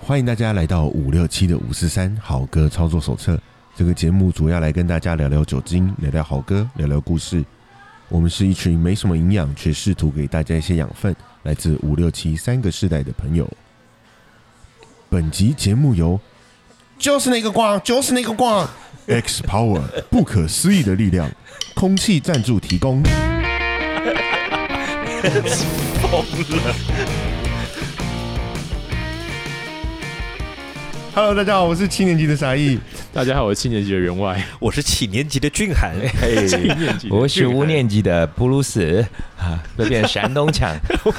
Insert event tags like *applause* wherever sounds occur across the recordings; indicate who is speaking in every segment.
Speaker 1: 欢迎大家来到五六七的五四三好歌操作手册。这个节目主要来跟大家聊聊酒精，聊聊好歌，聊聊故事。我们是一群没什么营养，却试图给大家一些养分，来自五六七三个世代的朋友。本集节目由就是那个光，就是那个光 X Power *laughs* 不可思议的力量空气赞助提供。Hello，大家好，我是七年级的傻义。
Speaker 2: 大家好，我是七年级的员外， *laughs*
Speaker 3: 我是七年级的俊
Speaker 4: *laughs*
Speaker 3: 涵，
Speaker 2: 七
Speaker 4: 哎
Speaker 2: 年级的
Speaker 4: 我是
Speaker 2: 俊
Speaker 4: 五
Speaker 2: 涵
Speaker 4: 年级的布鲁斯啊，这边山东腔，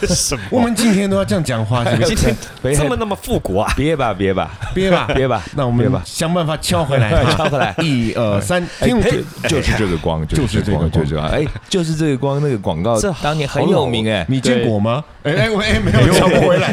Speaker 3: 什么？
Speaker 1: 我们今天都要这样讲话，是 *laughs* 不是？
Speaker 3: 今天
Speaker 4: 北
Speaker 3: 这么那么复古啊？
Speaker 4: 别吧别吧
Speaker 1: 憋吧，
Speaker 4: 别吧，
Speaker 1: 那我
Speaker 4: 别
Speaker 1: 们
Speaker 4: 吧，
Speaker 1: 想办法敲回来，
Speaker 4: 敲回来
Speaker 1: *laughs* 一二三，
Speaker 4: 哎
Speaker 1: 听我
Speaker 4: 嘿就是这个光，
Speaker 1: 就是这个光
Speaker 4: 就是这个光，哎，就是这个光，那个广告
Speaker 3: 这
Speaker 4: 当年很有名哎，
Speaker 1: 你见
Speaker 2: 对
Speaker 1: 过吗？哎哎我哎，没有敲不回来，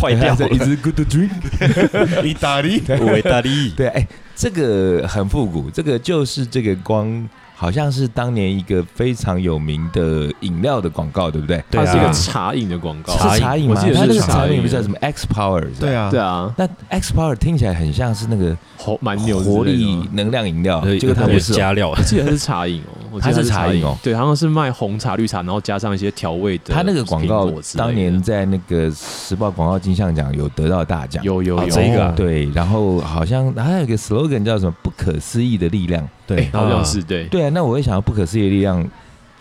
Speaker 3: 坏掉
Speaker 4: 这 *laughs* 一
Speaker 3: 了，
Speaker 4: 只 good dream，
Speaker 1: *laughs* 意大利
Speaker 3: 维大利，
Speaker 4: 对，哎，这个很复古，这个就是这个光，好像是当年一个非常有名的饮料的广告，对不对？
Speaker 3: 对
Speaker 2: 它是一
Speaker 3: 啊
Speaker 2: 个，茶饮的广告，
Speaker 4: 是茶饮
Speaker 2: 我
Speaker 4: 吗？
Speaker 2: 记得
Speaker 4: 它那
Speaker 2: 是
Speaker 4: 个
Speaker 2: 茶
Speaker 4: 茶饮
Speaker 2: 饮
Speaker 4: 不是叫什么 X Power？是吧
Speaker 1: 对，啊
Speaker 2: 对，啊，
Speaker 4: 那 X Power 听起来很像是那个
Speaker 2: 好蛮牛之类的
Speaker 4: 活力能量饮料，结果它不是哦
Speaker 3: 加料啊
Speaker 2: 我，记得它是茶饮哦，我记得
Speaker 4: 它是茶
Speaker 2: 茶
Speaker 4: 饮哦
Speaker 2: 对，好像是卖红茶、绿茶，然后加上一些调味的。
Speaker 4: 他那个广告
Speaker 2: 苹果之类的
Speaker 4: 当年在那个时报广告金像奖有得到大奖，
Speaker 2: 有有哦
Speaker 3: 啊
Speaker 2: 有
Speaker 3: 这个啊
Speaker 4: 对，然后好像还有一个 slogan 叫什么“不可思议的力量
Speaker 1: 对，
Speaker 2: 好像是对”，
Speaker 4: 对啊，那我会想到“不可思议的力量”，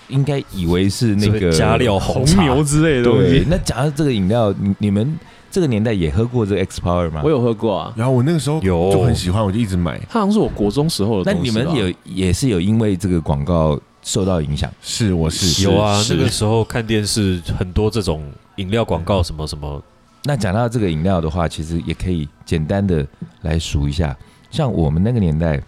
Speaker 4: 应该以为是那
Speaker 3: 是不
Speaker 4: 个
Speaker 3: 是加料红茶
Speaker 2: 牛之类的东
Speaker 4: 对
Speaker 2: 西，，
Speaker 4: 那讲到这个饮料，你你们这个年代也喝过这个 X Power 吗
Speaker 2: 我？有喝过啊，
Speaker 1: 然后我那个时候
Speaker 3: 有
Speaker 1: 就很喜欢，我就一直买，
Speaker 2: 它好像是我国中时候
Speaker 4: 那
Speaker 2: 的东
Speaker 4: 你
Speaker 3: 啊
Speaker 2: 西吧。啊
Speaker 4: 们有也是有因为这个广告受到影响？
Speaker 1: 是我是
Speaker 3: 有啊，
Speaker 2: 是
Speaker 3: 那个时候看电视很多这种饮料广告，什么什么，
Speaker 4: 那讲到这个饮料的话，其实也可以简单的来数一下，像我们那个年代，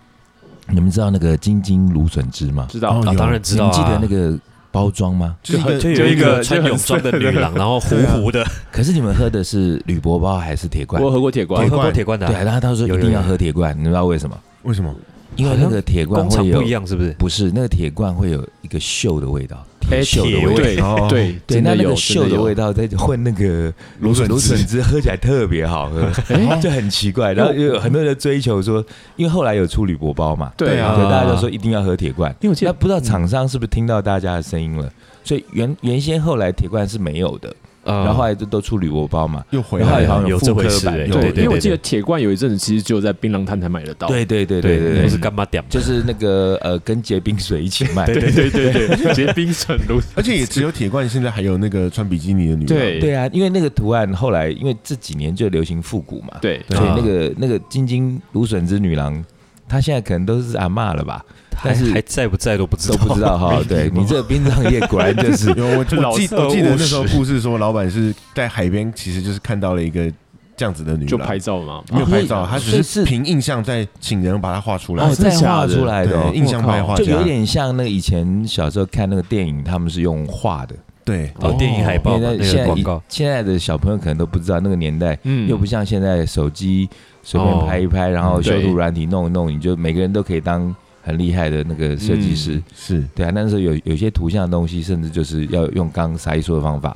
Speaker 4: 你们知道那个金金芦笋汁吗？
Speaker 2: 知道
Speaker 1: 哦？
Speaker 3: 啊，
Speaker 1: 有
Speaker 3: 当然知
Speaker 4: 你
Speaker 3: 道
Speaker 4: 们
Speaker 3: 啊，
Speaker 4: 记得那个包装吗？
Speaker 1: 就是一个
Speaker 3: 就有一
Speaker 2: 就一
Speaker 3: 个
Speaker 2: 个
Speaker 3: 穿泳装的女
Speaker 4: *laughs* 啊
Speaker 3: 郎，然后糊糊的，
Speaker 4: 可是你们喝的是铝箔包还是铁
Speaker 2: 我
Speaker 4: 罐
Speaker 2: 有？喝过铁罐
Speaker 3: 我
Speaker 1: 铁，
Speaker 3: 喝过铁罐的
Speaker 4: 对，
Speaker 3: 啊，
Speaker 4: 然后他说
Speaker 3: 有有
Speaker 4: 一定要
Speaker 3: 有
Speaker 4: 喝铁罐，你知道为什么？
Speaker 1: 为什么？
Speaker 4: 因为那个铁罐
Speaker 3: 工厂
Speaker 4: 会有
Speaker 3: 不一，样，是不是？
Speaker 4: 不是那个铁罐会有一个锈的味道，
Speaker 2: 哎
Speaker 4: 铁锈
Speaker 3: 铁
Speaker 4: 的
Speaker 3: 味
Speaker 4: 味道。
Speaker 2: 对
Speaker 1: 哦
Speaker 2: 对
Speaker 4: 对，
Speaker 2: 真
Speaker 4: 那
Speaker 2: 的
Speaker 4: 那
Speaker 2: 有
Speaker 4: 个锈的味
Speaker 2: 道。
Speaker 4: 道再混那个
Speaker 1: 芦笋
Speaker 4: 芦
Speaker 1: 汁
Speaker 4: 笋汁，喝起来特别好喝，
Speaker 2: *laughs* 哎
Speaker 4: 就很奇怪。然后有很多人追求说，因为后来有出铝箔包嘛，
Speaker 2: 对
Speaker 1: 啊
Speaker 2: 啊，
Speaker 4: 对，大家就说一定要喝铁罐。
Speaker 2: 因为我记
Speaker 4: 那
Speaker 2: 得
Speaker 4: 不知道厂商是不是听到大家的声音了，所以原原先后来铁罐是没有的，
Speaker 3: 啊
Speaker 4: 然后后来就都出铝箔包嘛。
Speaker 1: 又回
Speaker 4: 然后
Speaker 1: 来
Speaker 4: 也好
Speaker 1: 了，
Speaker 4: 像
Speaker 3: 有
Speaker 4: 复
Speaker 3: 这回
Speaker 4: 刻
Speaker 3: 事
Speaker 4: 版
Speaker 3: 哎
Speaker 4: 啊有
Speaker 3: 对
Speaker 2: 对，
Speaker 3: 对
Speaker 2: 因为我
Speaker 3: 对
Speaker 2: 记得铁罐有一阵子其实只有在槟榔摊才买得到。
Speaker 4: 对对对对
Speaker 3: 对
Speaker 4: 对
Speaker 3: 那个
Speaker 4: 对
Speaker 3: 是，干嘛点嘛？
Speaker 4: *laughs* 就是那个呃，跟结冰水一起卖。
Speaker 3: 对
Speaker 2: 对对对对， *laughs* 直接冰城炉。
Speaker 1: 而且也只有铁罐，现在还有那个穿比基尼的女郎，
Speaker 2: 对
Speaker 4: *laughs* 对啊，因为那个图案后来，因为这几年就流行复古嘛，，
Speaker 2: 对，
Speaker 4: 所以那
Speaker 1: 啊
Speaker 4: 个那个金金芦笋之女郎，她现在可能都是阿嬷了吧，
Speaker 3: 还
Speaker 4: 但是
Speaker 3: 还在不在都不知
Speaker 4: 都
Speaker 3: 道，
Speaker 4: 不知道
Speaker 3: *laughs*
Speaker 4: 哈。对你这个殡葬业果然就是
Speaker 1: *laughs* 有我我
Speaker 2: 老
Speaker 1: 记
Speaker 2: 色
Speaker 1: 我记得
Speaker 2: 务
Speaker 1: 那时候
Speaker 2: 实
Speaker 1: 故事说，老板是在海边，其实就是看到了一个这样子的女
Speaker 2: 就
Speaker 1: 郎，
Speaker 2: 拍照嘛。
Speaker 1: 没有
Speaker 4: 哦所
Speaker 1: 拍
Speaker 4: 以
Speaker 1: 照，他
Speaker 4: 所
Speaker 1: 只
Speaker 4: 以
Speaker 1: 是
Speaker 4: 是
Speaker 1: 凭印象在请人把它画出来
Speaker 4: 哦，，再画
Speaker 2: 真的假的
Speaker 4: 出来的哦
Speaker 1: 对，印象派画
Speaker 4: 就有
Speaker 1: 家，
Speaker 4: 点像那个以前小时候看那个电影，他们是用画的，
Speaker 1: 对，
Speaker 3: 哦，电影海报
Speaker 4: 因
Speaker 3: 嘛
Speaker 4: 为那
Speaker 3: 那
Speaker 4: 现
Speaker 3: 个
Speaker 4: 在
Speaker 3: 广
Speaker 4: 以
Speaker 3: 告，
Speaker 4: 现在的小朋友可能都不知道，那个年代
Speaker 2: 嗯
Speaker 4: 又不像现在手机随
Speaker 3: 哦
Speaker 4: 便拍一拍，然后
Speaker 2: 嗯
Speaker 4: 修
Speaker 2: 对
Speaker 4: 图软体弄一弄，你就每个人都可以当很厉害的那个设计师
Speaker 2: 嗯。
Speaker 1: 是
Speaker 4: 对啊，那时候有有些图像的东西，甚至就是要用刚才说的方法，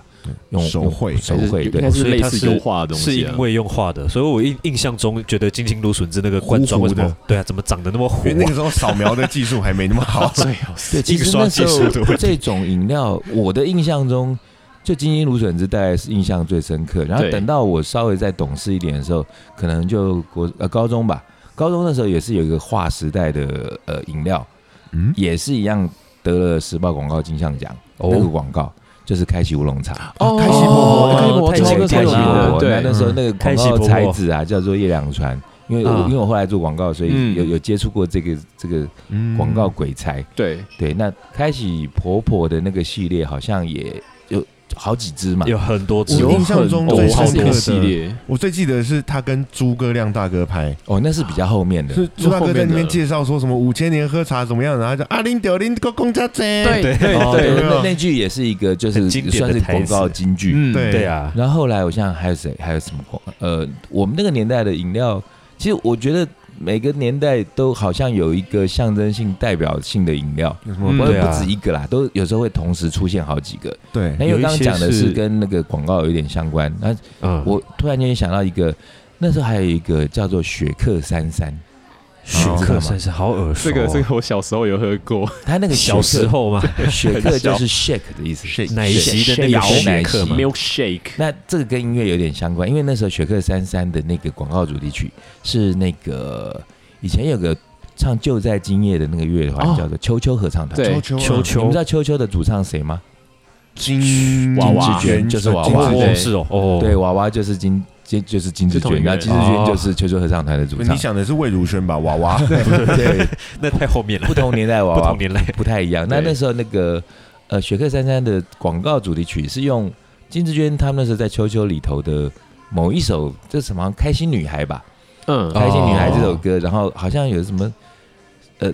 Speaker 4: 用
Speaker 1: 手
Speaker 4: 用
Speaker 1: 绘
Speaker 4: 手绘。
Speaker 2: 应
Speaker 4: 对
Speaker 2: 该，是
Speaker 3: 所以
Speaker 2: 类
Speaker 3: 它
Speaker 2: 似
Speaker 3: 是
Speaker 2: 油画的东
Speaker 3: 是
Speaker 2: 西啊
Speaker 3: 因。为用画的，所以我印印象中觉得金青芦笋汁那个罐装
Speaker 1: 糊
Speaker 3: 为
Speaker 1: 糊
Speaker 3: 什
Speaker 1: 的
Speaker 3: 么对啊，怎么长得那么糊
Speaker 1: 因为那
Speaker 3: 啊
Speaker 1: 个？时候扫描的技术还没那么好，
Speaker 2: 最好是
Speaker 4: 对，其
Speaker 3: 印
Speaker 4: 实
Speaker 3: 刷
Speaker 4: 那时
Speaker 3: 技术的
Speaker 4: 候这种饮料，我的印象中，就金银芦笋汁大概是印象最深刻。然后
Speaker 2: 对
Speaker 4: 等到我稍微再懂事一点的时候，可能就国呃高中吧，高中那时候也是有一个划时代的呃饮料，
Speaker 1: 嗯，
Speaker 4: 也是一样得了时报广告金像奖、
Speaker 3: 哦
Speaker 4: 那个广告。就是开喜乌龙茶，
Speaker 2: 哦
Speaker 1: 开心婆
Speaker 2: 开心婆
Speaker 4: 哦
Speaker 3: 太
Speaker 2: 超
Speaker 3: 经
Speaker 2: 哥
Speaker 3: 典
Speaker 2: 超有名
Speaker 3: 了
Speaker 2: 的，对
Speaker 4: 那那时候那个广
Speaker 3: 开喜
Speaker 4: 告
Speaker 3: 婆婆
Speaker 4: 材质啊，叫做叶良传，因为我
Speaker 3: 嗯
Speaker 4: 因为我后来做广告，所以
Speaker 2: 嗯
Speaker 4: 有有接触过这个这个
Speaker 1: 嗯
Speaker 4: 广告鬼才。
Speaker 2: 对，
Speaker 4: 对，那开启婆婆的那个系列好像也有好几支嘛。
Speaker 3: 有很多只
Speaker 1: 我印象中最
Speaker 2: 超
Speaker 1: 深刻
Speaker 2: 多
Speaker 1: 的
Speaker 2: 系列，
Speaker 1: 我最记得是他跟诸葛亮大哥拍，
Speaker 4: 哦，那是比较后面的。
Speaker 1: 是朱大哥在那
Speaker 2: 后面
Speaker 1: 边
Speaker 2: 的
Speaker 1: 介绍说什么五千年喝茶怎么样，然后他就啊阿林屌林个公家贼，
Speaker 2: 对
Speaker 4: 哦
Speaker 2: 对
Speaker 1: 对
Speaker 4: 那那句也是一个，就是
Speaker 3: 很经典的
Speaker 4: 算是广告金句。
Speaker 2: 嗯
Speaker 1: 对
Speaker 3: 对啊，
Speaker 4: 然后后来我想还有谁，还有什么广？呃，我们那个年代的饮料，其实我觉得每个年代都好像有一个象征性、代表性的饮料，
Speaker 1: 有什
Speaker 2: 嗯
Speaker 1: 么
Speaker 4: 不
Speaker 3: 对
Speaker 4: 不
Speaker 3: 啊哎
Speaker 4: 止一个啦，都有时候会同时出现好几个。
Speaker 1: 对
Speaker 4: 那因为刚刚讲的
Speaker 3: 有一些
Speaker 4: 是
Speaker 3: 是
Speaker 4: 跟那个广告有一点相关，那
Speaker 3: 嗯，
Speaker 4: 我突然间想到一个，那时候还有一个叫做雪克三三，
Speaker 3: 雪
Speaker 4: 哦
Speaker 3: 克三三好耳熟
Speaker 2: 这
Speaker 3: 哦，
Speaker 2: 个这个我小时候有喝过，
Speaker 3: *laughs*
Speaker 4: 他那个
Speaker 3: 小时候嘛，
Speaker 4: *laughs* 雪克
Speaker 2: 很小
Speaker 4: 就是 shake 的意思，
Speaker 3: 奶昔的那
Speaker 4: 摇
Speaker 3: 个雪
Speaker 4: 奶
Speaker 3: 克
Speaker 4: 昔
Speaker 3: 嘛，
Speaker 2: milkshake
Speaker 4: 那这个跟音乐有点相关，因为那时候雪克三三的那个广告主题曲是那个以前有个唱《就在今夜》的那个乐团、
Speaker 2: 哦
Speaker 4: 叫做秋秋合唱团。
Speaker 2: 对
Speaker 1: 秋啊
Speaker 3: 秋
Speaker 4: 你们
Speaker 3: 秋
Speaker 4: 知道秋秋的主唱谁吗？
Speaker 1: 金
Speaker 2: 娃
Speaker 1: 金
Speaker 2: 娃
Speaker 1: 志娟
Speaker 4: 就是娃娃
Speaker 1: 金志
Speaker 2: 对
Speaker 1: 娟
Speaker 3: 哦是哦哦，
Speaker 4: 对，娃娃就是金金就是金志
Speaker 2: 是同一
Speaker 4: 娟，
Speaker 2: 个
Speaker 4: 然
Speaker 2: 人
Speaker 4: 后金志娟
Speaker 3: 哦
Speaker 4: 就是秋秋合唱团的主唱
Speaker 1: 你。想的是魏如萱吧？娃娃
Speaker 4: 对，
Speaker 3: 那太后面了，
Speaker 4: 不同年代娃
Speaker 3: 不
Speaker 4: 娃
Speaker 3: 同年代，
Speaker 4: 不太一样。那
Speaker 2: 对
Speaker 4: 那时候那个呃雪克三三的广告主题曲是用金志娟他们那时候在秋秋里头的某一首，这是什么开心女孩吧？
Speaker 2: 嗯
Speaker 4: 《
Speaker 3: 哦
Speaker 4: 开心女孩》这首歌，然后好像有什么，呃，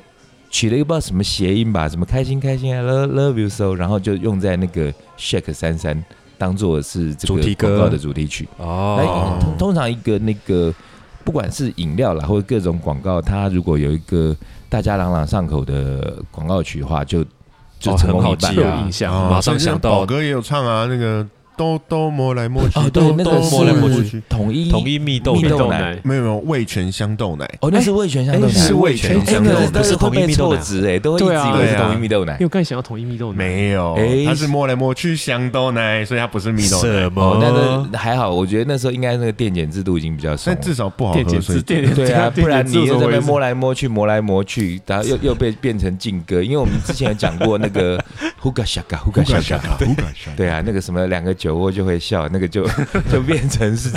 Speaker 4: 取了一个不知道什么谐音吧，什么开心开心，I love love you so，然后就用在那个 Shake 三三当做是这
Speaker 3: 主
Speaker 4: 个
Speaker 3: 题歌
Speaker 4: 广告的主题曲。那
Speaker 3: 哦，
Speaker 4: 通通常一个那个不管是饮料啦，或者各种广告，它如果有一个大家朗朗上口的广告曲的话，就就
Speaker 3: 哦
Speaker 4: 成功
Speaker 3: 很好
Speaker 4: 一半
Speaker 3: 记
Speaker 2: 有
Speaker 3: 啊
Speaker 4: 了。
Speaker 2: 印象，
Speaker 1: 哦
Speaker 3: 马
Speaker 1: *laughs*
Speaker 3: 上
Speaker 1: 就是
Speaker 3: 想到
Speaker 1: 宝哥也有唱啊，那个兜兜摸来摸去，
Speaker 4: 哦，对，
Speaker 1: 兜
Speaker 4: 那
Speaker 1: 兜
Speaker 4: 个
Speaker 1: 摸来摸去
Speaker 4: 是统一
Speaker 3: 统一蜜豆
Speaker 4: 蜜
Speaker 3: 奶
Speaker 4: 豆奶
Speaker 2: 奶，
Speaker 1: 没有没有味全香豆奶，
Speaker 4: 哦，那是味全香豆奶，
Speaker 1: 是味
Speaker 3: 味
Speaker 1: 全
Speaker 4: 哎
Speaker 1: 香
Speaker 4: 可
Speaker 1: 豆
Speaker 4: 是
Speaker 1: 奶
Speaker 3: 不
Speaker 4: 都
Speaker 3: 是
Speaker 4: 是会
Speaker 3: 统一
Speaker 4: 被
Speaker 3: 蜜豆
Speaker 4: 错
Speaker 3: 奶啊
Speaker 4: 职哎，都会一直
Speaker 2: 对啊
Speaker 4: 以为是
Speaker 1: 对啊
Speaker 4: 统一蜜豆奶
Speaker 2: 因为。我刚才想要统一蜜豆奶，
Speaker 1: 没有
Speaker 4: 哎，
Speaker 1: 它是摸来摸去香豆奶，所以它不是蜜豆奶。
Speaker 3: 什
Speaker 4: 哦
Speaker 3: 么？，
Speaker 4: 那那还好，我觉得那时候应该那个电检制度已经比较松
Speaker 1: 但
Speaker 4: 了。
Speaker 1: 至少不好
Speaker 2: 电
Speaker 1: 喝，
Speaker 2: 解
Speaker 1: 所以
Speaker 2: 质，电解
Speaker 4: *laughs* 对啊，
Speaker 2: 电
Speaker 4: 不然
Speaker 2: 解质
Speaker 4: 你又在那边
Speaker 2: 怎么
Speaker 4: 摸
Speaker 2: 回事
Speaker 4: 来摸去，摸来摸去，然后又又被变成劲歌，因为我们之前有讲过那个 *laughs* Huga Shaka Huga Shaka，对啊，那个什么两个酒窝就会笑，那个就 *laughs* 就变成是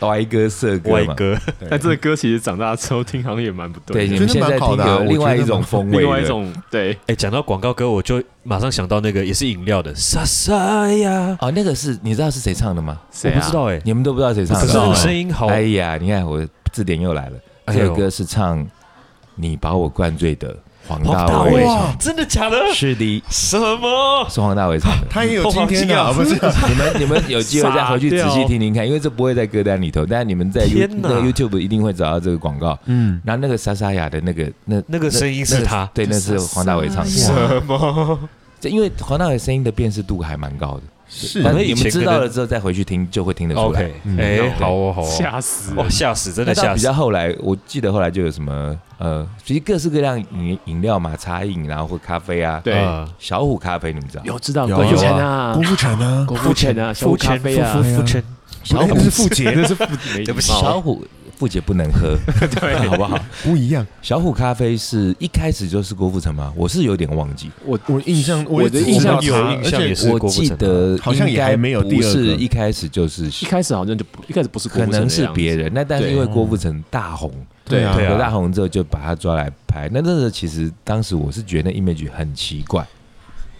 Speaker 4: 歪歌社歌
Speaker 3: 歪
Speaker 4: 嘛。
Speaker 3: 哥，
Speaker 2: 但这个歌其实长大之后听好像也蛮不
Speaker 4: 对，
Speaker 2: 对
Speaker 4: 你
Speaker 2: 的，
Speaker 4: 们现在
Speaker 1: 蛮好
Speaker 4: 听
Speaker 1: 的啊
Speaker 4: 有另外一种风味的，
Speaker 2: 另外一种对
Speaker 3: 哎，讲到广告歌，我就马上想到那个也是饮料的莎莎呀，
Speaker 4: 哦，那个是你知道是谁唱的吗？
Speaker 3: 我
Speaker 2: 谁
Speaker 3: 不
Speaker 2: 啊
Speaker 3: 知道哎，
Speaker 4: 你们都不知道谁唱
Speaker 3: 可
Speaker 2: 不
Speaker 3: 是
Speaker 4: 的，
Speaker 2: 知
Speaker 3: 那
Speaker 2: 道
Speaker 3: 个
Speaker 2: 欸
Speaker 3: 声音好，
Speaker 4: 哎呀，你看我字典又来了，
Speaker 3: 哎
Speaker 4: 这
Speaker 3: 呦
Speaker 4: 首歌是唱你把我灌醉的黄
Speaker 3: 黄
Speaker 4: 大
Speaker 3: 大哦
Speaker 4: 炜
Speaker 3: 炜
Speaker 1: 哇，
Speaker 3: 真的假的？
Speaker 4: 是的，
Speaker 3: 什么？
Speaker 4: 是黄大炜唱的。
Speaker 1: 他也有今天的啊，
Speaker 3: 哦
Speaker 1: 不是啊
Speaker 4: 你们你们有机会再回去仔细听听看，因为这不会在歌单里头，但你们在 You,
Speaker 3: 天哪
Speaker 4: 那个 YouTube 一定会找到这个广告。
Speaker 1: *laughs* 嗯，
Speaker 4: 然后那个莎莎雅的那个那
Speaker 3: 那个声音是他，
Speaker 4: 对，那是黄大炜唱
Speaker 3: 莎
Speaker 4: 的。哦
Speaker 3: 雅
Speaker 4: 哇
Speaker 2: 什么？
Speaker 4: 这因为黄大炜声音的辨识度还蛮高的，
Speaker 1: 是
Speaker 4: 但
Speaker 3: 那
Speaker 4: 你
Speaker 3: 以
Speaker 4: 们
Speaker 3: 前
Speaker 4: 知
Speaker 3: 可
Speaker 4: 道
Speaker 3: 能
Speaker 4: 了之后再回去听就会听得出来。
Speaker 3: OK，
Speaker 1: 嗯
Speaker 3: 哎，
Speaker 2: 对
Speaker 3: 好哦，好哦，
Speaker 2: 吓死
Speaker 3: 哦，
Speaker 2: 人！
Speaker 3: 吓死，真
Speaker 4: 那
Speaker 3: 的
Speaker 4: 到
Speaker 3: 吓
Speaker 4: 比
Speaker 3: 死
Speaker 4: 较。后来，我记得后来就有什么呃，其实各式各样饮饮料嘛，茶饮，然后或咖啡啊，
Speaker 2: 对，
Speaker 3: 嗯
Speaker 4: 小虎咖啡你们知道？
Speaker 2: 有知道
Speaker 1: 有
Speaker 2: 郭富城
Speaker 1: 有
Speaker 2: 啊
Speaker 1: 郭，富城呢？
Speaker 2: 郭富城啊，小
Speaker 3: 肤
Speaker 2: 虎咖
Speaker 3: 浅，
Speaker 2: 啡啊
Speaker 3: 肤，肤肤浅，
Speaker 4: 小
Speaker 1: 哎
Speaker 4: 虎
Speaker 1: 那是傅杰，
Speaker 2: 那是不没礼
Speaker 3: 对不起
Speaker 2: 貌
Speaker 4: 小，虎傅姐不能喝，
Speaker 2: 对，
Speaker 4: 好不好？
Speaker 1: 不一样。
Speaker 4: 小虎咖啡是一开始就是郭富城吗？我是有点忘记，
Speaker 2: 我
Speaker 1: 我印象，我也
Speaker 2: 的
Speaker 1: 只
Speaker 2: 印象
Speaker 1: 知道他
Speaker 3: 有印象
Speaker 1: 而且
Speaker 3: 也是
Speaker 4: 我
Speaker 3: 郭富
Speaker 4: 记
Speaker 3: 城吗
Speaker 4: 得
Speaker 1: 好像也
Speaker 4: 应该
Speaker 1: 还没有第
Speaker 4: 不
Speaker 1: 二个
Speaker 4: 是一开始就是，
Speaker 2: 一开始好像就不一开始不是郭
Speaker 4: 可
Speaker 2: 富城的
Speaker 4: 能是
Speaker 2: 样子
Speaker 4: 别人。那但是
Speaker 2: 对
Speaker 4: 因为郭富城大红，
Speaker 1: 对啊
Speaker 3: 对
Speaker 4: 有
Speaker 3: 啊
Speaker 4: 大红之后就把他抓来拍。那那个其实当时我是觉得那 image 很奇怪，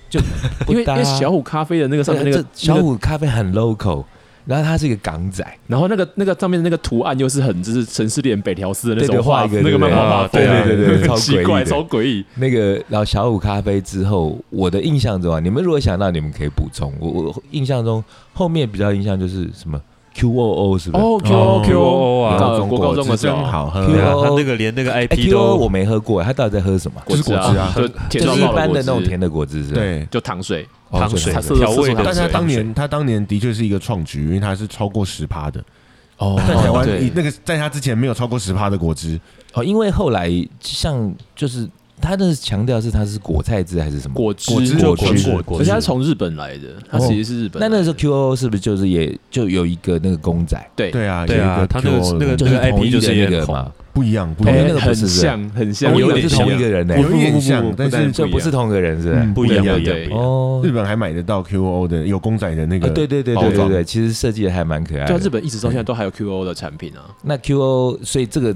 Speaker 4: 就不
Speaker 2: 因为因
Speaker 4: 搭
Speaker 2: 为小虎咖啡的那个上面那
Speaker 4: 对
Speaker 2: 个
Speaker 4: 这小
Speaker 2: 那个
Speaker 4: 虎咖啡很 local，然后他是一个港仔，
Speaker 2: 然后那个那个上面那个图案又是很就是城市脸北条司的那
Speaker 4: 对对
Speaker 2: 种画
Speaker 4: 画一个
Speaker 2: 那个漫画画风，啊
Speaker 3: 对对对
Speaker 4: 对对对超
Speaker 2: 很奇
Speaker 4: 诡
Speaker 2: 怪，
Speaker 4: 异的
Speaker 2: 超诡异。
Speaker 4: 那个，然后小五咖啡之后，我的印象中啊，你们如果想到，你们可以补充。我我印象中后面比较印象就是什么 QOO 是不是？
Speaker 2: 哦
Speaker 3: 哦
Speaker 2: Q Q
Speaker 3: 啊
Speaker 2: 啊，
Speaker 1: 中
Speaker 2: 国高中的时
Speaker 1: 真
Speaker 2: 候，
Speaker 1: 好喝
Speaker 4: 对
Speaker 3: 对
Speaker 1: 啊
Speaker 3: 啊，
Speaker 4: 哦
Speaker 3: 他那个连那个
Speaker 4: 哎
Speaker 3: IP 都
Speaker 4: QOO 我没喝过，他到底在喝什么？
Speaker 1: 就是果汁啊
Speaker 2: 就
Speaker 4: 就
Speaker 2: 甜
Speaker 4: 是
Speaker 2: 状
Speaker 4: 一
Speaker 2: 泡的
Speaker 4: 般
Speaker 2: 果
Speaker 4: 的那种
Speaker 2: 汁
Speaker 4: 甜，的果汁是吧？
Speaker 1: 对。
Speaker 2: 就糖水，
Speaker 4: 哦，
Speaker 3: 糖
Speaker 4: 就是
Speaker 3: 水
Speaker 2: 它
Speaker 4: 糖
Speaker 2: 色色
Speaker 3: 调味
Speaker 1: 但
Speaker 2: 色
Speaker 3: 的
Speaker 2: 糖
Speaker 1: 是
Speaker 2: 水
Speaker 1: 他当年，他当年的确是一个创举，因为他是超过十趴的，
Speaker 4: *laughs* 哦
Speaker 1: 在台湾
Speaker 2: 对
Speaker 1: 以那个在他之前没有超过十趴的果汁，
Speaker 4: 哦，因为后来像就是他的强调是它是果菜汁还是什么？
Speaker 2: 果汁
Speaker 1: 果汁
Speaker 2: 果
Speaker 1: 果
Speaker 3: 汁
Speaker 2: 汁，
Speaker 3: 果汁
Speaker 2: 而且它是从日本来的，它其实是日本
Speaker 4: 那
Speaker 2: 来的。
Speaker 4: 哦那时候 QOO 是不是就是也就有一个那个公仔，
Speaker 2: 对
Speaker 1: 对啊，
Speaker 3: 对啊
Speaker 1: 有一
Speaker 3: 他那个
Speaker 1: Q
Speaker 3: 那个
Speaker 4: 就是
Speaker 3: IP
Speaker 4: 同一
Speaker 3: 就
Speaker 4: 的
Speaker 3: 是
Speaker 4: 那
Speaker 3: 也
Speaker 4: 个
Speaker 3: 很
Speaker 4: 嘛？
Speaker 1: 不一样，不
Speaker 4: 哎
Speaker 1: 一
Speaker 4: 那
Speaker 1: 样
Speaker 4: 个，不
Speaker 2: 很
Speaker 4: 是
Speaker 2: 像，很
Speaker 4: 哦
Speaker 2: 像，
Speaker 4: 我以
Speaker 2: 有
Speaker 4: 为
Speaker 2: 点
Speaker 4: 是同一
Speaker 2: 像
Speaker 4: 个人欸呢，
Speaker 1: 有一点
Speaker 2: 不
Speaker 1: 像
Speaker 2: 不，不
Speaker 1: 但
Speaker 2: 不
Speaker 1: 是
Speaker 2: 不
Speaker 4: 所以不是同个人是不是？
Speaker 1: 嗯
Speaker 3: 不一样，不
Speaker 1: 不一
Speaker 3: 一样
Speaker 1: 样
Speaker 2: 对
Speaker 3: 不一样。
Speaker 4: 哦
Speaker 1: 日，本还买得到 QO 的有公仔的那
Speaker 4: 啊，
Speaker 1: 个，
Speaker 4: 对对对
Speaker 1: 包
Speaker 4: 对对
Speaker 1: 装
Speaker 4: 对，其实设计的还蛮可爱
Speaker 2: 对啊，
Speaker 4: 的。
Speaker 2: 日本一直到现在都还有 QO 的产品啊，
Speaker 4: 那 QO，所以这个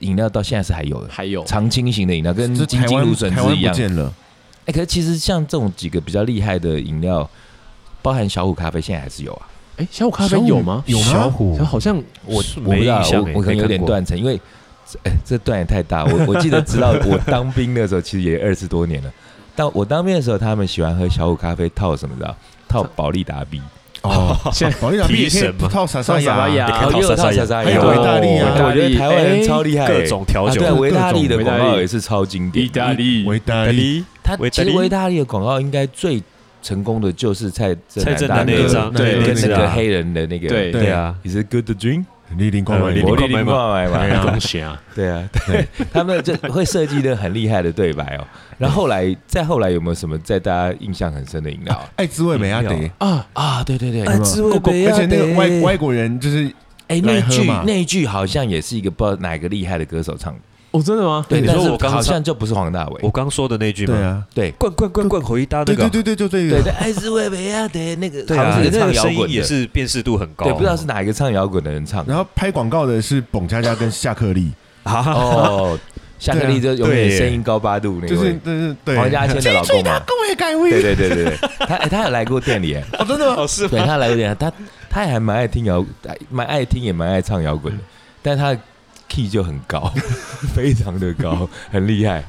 Speaker 4: 饮料到现在是还有的，
Speaker 2: 还有
Speaker 4: 常青型的饮料跟
Speaker 1: 这
Speaker 4: 金
Speaker 1: 台
Speaker 4: 金
Speaker 1: 湾
Speaker 4: 芦笋
Speaker 1: 台
Speaker 4: 汁
Speaker 1: 湾
Speaker 4: 一
Speaker 1: 不
Speaker 4: 样。
Speaker 1: 见了，
Speaker 4: 哎，可是其实像这种几个比较厉害的饮料，包含小虎咖啡，现在还是有啊。
Speaker 2: 哎，小虎咖啡有吗？
Speaker 1: 有
Speaker 2: 小
Speaker 1: 吗？
Speaker 2: 虎好像
Speaker 4: 我
Speaker 3: 是
Speaker 4: 我不
Speaker 3: 没
Speaker 4: 知道
Speaker 3: 印，象
Speaker 4: 我
Speaker 3: 欸
Speaker 4: 我可能
Speaker 3: 没
Speaker 4: 有
Speaker 3: 看
Speaker 4: 点
Speaker 3: 过
Speaker 4: 断层，因为哎，这段也太大。我我记得直到我当兵的时候，其实也二十多年了。但我当兵的时候，他们喜欢喝小虎咖啡套什么的啊，套保利达 B，
Speaker 1: 哦，
Speaker 3: *laughs*
Speaker 2: 现
Speaker 1: 保利达 B 也可以套莎莎
Speaker 2: 萨
Speaker 1: 呀，
Speaker 2: 雅
Speaker 3: 也可以套
Speaker 4: 也有套
Speaker 3: 莎莎
Speaker 4: 莎莎
Speaker 1: 还
Speaker 3: 雅
Speaker 4: 雅，
Speaker 1: 有维达利啊
Speaker 4: 哦我觉得台湾人
Speaker 2: 哎
Speaker 4: 超厉害欸，
Speaker 3: 各种调
Speaker 4: 啊，
Speaker 3: 酒
Speaker 4: 对，啊，维达利的
Speaker 2: 各种
Speaker 4: 广告也是超经典。
Speaker 2: 意大利
Speaker 1: 维达利，
Speaker 3: 达利
Speaker 4: 它
Speaker 3: 维达
Speaker 4: 其
Speaker 3: 利
Speaker 4: 实维达利的广告应该最成功的就是蔡
Speaker 3: 蔡正南
Speaker 4: 南大
Speaker 3: 那
Speaker 4: 哥
Speaker 3: 一张，
Speaker 1: 对
Speaker 3: 对
Speaker 4: 跟
Speaker 1: 那
Speaker 4: 那
Speaker 1: 个
Speaker 4: 个黑人的那个
Speaker 2: 对
Speaker 1: 对
Speaker 3: 对啊，
Speaker 4: ，Is it good to drink？
Speaker 1: 你零光嘛，
Speaker 3: 呃
Speaker 1: 你
Speaker 3: 零
Speaker 4: 我
Speaker 1: 零
Speaker 3: 零
Speaker 4: 零零挂买
Speaker 3: 哎
Speaker 4: 嘛，
Speaker 3: 呀，恭喜啊！
Speaker 4: 对 *laughs* 啊，对，他们就会设计的很厉害的对 *laughs* 白哦。然后后来，再后来有没有什么在大家印象很深的饮料啊？
Speaker 1: 爱滋味美亚得，
Speaker 2: 啊，
Speaker 4: 啊，对对对
Speaker 3: 哎滋味杯
Speaker 1: 而
Speaker 3: 啊
Speaker 1: 且那个外
Speaker 3: 对
Speaker 1: 外国人就是
Speaker 4: 哎，
Speaker 1: 来
Speaker 4: 那
Speaker 1: 喝
Speaker 4: 句
Speaker 1: 嘛
Speaker 4: 那一句好像也是一个不知道哪个厉害的歌手唱的，
Speaker 2: 哦，真的吗？
Speaker 4: 对，
Speaker 3: 你
Speaker 4: 但
Speaker 3: 说
Speaker 4: 是
Speaker 3: 我刚
Speaker 4: 好
Speaker 3: 上
Speaker 4: 像就不是黄大炜
Speaker 3: 我，刚说的那句嘛，
Speaker 1: 对，啊，
Speaker 4: 对
Speaker 3: 灌灌灌灌回一搭那
Speaker 1: 对
Speaker 3: 个
Speaker 1: 对，对对，就这
Speaker 4: 对
Speaker 1: 个
Speaker 4: 对，爱是维维亚的那个，
Speaker 3: 对
Speaker 4: 好
Speaker 3: 啊，
Speaker 4: 像是个
Speaker 3: 那
Speaker 4: 唱
Speaker 3: 个
Speaker 4: 摇
Speaker 3: 声音
Speaker 4: 滚
Speaker 3: 也
Speaker 4: 的，
Speaker 3: 是辨识度很高，
Speaker 4: 对，不知道是哪一个唱摇滚的人唱的。
Speaker 1: 然后拍广告的是蹦恰恰跟夏克力，
Speaker 3: 啊，
Speaker 4: *laughs* 哦，夏克力就永远
Speaker 3: 对
Speaker 4: 声音高八度那
Speaker 1: 就是
Speaker 4: 位，
Speaker 1: 就是对
Speaker 4: 黄家千的老公嘛。
Speaker 1: 跟我也改位
Speaker 4: 对对对对对，他哎他有来过店里，哎
Speaker 1: 哦，真的吗？
Speaker 3: 哦是
Speaker 4: *laughs* 对他来过店，他他也还蛮爱听摇，蛮爱听也蛮爱唱摇
Speaker 3: 嗯
Speaker 4: 滚的，但他的 key 就很高， *laughs* 非常的
Speaker 3: *laughs*
Speaker 4: 高，很厉害。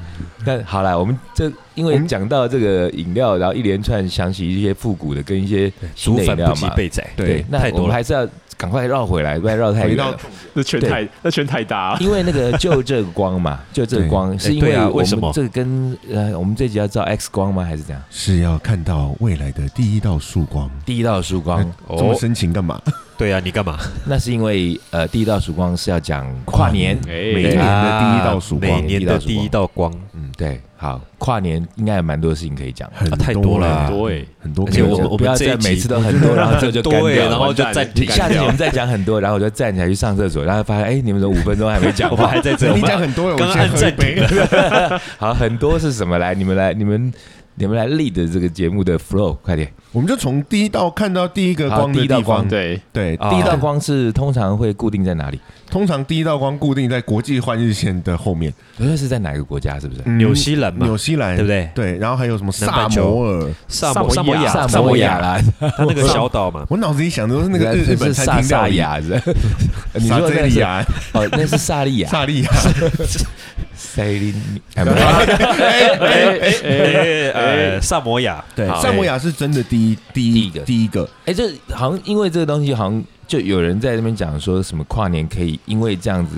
Speaker 4: 但好啦，我们这因为讲到这个饮料，然后一连串想起一些复古的跟一些新
Speaker 3: 竹
Speaker 4: 的饮
Speaker 3: 反
Speaker 4: 料
Speaker 3: 不及
Speaker 4: 嘛，
Speaker 3: 被宰，
Speaker 1: 对
Speaker 4: 那
Speaker 3: 太
Speaker 4: 我
Speaker 3: 多
Speaker 4: 们
Speaker 3: 了
Speaker 4: 还是要赶快绕回来，不然绕太
Speaker 1: 回
Speaker 4: 远
Speaker 1: 到
Speaker 4: 了。
Speaker 2: 那圈
Speaker 4: 对
Speaker 2: 太那圈太大了。
Speaker 4: *laughs*
Speaker 2: 啊
Speaker 4: 因为那个就这个光
Speaker 3: *laughs*
Speaker 4: 嘛，就这个光是因
Speaker 3: 对啊
Speaker 4: 我
Speaker 3: 为什么
Speaker 4: 们这个跟呃，我们这集要照 X 光吗？还是怎样？
Speaker 1: 是要看到未来的第一道曙光。
Speaker 4: 第一道曙 *laughs* 光，
Speaker 1: 这
Speaker 3: 哦
Speaker 1: 么深情干嘛？
Speaker 3: 对啊，你干嘛？
Speaker 4: 那是因为呃，第一道曙光是要讲跨年。
Speaker 2: 哎
Speaker 1: 每一年的第一道曙光
Speaker 3: 每
Speaker 4: 啊
Speaker 3: 年的第一道光，
Speaker 4: 对，好，跨年应该有蛮多事情可以讲的，
Speaker 1: 很
Speaker 3: 啊太多了
Speaker 1: 啊
Speaker 2: 很多哎，
Speaker 1: 很多
Speaker 3: 而且
Speaker 1: 歌
Speaker 3: 我
Speaker 1: 手
Speaker 3: 们我
Speaker 4: 不要
Speaker 3: 们这
Speaker 4: 再
Speaker 3: 一集
Speaker 4: 每次都很多，然后这就
Speaker 3: *laughs*
Speaker 4: 干
Speaker 3: 对，
Speaker 4: 掉
Speaker 3: 然
Speaker 4: 了。
Speaker 3: 后就
Speaker 2: 完蛋
Speaker 3: 暂停
Speaker 2: 干
Speaker 4: *laughs* 下次
Speaker 3: 掉
Speaker 4: 你们再讲很多，然后我就站起来去上厕所，然后发现哎，你们的五分钟还没讲
Speaker 3: 我们
Speaker 4: 话
Speaker 3: *laughs* 还。在这，我
Speaker 1: 你
Speaker 3: 们
Speaker 1: 讲很多，我
Speaker 3: 刚
Speaker 1: 们
Speaker 3: 刚
Speaker 1: 先
Speaker 3: 按
Speaker 1: 喝一
Speaker 3: 暂
Speaker 1: 杯
Speaker 3: 停。了，
Speaker 4: 好，很多是什么？来，你们来，你们你们来 lead 这个节目的 flow，快点。
Speaker 1: 我们就从第一道看到第一个
Speaker 4: 好
Speaker 1: 光
Speaker 4: 第
Speaker 1: 的
Speaker 4: 一道
Speaker 1: 地方
Speaker 4: 光，
Speaker 2: 对，
Speaker 1: 对，
Speaker 3: 啊嗯
Speaker 4: 第一道光是通常会固定在哪里？
Speaker 1: 通常第一道光固定在国际换日线的后面，
Speaker 4: 不是是在哪个国家？是不是？
Speaker 1: 嗯
Speaker 3: 纽西兰嘛
Speaker 1: 纽西兰
Speaker 3: 对不对？
Speaker 1: 对，然后还有什么
Speaker 3: 南
Speaker 1: 萨
Speaker 3: 半球
Speaker 1: 摩尔？
Speaker 3: 萨
Speaker 2: 摩
Speaker 3: 摩
Speaker 2: 亚
Speaker 4: 萨
Speaker 3: 萨
Speaker 4: 摩
Speaker 3: 摩
Speaker 4: 亚
Speaker 3: 亚，
Speaker 4: 啦，
Speaker 3: 它那个小岛嘛，
Speaker 1: 我脑子里想的都是那个日日本
Speaker 4: 是
Speaker 1: 餐
Speaker 4: 萨
Speaker 1: 厅料
Speaker 4: 萨
Speaker 1: 理，
Speaker 4: 亚是？你
Speaker 1: 萨
Speaker 4: 说
Speaker 1: 这
Speaker 4: 那
Speaker 1: 里
Speaker 4: 是
Speaker 1: 亚、
Speaker 4: 哦，那是萨利亚，
Speaker 1: 萨利亚，
Speaker 4: 塞利，哎，不是
Speaker 2: 哎哎哎，
Speaker 3: 哎哎，萨摩亚，
Speaker 1: 对，
Speaker 4: 好
Speaker 1: 萨摩亚是真的第一第
Speaker 4: 第
Speaker 1: 一
Speaker 4: 一个
Speaker 1: 第一个，
Speaker 4: 哎，这好像因为这个东西，好像就有人在那边讲说什么跨年可以，因为这样子，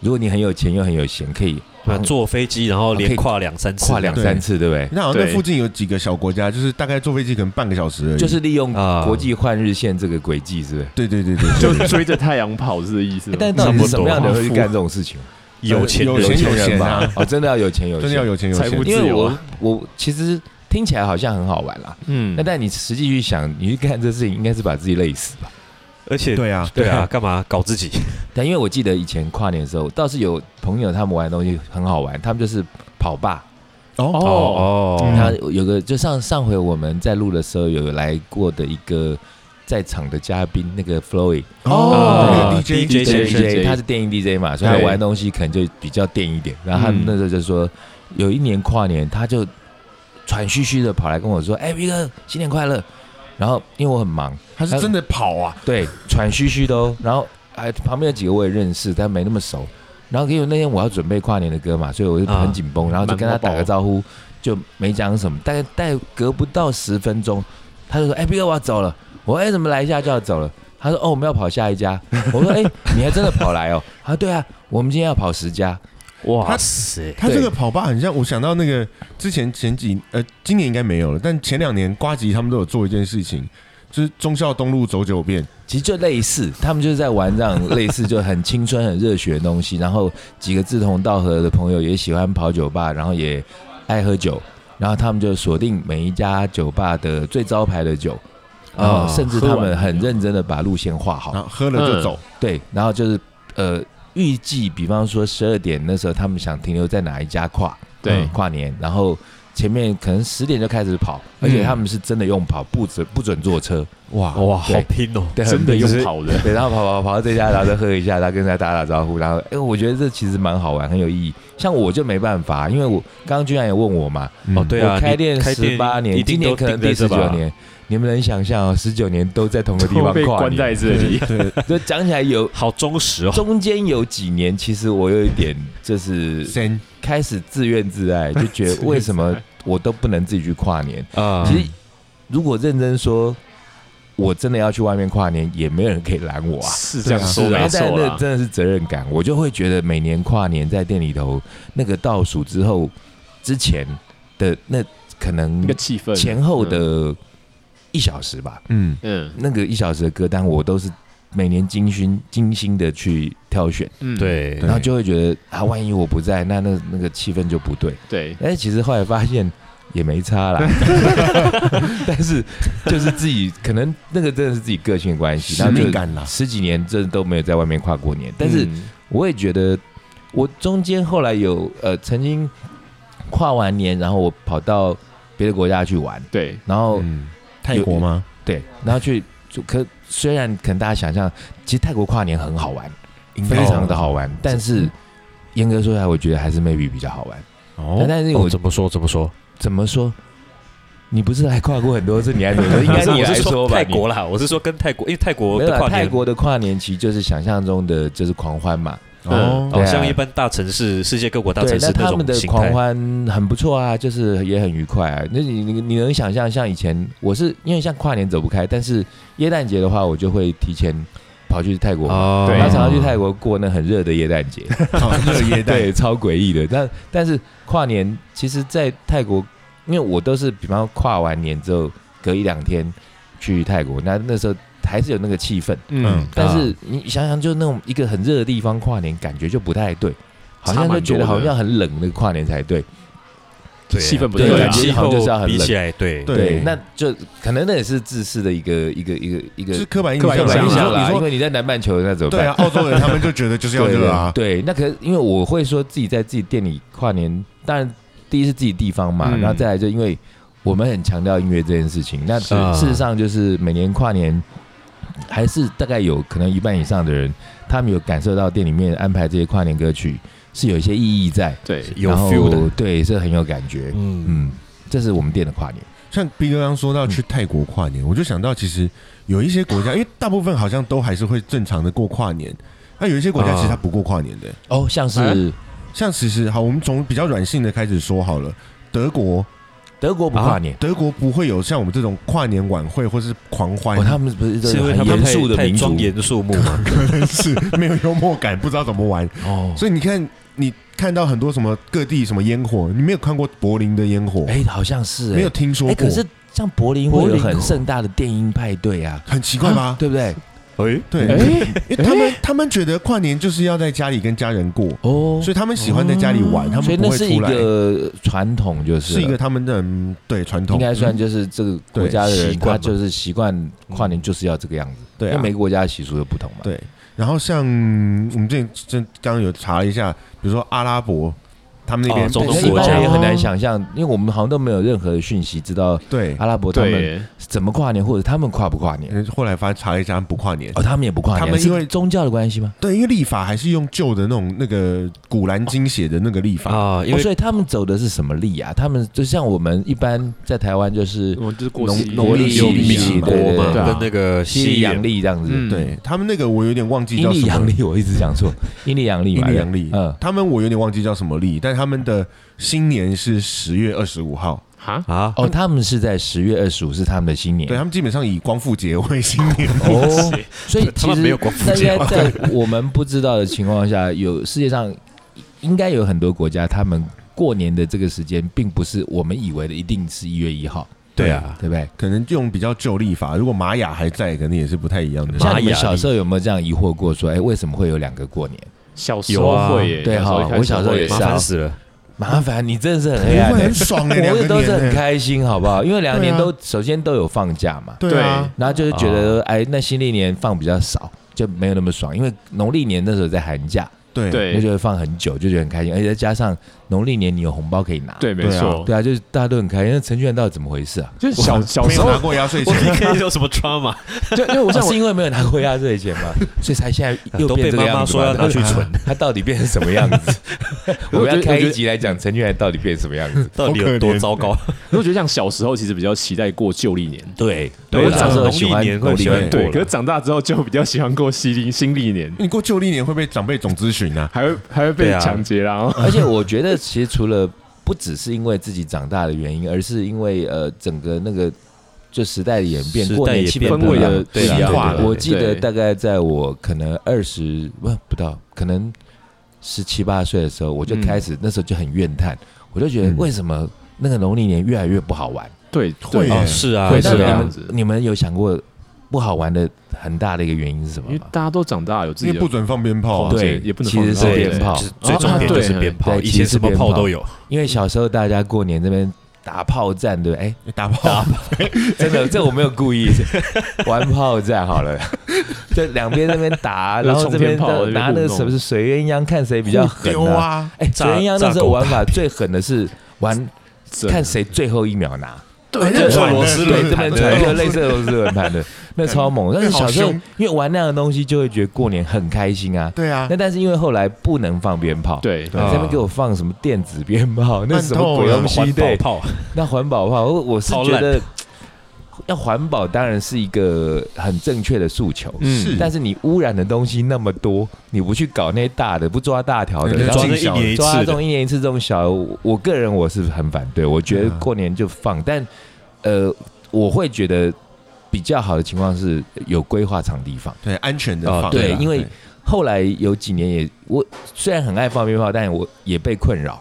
Speaker 4: 如果你很有钱又很有闲，可以
Speaker 3: 啊坐飞机然后
Speaker 4: 可以
Speaker 3: 连跨两三次，
Speaker 4: 跨两
Speaker 1: 对
Speaker 4: 三次，对不对？
Speaker 1: 那好像那
Speaker 2: 对
Speaker 1: 附近有几个小国家，就是大概坐飞机可能半个小时而已。
Speaker 4: 就是利用
Speaker 3: 啊
Speaker 4: 国际换日线这个轨迹，是不是？
Speaker 1: 对对对对，
Speaker 2: 就追着太阳跑是这意思
Speaker 4: 哎
Speaker 2: 吗？
Speaker 4: 但到底
Speaker 3: 差不
Speaker 4: 是
Speaker 3: 多
Speaker 4: 什么样
Speaker 2: 啊
Speaker 4: 的人会去干这种事情？
Speaker 3: 有钱
Speaker 1: 有钱
Speaker 3: 人
Speaker 1: 有闲啊
Speaker 4: 吧？哦，真的要有钱有
Speaker 1: 真的要
Speaker 4: 闲，
Speaker 1: 有钱有
Speaker 2: 财富
Speaker 1: 闲。
Speaker 4: 因为
Speaker 2: 自由
Speaker 4: 我
Speaker 2: 啊
Speaker 4: 我其实听起来好像很好玩啦，
Speaker 2: 嗯
Speaker 4: 那但你实际去想，你去干这事情，应该是把自己累死吧？
Speaker 3: 而且
Speaker 1: 对啊，
Speaker 3: 对啊，干嘛搞自己？
Speaker 4: 但因为我记得以前跨年的时候，倒是有朋友他们玩的东西很好玩，他们就是跑吧。
Speaker 1: 哦，
Speaker 2: 哦，
Speaker 1: 嗯
Speaker 4: 他有个就上上回我们在录的时候有来过的一个在场的嘉宾，那个呃 Floyd
Speaker 1: 哦
Speaker 3: 啊
Speaker 1: 那个 DJ
Speaker 3: DJ
Speaker 2: 先生
Speaker 4: DJ，他是电音 DJ 嘛，所以他
Speaker 2: 对
Speaker 4: 玩的东西可能就比较电一点。然后他们
Speaker 2: 嗯
Speaker 4: 那时候就说，有一年跨年他就喘吁吁的跑来跟我说：“哎，V 哥，新年快乐。”然后因为我很忙，
Speaker 1: 他是真的跑啊，
Speaker 4: 对，喘吁吁的哦。然后哎，旁边有几个我也认识，但没那么熟。然后因为那天我要准备跨年的歌嘛，所以我就很紧绷，然后就跟他打个招呼，就没讲什么。大概大概隔不到十分钟，他就说：“哎、b 哥，我要走了。”我说：“哎、怎么来一下就要走了？”他说：“哦，我们要跑下一家。”我说：“哎、你还真的跑来哦？”他说：“对啊，我们今天要跑十家。
Speaker 3: 哇塞，
Speaker 1: 他这个跑吧很像我想到那个之前前几呃，今年应该没有了，但前两年瓜吉他们都有做一件事情，就是忠孝东路走九遍，”
Speaker 4: 其实就类似，他们就是在玩这样类似就很青春、很热血的东西。然后几个志同道合的朋友也喜欢跑酒吧，然后也爱喝酒，然后他们就锁定每一家酒吧的最招牌的酒，然后
Speaker 3: 啊
Speaker 4: 甚至
Speaker 2: 喝
Speaker 4: 他
Speaker 2: 完
Speaker 4: 们
Speaker 2: 了
Speaker 4: 很认真的把路线画好
Speaker 1: 然。后喝了就走。
Speaker 4: 对，然后就是呃，预计比方说十二点那时候他们想停留在哪一家跨，
Speaker 2: 对
Speaker 4: 嗯跨年，然后前面可能十点就开始跑，而
Speaker 2: 嗯
Speaker 4: 且他们是真的用跑，不准不准坐车，
Speaker 1: 哇，
Speaker 3: 哇，好
Speaker 4: 对
Speaker 3: 拼哦，
Speaker 4: 对，
Speaker 2: 真的
Speaker 4: 很
Speaker 2: 用。跑的，
Speaker 4: *laughs* 对，然后跑跑跑到这家，然后再喝一下，然后跟大家打打招呼，然后哎，我觉得这其实蛮好玩，很有意义。像我就没办法，因为我刚刚居然也问我嘛，
Speaker 1: 嗯
Speaker 3: 哦对啊
Speaker 4: 我开
Speaker 3: 你
Speaker 4: 店
Speaker 3: 开
Speaker 4: 十
Speaker 3: 店
Speaker 4: 八
Speaker 3: 一
Speaker 4: 年，
Speaker 3: 定
Speaker 4: 今年
Speaker 3: 都
Speaker 4: 可能
Speaker 3: 盯着
Speaker 4: 第
Speaker 3: 这
Speaker 4: 十九
Speaker 3: 吧
Speaker 4: 年，你们能想象哦，十九年都在同
Speaker 2: *laughs*
Speaker 4: 个地
Speaker 2: 都
Speaker 4: 方
Speaker 2: 被
Speaker 4: 跨
Speaker 2: 关在
Speaker 4: 年，
Speaker 2: 这里。
Speaker 1: 对，
Speaker 4: *laughs* 就讲起来有
Speaker 3: 好忠实哦，
Speaker 4: 中间有几年，其实我有一点就是
Speaker 1: 先
Speaker 4: 开始自怨自艾，就觉得为什么我都不能自己去跨年？
Speaker 3: *laughs* 啊
Speaker 4: 其实如果认真说，我真的要去外面跨年，也没有人可以拦我啊。
Speaker 2: 是这样说
Speaker 3: 是啊
Speaker 2: 没
Speaker 4: 但
Speaker 2: 错
Speaker 4: 那
Speaker 2: 啦，
Speaker 4: 真的是责任感，我就会觉得每年跨年在店里头那个倒数之后之前的那可能
Speaker 2: 那个气
Speaker 4: 嗯
Speaker 2: 氛
Speaker 4: 前后的一小时吧，
Speaker 1: 嗯，
Speaker 2: 嗯，
Speaker 4: 那个一小时的歌单我都是每年精心精心的去挑选，
Speaker 2: 嗯，
Speaker 3: 对
Speaker 1: 对
Speaker 4: 然后就会觉得啊，万一我不在，那那那个气氛就不对。
Speaker 2: 对，
Speaker 4: 哎，其实后来发现也没差啦，但是就是自己可能那个真的是自己个性的关系，然
Speaker 1: 使
Speaker 4: 后就
Speaker 1: 命感啦，啊
Speaker 4: 十几年真的都没有在外面跨过年，但是
Speaker 2: 嗯
Speaker 4: 我也觉得，我中间后来有呃曾经跨完年，然后我跑到别的国家去玩，
Speaker 2: 对，
Speaker 4: 然后、
Speaker 1: 嗯，泰国吗？
Speaker 4: 对，然后去就可虽然可能大家想象，其实泰国跨年很好玩，
Speaker 1: 应该
Speaker 4: 非常的
Speaker 1: 有
Speaker 4: 好
Speaker 3: 哦
Speaker 4: 玩，但是严格说来，我觉得还是 maybe 比较好玩。
Speaker 1: 哦，
Speaker 4: 但是我
Speaker 3: 哦，怎么说怎么
Speaker 4: *laughs*
Speaker 3: 说？
Speaker 4: 怎么说？你不是来跨过很多次，你
Speaker 3: *laughs*
Speaker 4: 还怎么说？应该你
Speaker 3: 我
Speaker 4: 来
Speaker 3: 是
Speaker 4: 说
Speaker 3: 说
Speaker 4: 吧。
Speaker 3: 泰
Speaker 4: 你
Speaker 3: 国啦，我是说跟泰国，因为泰国
Speaker 4: 没有
Speaker 3: 的
Speaker 4: 啦
Speaker 3: 跨
Speaker 4: 泰
Speaker 3: 年，
Speaker 4: 国的跨年期就是想象中的就是狂欢嘛，
Speaker 1: 哦， *laughs*
Speaker 4: 对
Speaker 3: 哦，
Speaker 4: 啊
Speaker 3: 像一般大城市、世界各国大
Speaker 4: 对，
Speaker 3: 城
Speaker 4: 那
Speaker 3: 市那
Speaker 4: 他们
Speaker 3: 种
Speaker 4: 的
Speaker 3: 形
Speaker 4: 狂
Speaker 3: 态，
Speaker 4: 欢很不错啊，就是也很愉快、啊。那你你你能想象，像以前我是因为像跨年走不开，但是耶诞节的话，我就会提前跑去泰国嘛，
Speaker 3: 哦
Speaker 2: 对啊
Speaker 4: 然后啊常常去泰国过那很热的
Speaker 3: *laughs*
Speaker 4: 耶诞节，
Speaker 1: 好热耶诞，
Speaker 4: 对，超诡异的。但但是跨年，其实，在泰国，因为我都是比方说跨完年之后隔一两天去泰国，那那时候还是有那个气氛。
Speaker 1: 嗯
Speaker 2: 嗯，
Speaker 4: 但是你想想，就那种一个很热的地方跨年，感觉就不太对，好像就觉
Speaker 2: 差蛮多
Speaker 4: 得好
Speaker 2: 的
Speaker 4: 像很冷的跨年才对。
Speaker 3: 对
Speaker 2: 气氛不
Speaker 4: 对
Speaker 2: 对
Speaker 4: 感
Speaker 2: 啊
Speaker 4: 觉，
Speaker 3: 气
Speaker 4: 好像就是要
Speaker 3: 候
Speaker 4: 很
Speaker 3: 比
Speaker 4: 冷
Speaker 3: 起来，对
Speaker 1: 对
Speaker 4: 那就可能那也是自私的一个一个一个一个
Speaker 1: 是刻板印
Speaker 2: 刻
Speaker 1: 象
Speaker 2: 板
Speaker 1: 啦，
Speaker 2: 印象
Speaker 1: 你说
Speaker 2: 啦
Speaker 4: 啦，
Speaker 1: 你
Speaker 4: 因
Speaker 1: 说
Speaker 4: 为你在南半球，那怎么办？
Speaker 1: 对啊，澳洲人他们就觉得就是 *laughs* 要热啊，
Speaker 4: 对，那可是因为我会说自己在自己店里跨年，当然第一是自己地方嘛，
Speaker 2: 嗯
Speaker 4: 然后再来就因为我们很强调音乐这件事情，那
Speaker 3: 是啊
Speaker 4: 事实上就是每年跨年还是大概有可能一半以上的人，他们有感受到店里面安排这些跨年歌曲是有一些意义在，
Speaker 2: 对，
Speaker 3: 有
Speaker 4: 然后
Speaker 3: feel 的，
Speaker 4: 对，是很有感觉，
Speaker 3: 嗯，
Speaker 4: 嗯，这是我们店的跨年，
Speaker 1: 像斌哥刚说到去泰国跨年，我就想到其实有一些国家，因为大部分好像都还是会正常的过跨年，那有一些国家其实它不过跨年的、
Speaker 4: 哦，像是、
Speaker 3: 啊
Speaker 2: 哎
Speaker 1: 像其实好，我们从比较软性的开始说好了。德国，
Speaker 4: 德国不
Speaker 3: 啊
Speaker 4: 跨年。
Speaker 1: 德国不会有像我们这种跨年晚会或是狂欢，
Speaker 4: 哦，他们不是
Speaker 3: 是因为
Speaker 4: 很
Speaker 3: 他们
Speaker 4: 严
Speaker 3: 太
Speaker 4: 肃的
Speaker 3: 太
Speaker 4: 民族
Speaker 3: 庄严肃穆嘛，
Speaker 1: 可能 *laughs* 是没有幽默感，不知道怎么玩。
Speaker 4: *laughs* 哦，
Speaker 1: 所以你看，你看到很多什么各地什么烟火，你没有看过柏林的烟火，
Speaker 4: 哎，好像是哎
Speaker 1: 没有听说
Speaker 4: 哎、
Speaker 1: 过，
Speaker 4: 可是像柏林会
Speaker 3: 柏
Speaker 4: 有
Speaker 3: 林
Speaker 4: 很
Speaker 3: 哦
Speaker 4: 盛大的电音派对啊，
Speaker 1: 很奇怪吧？
Speaker 4: 对不对？
Speaker 3: 哎，
Speaker 1: 对，
Speaker 2: *laughs* 哎，
Speaker 1: 因为他们他们觉得跨年就是要在家里跟家人过，
Speaker 4: 哦
Speaker 1: 所以他们喜欢在家里玩，他
Speaker 4: 所
Speaker 1: 们
Speaker 4: 以
Speaker 1: 不
Speaker 4: 那
Speaker 1: 会
Speaker 4: 是一
Speaker 1: 出来，
Speaker 4: 个传统，就是
Speaker 1: 是一
Speaker 4: 了
Speaker 1: 个他们的嗯对传统，嗯
Speaker 4: 应该算就是这个国家的
Speaker 3: 对
Speaker 4: 人，
Speaker 3: 习
Speaker 4: 他
Speaker 3: 惯
Speaker 4: 就是习惯跨年就是要这个样子，
Speaker 1: 对
Speaker 4: 因为
Speaker 1: 啊
Speaker 4: 每，个国家的习俗都不同嘛。
Speaker 1: 对。然后像嗯我们这这刚刚有查了一下，比如说阿拉伯，他们那边
Speaker 3: 哦中
Speaker 4: 但
Speaker 3: 东
Speaker 4: 是一
Speaker 3: 国
Speaker 4: 般
Speaker 3: 家
Speaker 4: 人也很难想象，因为我们好像都没有任何的讯息知道
Speaker 1: 对，
Speaker 4: 阿拉伯他们
Speaker 2: 对，
Speaker 4: 怎么跨年，或者他们跨不跨年。
Speaker 1: 呃后来发查了一下他们不跨年，
Speaker 4: 哦，他们也不跨年，
Speaker 1: 他们因为
Speaker 4: 是宗教的关系吗？
Speaker 1: 对，因为历法还是用旧的那种那个古兰经写的那个历法，
Speaker 3: 啊，因
Speaker 4: 哦，
Speaker 3: 为
Speaker 4: 所以他们走的是什么历啊？他们就像我们一般在台湾就是
Speaker 2: 我们就是过
Speaker 4: 农
Speaker 2: 西
Speaker 4: 农历
Speaker 3: 有
Speaker 4: 西历
Speaker 3: 米
Speaker 4: 对对
Speaker 3: 国嘛，
Speaker 2: 对啊
Speaker 3: 跟那个
Speaker 4: 西历阳
Speaker 3: 元
Speaker 4: 历这样子，
Speaker 2: 嗯
Speaker 1: 对他们那个我有点忘记
Speaker 4: 阴
Speaker 1: 叫
Speaker 4: 历
Speaker 1: 什
Speaker 4: 阳
Speaker 1: 么。
Speaker 4: 历，我一直讲错， *laughs* 阴历阳历
Speaker 1: 阴
Speaker 4: 嘛，
Speaker 1: 历阳历
Speaker 4: 对，嗯，
Speaker 1: 他们我有点忘记叫什么历，但他们的新年是十月二十五号，
Speaker 2: 哈，
Speaker 3: 啊，
Speaker 4: 哦，他们是在十月二十五是他们的新年，
Speaker 1: 对他们基本上以光复节为新年。
Speaker 4: 哦，所以
Speaker 3: 他
Speaker 4: 其
Speaker 3: 们
Speaker 4: 实
Speaker 3: 没有光复
Speaker 4: 那应
Speaker 3: 节
Speaker 4: 该在我们不知道的情况下，有世界上应该有很多国家，他们过年的这个时间，并不是我们以为的一定是一月一号，
Speaker 3: 对啊，
Speaker 4: 对不对？
Speaker 1: 可能用比较旧历法，如果玛雅还在，可能也是不太一样的。
Speaker 3: 玛雅
Speaker 4: 像你们
Speaker 3: 历
Speaker 4: 小时候有没有这样疑惑过，说，哎，为什么会有两个过年？
Speaker 2: 小时候会耶，
Speaker 4: 对
Speaker 2: 小时候
Speaker 4: 哈
Speaker 2: 一开始
Speaker 4: 我小时候
Speaker 2: 会
Speaker 4: 也是啊
Speaker 3: 麻烦死了，
Speaker 4: 麻烦你真的是很黑暗
Speaker 1: 不会
Speaker 4: 的
Speaker 1: 很，爽哎、两
Speaker 4: *laughs* 我
Speaker 1: 个
Speaker 4: 都
Speaker 1: 年
Speaker 4: 是
Speaker 1: 欸
Speaker 4: 很开心，好不好？因为两
Speaker 1: 对啊
Speaker 4: 年都首先都有放假嘛，
Speaker 1: 对啊，
Speaker 4: 然后就是觉得，哎，那新历年放比较少，就没有那么爽，因为农历年那时候在寒假，
Speaker 1: 对
Speaker 4: 那就
Speaker 2: 对
Speaker 4: 会放很久，就觉得很开心，而且再加上农历年你有红包可以拿，
Speaker 2: 对，没
Speaker 1: 对啊
Speaker 2: 错，
Speaker 4: 对啊，就是大家都很开心。那陈俊到底怎么回事啊？
Speaker 2: 就是小小
Speaker 1: 没
Speaker 2: 时
Speaker 1: 有
Speaker 2: 候
Speaker 1: 拿过压岁
Speaker 3: 我
Speaker 1: 钱，
Speaker 3: 你可以有什么 trauma？
Speaker 2: 就因为我
Speaker 4: 我
Speaker 2: 像我
Speaker 4: 哦是因为没有拿过压岁钱嘛，所以才现在又
Speaker 3: 都
Speaker 4: 变
Speaker 3: 被
Speaker 4: 这个
Speaker 3: 妈
Speaker 4: 样
Speaker 3: 妈
Speaker 4: 子
Speaker 3: 说要
Speaker 4: 嘛。
Speaker 3: 拿去存，
Speaker 4: *laughs* 他到底变成什么样子？我们
Speaker 2: 我觉
Speaker 4: 要
Speaker 2: 得
Speaker 4: 开一集来讲陈俊然到底变成什么样子。
Speaker 3: 到底有多糟糕？ *laughs*
Speaker 2: 我觉得像小时候其实比较期待过旧历年，
Speaker 4: 对，
Speaker 3: 对
Speaker 4: 我
Speaker 3: 啊
Speaker 4: 小时候
Speaker 3: 农
Speaker 4: 喜
Speaker 3: 历
Speaker 4: 欢
Speaker 3: 年
Speaker 4: 农
Speaker 3: 会
Speaker 4: 历
Speaker 3: 喜
Speaker 4: 年
Speaker 3: 欢，
Speaker 2: 对，
Speaker 3: 过
Speaker 2: 可
Speaker 3: 了
Speaker 2: 是长大之后就比较喜欢过西历新历年，
Speaker 1: 你过旧历年会被长辈总咨询啊。
Speaker 2: 还会还会被
Speaker 3: 对啊
Speaker 2: 抢劫啦，哦
Speaker 4: *laughs*
Speaker 2: 然后
Speaker 4: 而且我觉得其实除了不只是因为自己长大的原因，而是因为呃整个那个就时代的演变，
Speaker 3: 时代
Speaker 4: 过年
Speaker 3: 也
Speaker 4: 气氛
Speaker 3: 变
Speaker 4: 不一样
Speaker 2: 氛围的
Speaker 4: 对
Speaker 2: 不一样
Speaker 4: 啊
Speaker 2: 对对
Speaker 4: 我记得
Speaker 2: 对
Speaker 4: 大概在我可能二十不不到，可能十七八岁的时候，我就开始、那时候就很怨叹，我就觉得
Speaker 1: 嗯
Speaker 4: 为什么那个农历年越来越不好玩？
Speaker 2: 对
Speaker 1: 会
Speaker 2: 对
Speaker 1: 耶
Speaker 3: 是啊，
Speaker 2: 会
Speaker 4: 那
Speaker 2: 是
Speaker 4: 你
Speaker 2: 啊
Speaker 4: 们你们有想过不好玩的很大的一个原因是什么
Speaker 2: 因为
Speaker 4: 吗？
Speaker 2: 大家都长大，有自
Speaker 1: 因
Speaker 2: 己
Speaker 1: 为
Speaker 2: 的
Speaker 1: 不准放鞭炮啊，
Speaker 2: 对
Speaker 4: 对，
Speaker 2: 哦也不能
Speaker 4: 其实
Speaker 2: 放
Speaker 4: 是
Speaker 2: 炮
Speaker 4: 鞭炮
Speaker 3: 就，是啊最重点就是鞭炮，
Speaker 4: 对
Speaker 3: 以前什么炮都有，
Speaker 4: 因为小时候大家过年这边打炮战，对不对？哎，
Speaker 1: 打炮，
Speaker 4: 真的，这我没有故意玩炮战好了，就两边那边打，
Speaker 2: 就是
Speaker 4: 然后这边
Speaker 2: 冲天炮
Speaker 4: 拿拿那
Speaker 2: 这
Speaker 4: 个
Speaker 2: 边互弄
Speaker 4: 什么是水鸳鸯，看谁比较狠
Speaker 1: *laughs* 丢
Speaker 4: 啊？
Speaker 1: 啊！
Speaker 4: 哎，水
Speaker 3: 炸
Speaker 4: 鸳鸯那时
Speaker 3: 炸
Speaker 4: 候
Speaker 3: 狗
Speaker 4: 玩法最狠的是玩
Speaker 2: 真的
Speaker 4: 看谁最后一秒拿，
Speaker 2: 对
Speaker 1: 那
Speaker 2: 对
Speaker 1: 种
Speaker 3: 俄罗斯
Speaker 4: 对，
Speaker 3: 轮
Speaker 4: 这
Speaker 3: 盘
Speaker 4: 边
Speaker 1: 对
Speaker 4: 传
Speaker 3: 的，
Speaker 4: 就类似俄罗斯轮盘的，那超猛。但是小时候
Speaker 1: 那好凶
Speaker 4: 因为玩那样的东西，就会觉得过年很开心啊。
Speaker 1: 对啊
Speaker 4: 那，但是因为后来不能放鞭炮，
Speaker 2: 对
Speaker 4: 你在那边给我放什么电子鞭炮，那是什么
Speaker 1: 慢透
Speaker 4: 鬼
Speaker 1: 了
Speaker 4: 东西？
Speaker 3: 环
Speaker 4: 对
Speaker 3: 保，炮，
Speaker 4: 那环保炮，我我是
Speaker 3: 超
Speaker 4: 觉
Speaker 3: 烂
Speaker 4: 得要环保当然是一个很正确的诉求，
Speaker 2: 嗯
Speaker 1: 是，
Speaker 4: 但是你污染的东西那么多，你不去搞那些大的，不抓大条的，
Speaker 1: 对
Speaker 4: 然
Speaker 3: 嗯抓
Speaker 4: 后
Speaker 1: 进
Speaker 3: 那一年一
Speaker 4: 抓
Speaker 3: 次
Speaker 4: 这
Speaker 3: 的，啊
Speaker 4: 种一年一次这种小的，我我个人我是很反对，我觉得
Speaker 1: 嗯
Speaker 4: 过年就放，但呃，我会觉得比较好的情况是有规划场地放。
Speaker 1: 对安全的
Speaker 3: 哦
Speaker 1: 放啊，
Speaker 4: 对因为后来有几年也，我虽然很爱放鞭炮，但我也被困扰，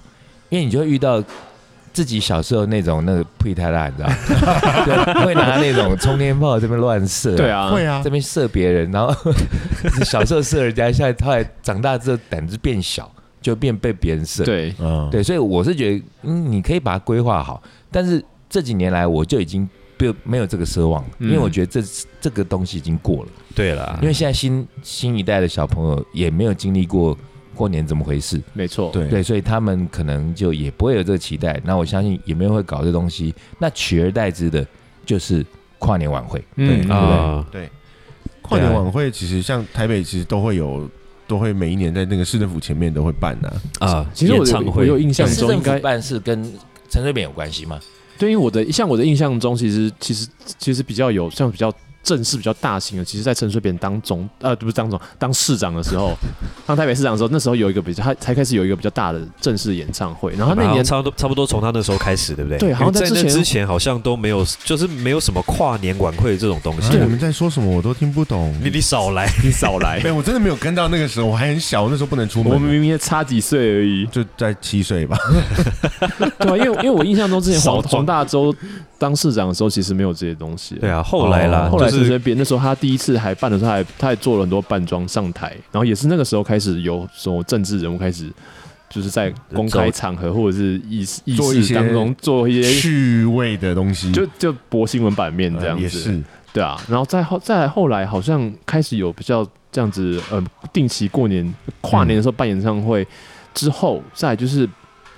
Speaker 4: 因为你就会遇到自己小时候那种那个屁太烂，你知道吗？ *laughs* 对，会拿那种冲天炮这边乱射、
Speaker 2: 对，啊，
Speaker 1: 会啊
Speaker 4: 这，边射别人，然后 *laughs* 小时候射人家，现在后来长大之后胆子变小，就变被别人射。
Speaker 2: 对
Speaker 1: 嗯，
Speaker 4: 对，所以我是觉得，嗯，你可以把它规划好，但是这几年来我就已经不没有这个奢望了，因为
Speaker 2: 嗯
Speaker 4: 我觉得这这个东西已经过了。
Speaker 3: *laughs* 对啦，
Speaker 4: 因为现在新新一代的小朋友也没有经历过过年怎么回事，
Speaker 2: 没错，
Speaker 1: 对
Speaker 4: 对，所以他们可能就也不会有这个期待。那我相信也没有人会搞这东西，那取而代之的就是跨年晚会，
Speaker 1: 对
Speaker 2: 嗯啊，
Speaker 3: 啊，
Speaker 1: 跨年晚会其实像台北其实都会有，都会每一年在那个市政府前面都会办啊。
Speaker 3: 啊，
Speaker 2: 其实我有
Speaker 3: 演唱
Speaker 2: 我
Speaker 3: 会
Speaker 2: 有印象中应该
Speaker 4: 办事跟陈水扁有关系吗？
Speaker 2: 对，因为我的像我的印象中，其实其实其实比较有像比较正式、比较大型的，其实，在陈水扁当总呃不是当总当市长的时 *laughs* 候，当台北市长的时候，那时候有一个比较他才开始有一个比较大的正式演唱会，然后那
Speaker 3: 好像
Speaker 2: 年
Speaker 3: 差不多差不多从他那时候开始，对不对？
Speaker 2: 对好像
Speaker 3: 因为
Speaker 2: 在
Speaker 3: 在
Speaker 2: 之
Speaker 3: 那
Speaker 2: 前
Speaker 3: 之前好像都没有，就是没有什么跨年晚会这种东
Speaker 1: 啊
Speaker 3: 西。
Speaker 1: 你们在说什么我都听不懂。哎
Speaker 3: 你你少来，
Speaker 2: 你少来，
Speaker 1: 没有，我真的没有跟到那个时候，我还很小，那时候不能出
Speaker 2: 我们
Speaker 1: 门，，
Speaker 2: 明明也差几岁而已
Speaker 1: 就在七岁吧。
Speaker 2: 对啊，因为因为我印象中之 *laughs* 前黄
Speaker 3: 少壮
Speaker 2: 黄大洲当市长的时候，其实没有这些东西，
Speaker 3: *laughs* 对啊，后来啦，
Speaker 1: 哦
Speaker 2: 后来
Speaker 3: 就
Speaker 2: 陈水
Speaker 3: 是
Speaker 2: 扁那时候，他第一次还办的时候，他还他还做了很多扮装上台，然后也是那个时候开始有什么政治人物开始，就是在公开场合或者是议事议
Speaker 1: 做一些
Speaker 2: 事当中做一些，
Speaker 1: 趣味的东西，
Speaker 2: 就就博新闻版面
Speaker 1: 呃
Speaker 2: 这样
Speaker 1: 也
Speaker 2: 子，
Speaker 1: 是
Speaker 2: 对啊。然后再后再来后来，好像开始有比较这样子，呃，定期过年跨年的时候办演唱会之后，再来就是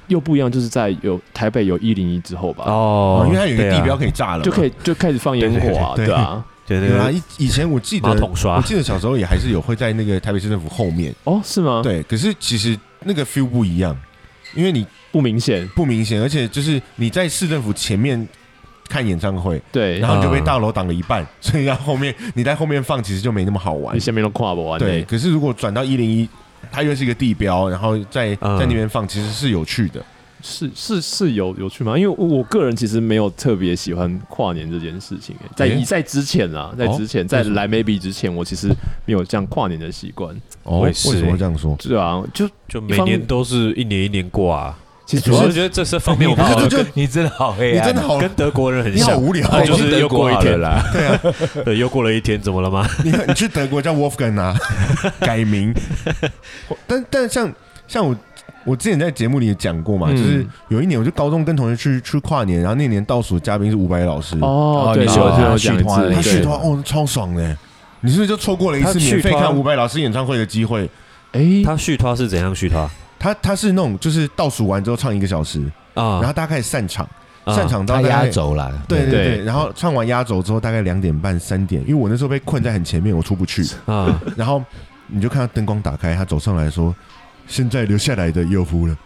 Speaker 2: 又不一样，就是在有台北有一零一之后吧，
Speaker 1: 哦，
Speaker 3: 哦
Speaker 1: 因为它有一个地标可
Speaker 3: 以，
Speaker 1: 以炸了嘛，
Speaker 2: 就可以就开始放烟火啊，
Speaker 1: 对对对
Speaker 2: 对啊。
Speaker 3: 对
Speaker 1: 对啊。
Speaker 3: 那个
Speaker 1: 以以前我记得
Speaker 3: 马，桶啊刷
Speaker 1: 我，记得小时候也还是有会在那个台北市政府后面，
Speaker 2: 哦，是
Speaker 3: 啊
Speaker 2: 吗？，
Speaker 1: 对。可是其实那个 feel 不一样，因为你
Speaker 2: 不明显，
Speaker 1: 不明显，而且就是你在市政府前面看演唱会，
Speaker 3: 哎
Speaker 2: 对。
Speaker 1: 然后你就被大楼挡了一半， *laughs* 所以要后面你在后面放，其实就没那么好玩
Speaker 3: 哎
Speaker 2: 你。下面都跨不
Speaker 3: 啊
Speaker 2: 完、欸
Speaker 1: 对，，可是如果转到一零一，它又是一个地标，然后在
Speaker 3: 嗯
Speaker 1: 在那边放，其实是有趣的。
Speaker 2: 是是是有有趣吗？因为我我个人其实没有特别喜欢跨年这件事情、欸，在
Speaker 1: 诶
Speaker 2: 以在之前啊，在之前，在
Speaker 1: 为什么
Speaker 2: 来 maybe 之前，我其实没有这样跨年的习惯，
Speaker 1: 哦
Speaker 3: 我
Speaker 1: 为
Speaker 3: 也是哎
Speaker 1: 什么会这样说？
Speaker 2: 对啊，就
Speaker 3: 就每年都是一年一年过啊。
Speaker 2: 其实
Speaker 1: 可
Speaker 2: 主
Speaker 1: 是
Speaker 2: 要
Speaker 3: 我是觉得这是方面，我们
Speaker 1: 可是
Speaker 3: 好
Speaker 1: 这
Speaker 3: 像
Speaker 1: 就
Speaker 3: 跟
Speaker 4: *laughs* 你真的好黑
Speaker 1: 你
Speaker 4: 暗，啊
Speaker 1: 真的好，
Speaker 3: 啊跟德国人很
Speaker 1: 你好
Speaker 3: 像，啊
Speaker 1: 无聊
Speaker 4: 好
Speaker 1: 哦。
Speaker 3: 就
Speaker 4: 去
Speaker 3: 是
Speaker 4: 德
Speaker 3: 又
Speaker 4: 国
Speaker 3: 过一
Speaker 4: 好了
Speaker 3: 天
Speaker 4: 啦。啊
Speaker 3: 对，又过了一天，怎么了吗？
Speaker 1: 你你去德国叫 Wolfgang 啊，改名。但但像像我我之前在节目里也讲过嘛，
Speaker 2: 嗯
Speaker 1: 就是有一年我就高中跟同学去去跨年，然后那年倒数嘉宾是伍佰老师，
Speaker 2: 哦
Speaker 4: 哦，
Speaker 2: 对，
Speaker 4: 你
Speaker 2: 有
Speaker 4: 说
Speaker 2: 听
Speaker 4: 他
Speaker 2: 我
Speaker 4: 续
Speaker 2: 讲一
Speaker 4: 团
Speaker 2: 次，
Speaker 1: 他
Speaker 2: 对
Speaker 1: 去的话哦超爽的。你是不是就错过了一
Speaker 2: 他
Speaker 1: 次
Speaker 2: 去
Speaker 1: 免费
Speaker 2: 他
Speaker 1: 看伍佰老师演唱会的机会？
Speaker 2: 哎、
Speaker 3: 他续他是怎样续他
Speaker 1: 他他是那种就是倒数完之后唱一个小时，然
Speaker 3: 啊？
Speaker 1: 后大概散场，
Speaker 3: 啊
Speaker 1: 散场到
Speaker 4: 他
Speaker 1: 大
Speaker 4: 压
Speaker 1: 概
Speaker 4: 轴啦，
Speaker 1: 对对
Speaker 2: 对
Speaker 1: 对，然后唱完压轴之后，大概两点半三点，因为我那时候被困在很前面，我出不去。
Speaker 3: 啊，
Speaker 1: 然后你就看到灯光打开，他走上来说：“现在留下来的又夫了。”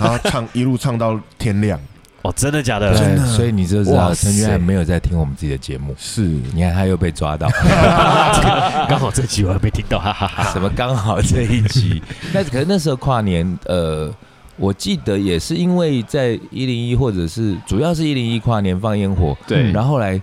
Speaker 1: 然后唱一路唱到天亮，
Speaker 3: 哦，真的假
Speaker 4: 对
Speaker 3: 的？
Speaker 1: 真的
Speaker 4: 所以你就知道
Speaker 3: 哇塞
Speaker 4: 陈俊翰没有在听我们自己的节目，
Speaker 1: 是
Speaker 4: 你看他又被抓到。
Speaker 3: *laughs* 刚好这集我还没听到，哈哈哈。
Speaker 4: *laughs* 什么刚好这一集？那可是那时候跨年，呃，我记得也是因为在一零一或者是主要是一零一跨年放烟火，
Speaker 2: 对
Speaker 4: 然后后来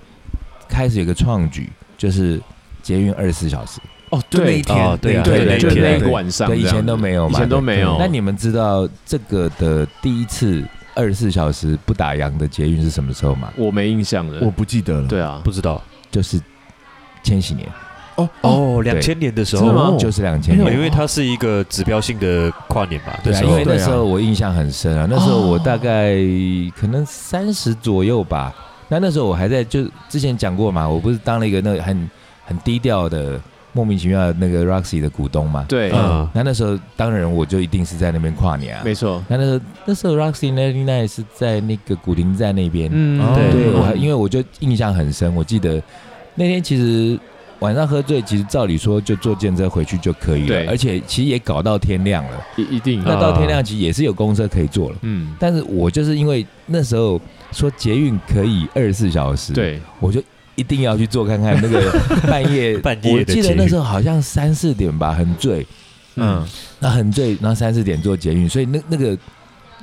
Speaker 4: 开始有个创举，就是捷运二十四小时，
Speaker 2: 哦，
Speaker 1: 就那一
Speaker 2: 对
Speaker 1: 天，
Speaker 3: 哦对啊
Speaker 1: 那一
Speaker 3: 对
Speaker 1: 天
Speaker 2: 就
Speaker 3: 对
Speaker 2: 那
Speaker 1: 对
Speaker 2: 一
Speaker 1: 对
Speaker 2: 个晚上这
Speaker 4: 对，
Speaker 2: 样
Speaker 4: 以
Speaker 2: 子，
Speaker 4: 前都没有
Speaker 2: 以
Speaker 4: 嘛，
Speaker 2: 前都没有
Speaker 4: 对那你们知道这个的第一次二十四小时不打烊的捷运是什么时候吗？
Speaker 2: 我没印象了，
Speaker 1: 我不记得了。
Speaker 2: 对啊，
Speaker 3: 不知道
Speaker 4: 就是千禧年，
Speaker 3: 哦，两千年的时
Speaker 2: 真的
Speaker 3: 候，
Speaker 2: 吗
Speaker 1: 哦
Speaker 4: 就是两千
Speaker 2: 没有
Speaker 4: 年
Speaker 3: 因。为它是一个指标性的跨年吧，
Speaker 4: 对
Speaker 3: 那
Speaker 4: 啊，
Speaker 3: 时
Speaker 4: 因
Speaker 3: 候
Speaker 4: 为那时候我印象很深啊，那时候我大概可能三十左右吧。那那时候我还在，就之前讲过嘛，我不是当了一个那个很很低调的莫名其妙的那个 Roxy 的股东嘛。。
Speaker 2: 对，
Speaker 3: 嗯，
Speaker 4: 那那时候当然我就一定是在那边跨年啊。
Speaker 2: 没错，
Speaker 4: 那那时候那时候 Roxy Ninety Nine 是在那个古亭站那边。
Speaker 2: 嗯
Speaker 1: 哦
Speaker 4: 对，
Speaker 1: 嗯
Speaker 4: 我还因为我就印象很深，我记得那天其实晚上喝醉，其实照理说就坐电车回去就可以
Speaker 2: 对
Speaker 4: 了，而且其实也搞到天亮了。
Speaker 2: 一一
Speaker 3: 嗯
Speaker 2: 定，啊
Speaker 4: 那到天亮其实也是有公车可以坐了，
Speaker 2: 嗯，
Speaker 4: 但是我就是因为那时候说捷运可以二十四小时，，
Speaker 2: 对，
Speaker 4: 我就一定要去坐看看那
Speaker 3: *laughs*
Speaker 4: 个半夜。
Speaker 3: 半夜的
Speaker 4: 我记
Speaker 3: 捷
Speaker 4: 得
Speaker 3: 运
Speaker 4: 那时候好像三四点吧，很醉，
Speaker 2: 嗯，
Speaker 4: 那很醉，然后三四点坐捷运，所以那那个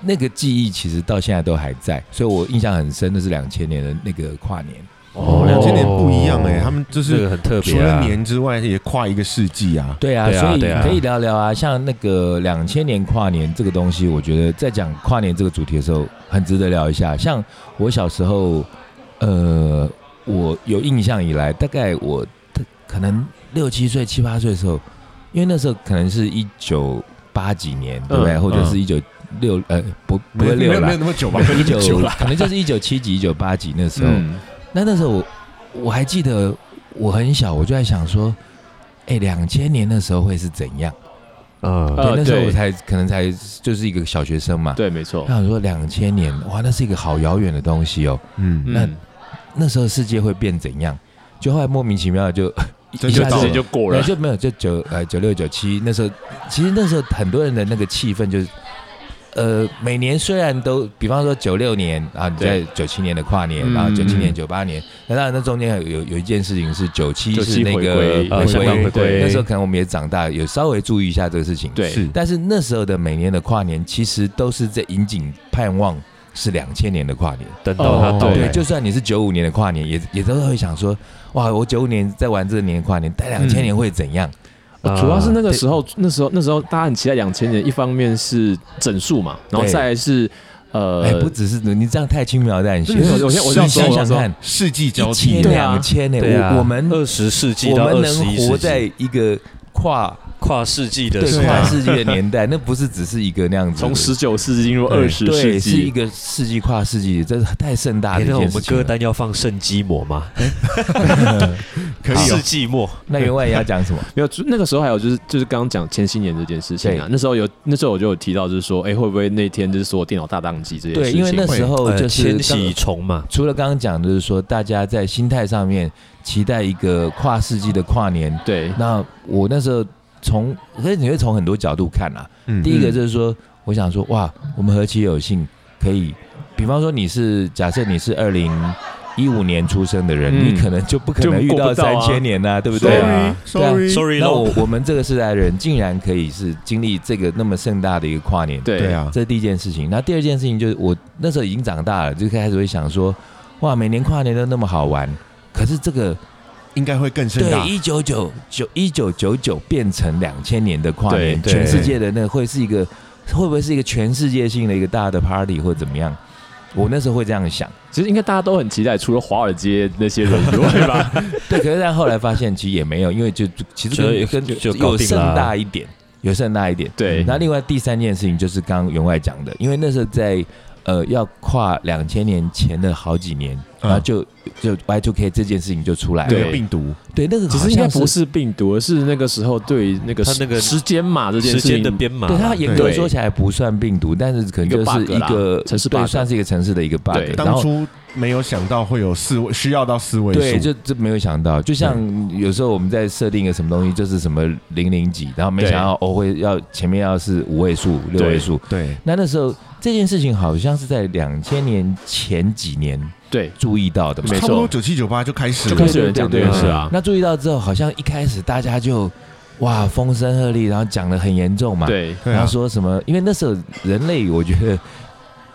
Speaker 4: 那个记忆其实到现在都还在，所以我印象很深，那是两千年的那个跨年。
Speaker 1: 哦，两千年不一样哎、他们就
Speaker 3: 这
Speaker 1: 是
Speaker 3: 个很特
Speaker 1: 除
Speaker 3: 别啊
Speaker 1: 了，年之外，也跨一个世纪啊。
Speaker 4: 对啊，
Speaker 3: 对啊
Speaker 4: 所以
Speaker 3: 对啊
Speaker 4: 可以聊聊啊，像那个两千年跨年这个东西，我觉得在讲跨年这个主题的时候，很值得聊一下。像我小时候，呃，我有印象以来，大概我可能六七岁、七八岁的时候，因为那时候可能是一九八几年，对不对？
Speaker 2: 嗯
Speaker 4: 或者是一九六呃，不不
Speaker 1: 没
Speaker 4: 会
Speaker 1: 有没
Speaker 4: 六
Speaker 1: 有没
Speaker 4: 啦
Speaker 1: 有，那么久吧？
Speaker 4: 一九
Speaker 1: 久了，
Speaker 4: 可能就是一九七几、一九八几那时候。
Speaker 2: 嗯，
Speaker 4: 那那时候我我还记得我很小，我就在想说，哎、0两千年的时候会是怎样？
Speaker 3: 嗯，
Speaker 2: 呃
Speaker 4: 对，那时候
Speaker 2: 对
Speaker 4: 我才可能才就是一个小学生嘛。
Speaker 2: 对，没错
Speaker 4: 我，想说两千年，哇，那是一个好遥远的东西哦。
Speaker 1: 嗯，
Speaker 4: 那
Speaker 2: 嗯
Speaker 4: 那时候世界会变怎样？就后来莫名其妙就 *laughs*
Speaker 1: 真
Speaker 4: 一
Speaker 1: 就
Speaker 4: 下
Speaker 1: 到
Speaker 4: 子
Speaker 1: 了
Speaker 2: 就过
Speaker 4: 没有就没有就九呃九六九七那时候，其实那时候很多人的那个气氛就是，呃，每年虽然都，比方说九六年啊，你在
Speaker 2: 对
Speaker 4: 九七年的跨年，
Speaker 2: 嗯
Speaker 4: 然后九七年
Speaker 1: 嗯
Speaker 4: 九八年，那当然那中间有有有一件事情是九七
Speaker 2: 九
Speaker 4: 是
Speaker 2: 七
Speaker 4: 那
Speaker 2: 回
Speaker 4: 个
Speaker 2: 归，
Speaker 3: 呃香港回归
Speaker 4: 那时候可能我们也长大，有稍微注意一下这个事情。
Speaker 2: 对
Speaker 1: 是
Speaker 4: 但是那时候的每年的跨年，其实都是在引颈盼望是两千年的跨年。
Speaker 3: 等啊到它到
Speaker 2: 哦
Speaker 4: 对，
Speaker 3: 来，
Speaker 4: 就算你是九五年的跨年，也也都会想说，哇，我九五年在玩这个年的跨年，但两千年会怎样？
Speaker 2: 哦主要是那个
Speaker 4: 啊对
Speaker 2: 时候，那时候那时候大家很期待两千年，一方面是整数嘛，然后
Speaker 4: 对
Speaker 2: 再来是呃
Speaker 4: 哎、，不只是你这样太轻描淡写
Speaker 1: 真的
Speaker 4: 了。
Speaker 1: 是
Speaker 2: 我先我先
Speaker 4: 你
Speaker 2: 说
Speaker 4: 想
Speaker 2: 我先
Speaker 4: 想
Speaker 2: 说
Speaker 4: 看，
Speaker 1: 世纪交
Speaker 4: 一
Speaker 1: 替
Speaker 4: 千
Speaker 2: 对，啊
Speaker 4: 两千呢，
Speaker 3: 对啊
Speaker 4: 我我们
Speaker 3: 二十世纪
Speaker 4: 我
Speaker 3: 到
Speaker 4: 们
Speaker 3: 二十
Speaker 4: 能
Speaker 3: 一世
Speaker 4: 活在
Speaker 3: 纪，
Speaker 4: 一个跨
Speaker 3: 跨世纪的
Speaker 4: 对
Speaker 3: 时
Speaker 1: 啊
Speaker 4: 跨
Speaker 3: 代，
Speaker 4: 世纪的年代，那不是只是一个那样子的，
Speaker 2: 从十九世纪进入二十
Speaker 4: 对
Speaker 2: 世
Speaker 4: 是一
Speaker 2: 纪，
Speaker 4: 个世纪跨世纪，这是太盛大
Speaker 3: 哎
Speaker 4: 的一
Speaker 3: 那我们
Speaker 4: 件事情
Speaker 3: 歌
Speaker 4: 了。
Speaker 3: 单要放圣基魔吗？
Speaker 1: 可以哦
Speaker 3: 世。纪末，
Speaker 4: 那员外也要讲什么？
Speaker 2: 没有就那个时候还有就是就是刚刚讲千禧年这件事情啊
Speaker 4: 对，
Speaker 2: 那时候有那时候我就有提到就是说，哎，会不会那天就是所有电脑大宕机这件事
Speaker 4: 对，
Speaker 2: 情？
Speaker 4: 因为那时候
Speaker 3: 呃
Speaker 4: 就是
Speaker 3: 千
Speaker 4: 刚
Speaker 3: 禧虫嘛，
Speaker 4: 除了刚刚讲，就是说大家在心态上面期待一个跨世纪的跨年。
Speaker 2: 对
Speaker 4: 那我那时候从，可是你会从很多角度看啦、
Speaker 1: 嗯
Speaker 4: 第一个就是说，我想说，哇，我们何其有幸可以，比方说你是假设你是二零一五年出生的人，
Speaker 2: 嗯
Speaker 4: 你可能就不可能
Speaker 2: 就
Speaker 4: 遇
Speaker 2: 过
Speaker 4: 到
Speaker 2: 不到啊
Speaker 4: 三千年呐、对不对
Speaker 1: 对
Speaker 4: 啊？
Speaker 1: 啊
Speaker 4: 对
Speaker 1: sorry，
Speaker 3: ，sorry
Speaker 4: 那我 *laughs*
Speaker 3: 咯，
Speaker 4: 我们这个世代的人竟然可以是经历这个那么盛大的一个跨年，
Speaker 2: 对
Speaker 1: 对，啊，
Speaker 4: 这是第一件事情。那第二件事情就是，我那时候已经长大了，就开始会想说，哇，每年跨年都那么好玩，可是这个
Speaker 1: 应该会更盛
Speaker 4: 对
Speaker 1: 大。
Speaker 4: 一九九九一九九九变成两千年的跨年，
Speaker 3: 对
Speaker 4: 全
Speaker 3: 对
Speaker 4: 世界的那个会是一个会不会是一个全世界性的一个大的 party 或者怎么样？我那时候会这样想，
Speaker 2: 其实应该大家都很期待，除了华尔街那些人
Speaker 4: *laughs*
Speaker 2: 以外吧，
Speaker 4: 对。可是但后来发现其实也没有，因为就就其实跟
Speaker 3: 就
Speaker 4: 跟
Speaker 3: 就搞定了啊
Speaker 4: 有盛大一点，有盛大一点。
Speaker 2: 对
Speaker 4: 那另外第三件事情就是刚刚员外讲的，因为那时候在呃要跨两千年前的好几年，
Speaker 1: 嗯
Speaker 4: 然后就就 Y two K 这件事情就出来了。
Speaker 1: 那
Speaker 2: 对
Speaker 1: 个病毒，
Speaker 4: 啊对，那个
Speaker 2: 其
Speaker 4: 好
Speaker 2: 实应该
Speaker 4: 像
Speaker 2: 不是病毒，而是那个时候对于那个
Speaker 3: 他
Speaker 2: 时
Speaker 3: 那个
Speaker 2: 时间码这件
Speaker 3: 时
Speaker 2: 事
Speaker 3: 间的
Speaker 2: 情
Speaker 3: 编码
Speaker 4: 对它严格
Speaker 2: 对
Speaker 4: 说起来不算病毒，但是可能
Speaker 2: 一个
Speaker 4: 就是
Speaker 2: bug
Speaker 4: 一
Speaker 2: 啦
Speaker 4: 个
Speaker 2: 城市
Speaker 4: 对，
Speaker 2: bug
Speaker 4: 算是一个城市的一个 bug
Speaker 2: 对。
Speaker 4: 然
Speaker 1: 当
Speaker 4: 后
Speaker 1: 初没有想到会有四位，需要到四位
Speaker 4: 对，
Speaker 1: 数。
Speaker 4: 就这没有想到，就像有时候我们在设定一个什么东西，就是什么零零几，然后没
Speaker 2: 对
Speaker 4: 想到哦会要前面要是五位数、六位数。
Speaker 1: 对，
Speaker 4: 那那时候这件事情好像是在两千年前几年
Speaker 2: 对
Speaker 4: 注意到的嘛，
Speaker 2: 没
Speaker 1: 差不
Speaker 2: 错
Speaker 1: 多九七九八就开始了，
Speaker 2: 就开始有人讲这
Speaker 4: 对
Speaker 2: 件
Speaker 4: 对
Speaker 2: 事啊，
Speaker 4: 那注意到之后，好像一开始大家就哇风声鹤唳，然后讲的很严重嘛。
Speaker 2: 对
Speaker 1: 对
Speaker 4: 然
Speaker 1: 啊
Speaker 4: 后，说什么？因为那时候人类，我觉得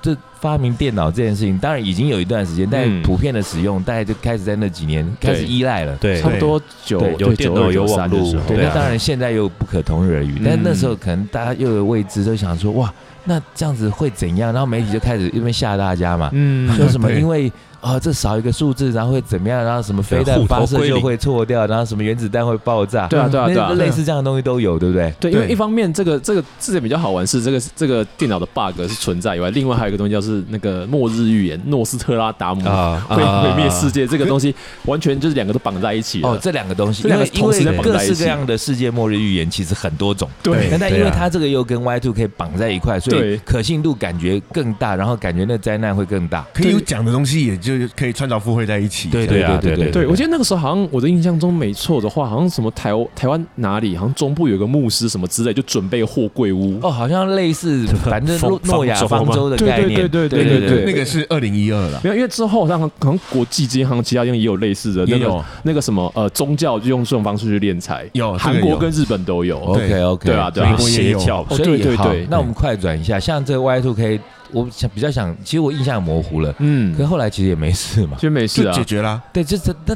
Speaker 4: 这发明电脑这件事情，当然已经有一段时间，但
Speaker 2: 嗯
Speaker 4: 普遍的使用，大概就开始在那几年开始依赖了。
Speaker 3: 对
Speaker 2: 差，不多九
Speaker 4: 对
Speaker 3: 有电脑有网络对
Speaker 4: 对，那
Speaker 3: 啊
Speaker 4: 当然现在又不可同日而语，但
Speaker 2: 嗯
Speaker 4: 那时候可能大家又有未知，就想说哇，那这样子会怎样？然后媒体就开始因为吓大家嘛，
Speaker 2: 嗯
Speaker 4: *laughs* 说什么
Speaker 1: 对
Speaker 4: 因为啊、这少一个数字，然后会怎么样？然后什么飞弹
Speaker 3: 对
Speaker 4: 发
Speaker 3: 户头
Speaker 4: 射
Speaker 3: 归
Speaker 4: 就
Speaker 3: 零
Speaker 4: 会错掉，然后什么原子弹会爆炸，
Speaker 2: 对啊对啊对啊
Speaker 4: 那类似这样的东西都有，对不对？
Speaker 2: 对，因为
Speaker 1: 对
Speaker 2: 一方面这个这个这点比较好玩是这个这个电脑的 bug 是存在以外，另外还有一个东西叫是那个末日预言诺斯特拉达姆
Speaker 3: 啊
Speaker 2: 会毁灭世界这个东西，完全就是两个都绑在一起了。
Speaker 4: 哦，这两个东西，
Speaker 2: 啊这
Speaker 4: 因
Speaker 2: 两个
Speaker 4: 为因
Speaker 2: 同时在
Speaker 4: 为
Speaker 2: 绑
Speaker 4: 各
Speaker 2: 在一
Speaker 4: 式各
Speaker 2: 起
Speaker 4: 样的世界末日预言其实很多种，
Speaker 2: 对
Speaker 4: 那但因
Speaker 3: 对
Speaker 4: 为
Speaker 3: 啊
Speaker 4: 它这个又跟 Y Two K 绑在一块，所以
Speaker 2: 对
Speaker 4: 可信度感觉更大，然后感觉那灾难会更大。
Speaker 1: 可以有讲的东西，也就可以穿凿附会在一起。
Speaker 4: 对
Speaker 1: 这样
Speaker 3: 对啊
Speaker 4: 对
Speaker 3: 对
Speaker 2: 对，我记得那个时候好像我的印象中没错的话，好像什么台湾台湾哪里，好像中部有个牧师什么之类，就准备货柜屋。
Speaker 4: 哦，好像类似，反正
Speaker 3: 方
Speaker 4: 诺诺亚
Speaker 3: 方
Speaker 4: 方舟的
Speaker 2: 对
Speaker 4: 概
Speaker 2: 对
Speaker 4: 念，
Speaker 2: 对对
Speaker 4: 对
Speaker 2: 对
Speaker 4: 对
Speaker 1: 那
Speaker 2: 对，
Speaker 1: 个是二零一二了。
Speaker 2: 没有，因为之后像可能国际间好像其他地方也有类似的，
Speaker 1: 也
Speaker 2: 那
Speaker 1: 有
Speaker 2: 个那个什么呃宗教就用这种方式去敛财，
Speaker 4: 哦
Speaker 1: 有这个
Speaker 2: 韩
Speaker 1: 有
Speaker 2: 国跟日本都有。
Speaker 1: 对
Speaker 4: OK OK，
Speaker 2: 对啊对啊
Speaker 1: 美国也有
Speaker 3: 邪教吧
Speaker 2: 哦
Speaker 4: 所以
Speaker 2: 对对
Speaker 4: 好
Speaker 2: 对
Speaker 4: 那我们快转一下，像这 Y Two K，我想比较想，其实我印象模糊了，
Speaker 2: 嗯，
Speaker 4: 可后来其实也没事嘛
Speaker 2: 其。实没事
Speaker 1: 就
Speaker 2: 啊
Speaker 1: 解，决啦。
Speaker 4: 对，这这那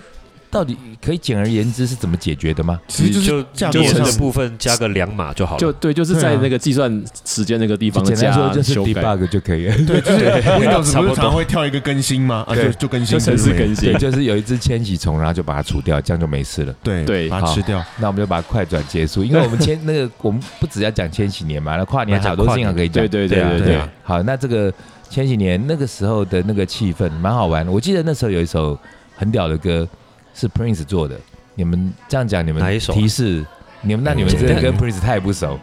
Speaker 4: 到底可以简而言之是怎么解决的吗？
Speaker 1: 其实
Speaker 3: 就
Speaker 1: 架
Speaker 3: 就
Speaker 1: 构
Speaker 3: 成
Speaker 1: 上
Speaker 3: 的部分加个两码就好了。
Speaker 2: 就对，就是在
Speaker 1: 对啊
Speaker 2: 那个计算时间那个地
Speaker 4: 就
Speaker 2: 方
Speaker 4: 简
Speaker 2: 加
Speaker 4: 单说就是
Speaker 2: 修改，
Speaker 4: debug 就可
Speaker 2: *laughs*
Speaker 4: 以了。
Speaker 1: 对，就是 Windows
Speaker 3: 差
Speaker 1: 不
Speaker 3: 不
Speaker 1: 是
Speaker 3: 多
Speaker 1: 常会跳一个更新吗？啊，
Speaker 4: 对
Speaker 1: 就就更新，
Speaker 2: 就城市
Speaker 1: 对不对
Speaker 2: 更
Speaker 4: 对，
Speaker 2: 新。
Speaker 4: 就是有一只千禧虫，然后就把它除掉，这样就没事了。
Speaker 1: 对
Speaker 2: 对
Speaker 1: 把它
Speaker 4: 好
Speaker 1: 吃掉。
Speaker 4: 那我们就把快转结束，因为我们千那个我们不只要讲千禧年嘛，那跨年
Speaker 3: 还讲
Speaker 4: 好多事情还可以讲。
Speaker 2: 对对对
Speaker 3: 对啊
Speaker 2: 对
Speaker 1: 对
Speaker 2: 对
Speaker 1: 啊，
Speaker 4: 好，那这个千禧年那个时候的那个气氛蛮好玩的。我记得那时候有一首很屌的歌是 Prince 做的，你们这样讲，你们
Speaker 3: 哪一首啊
Speaker 4: 提示你们，那你们真的跟 Prince 太不熟。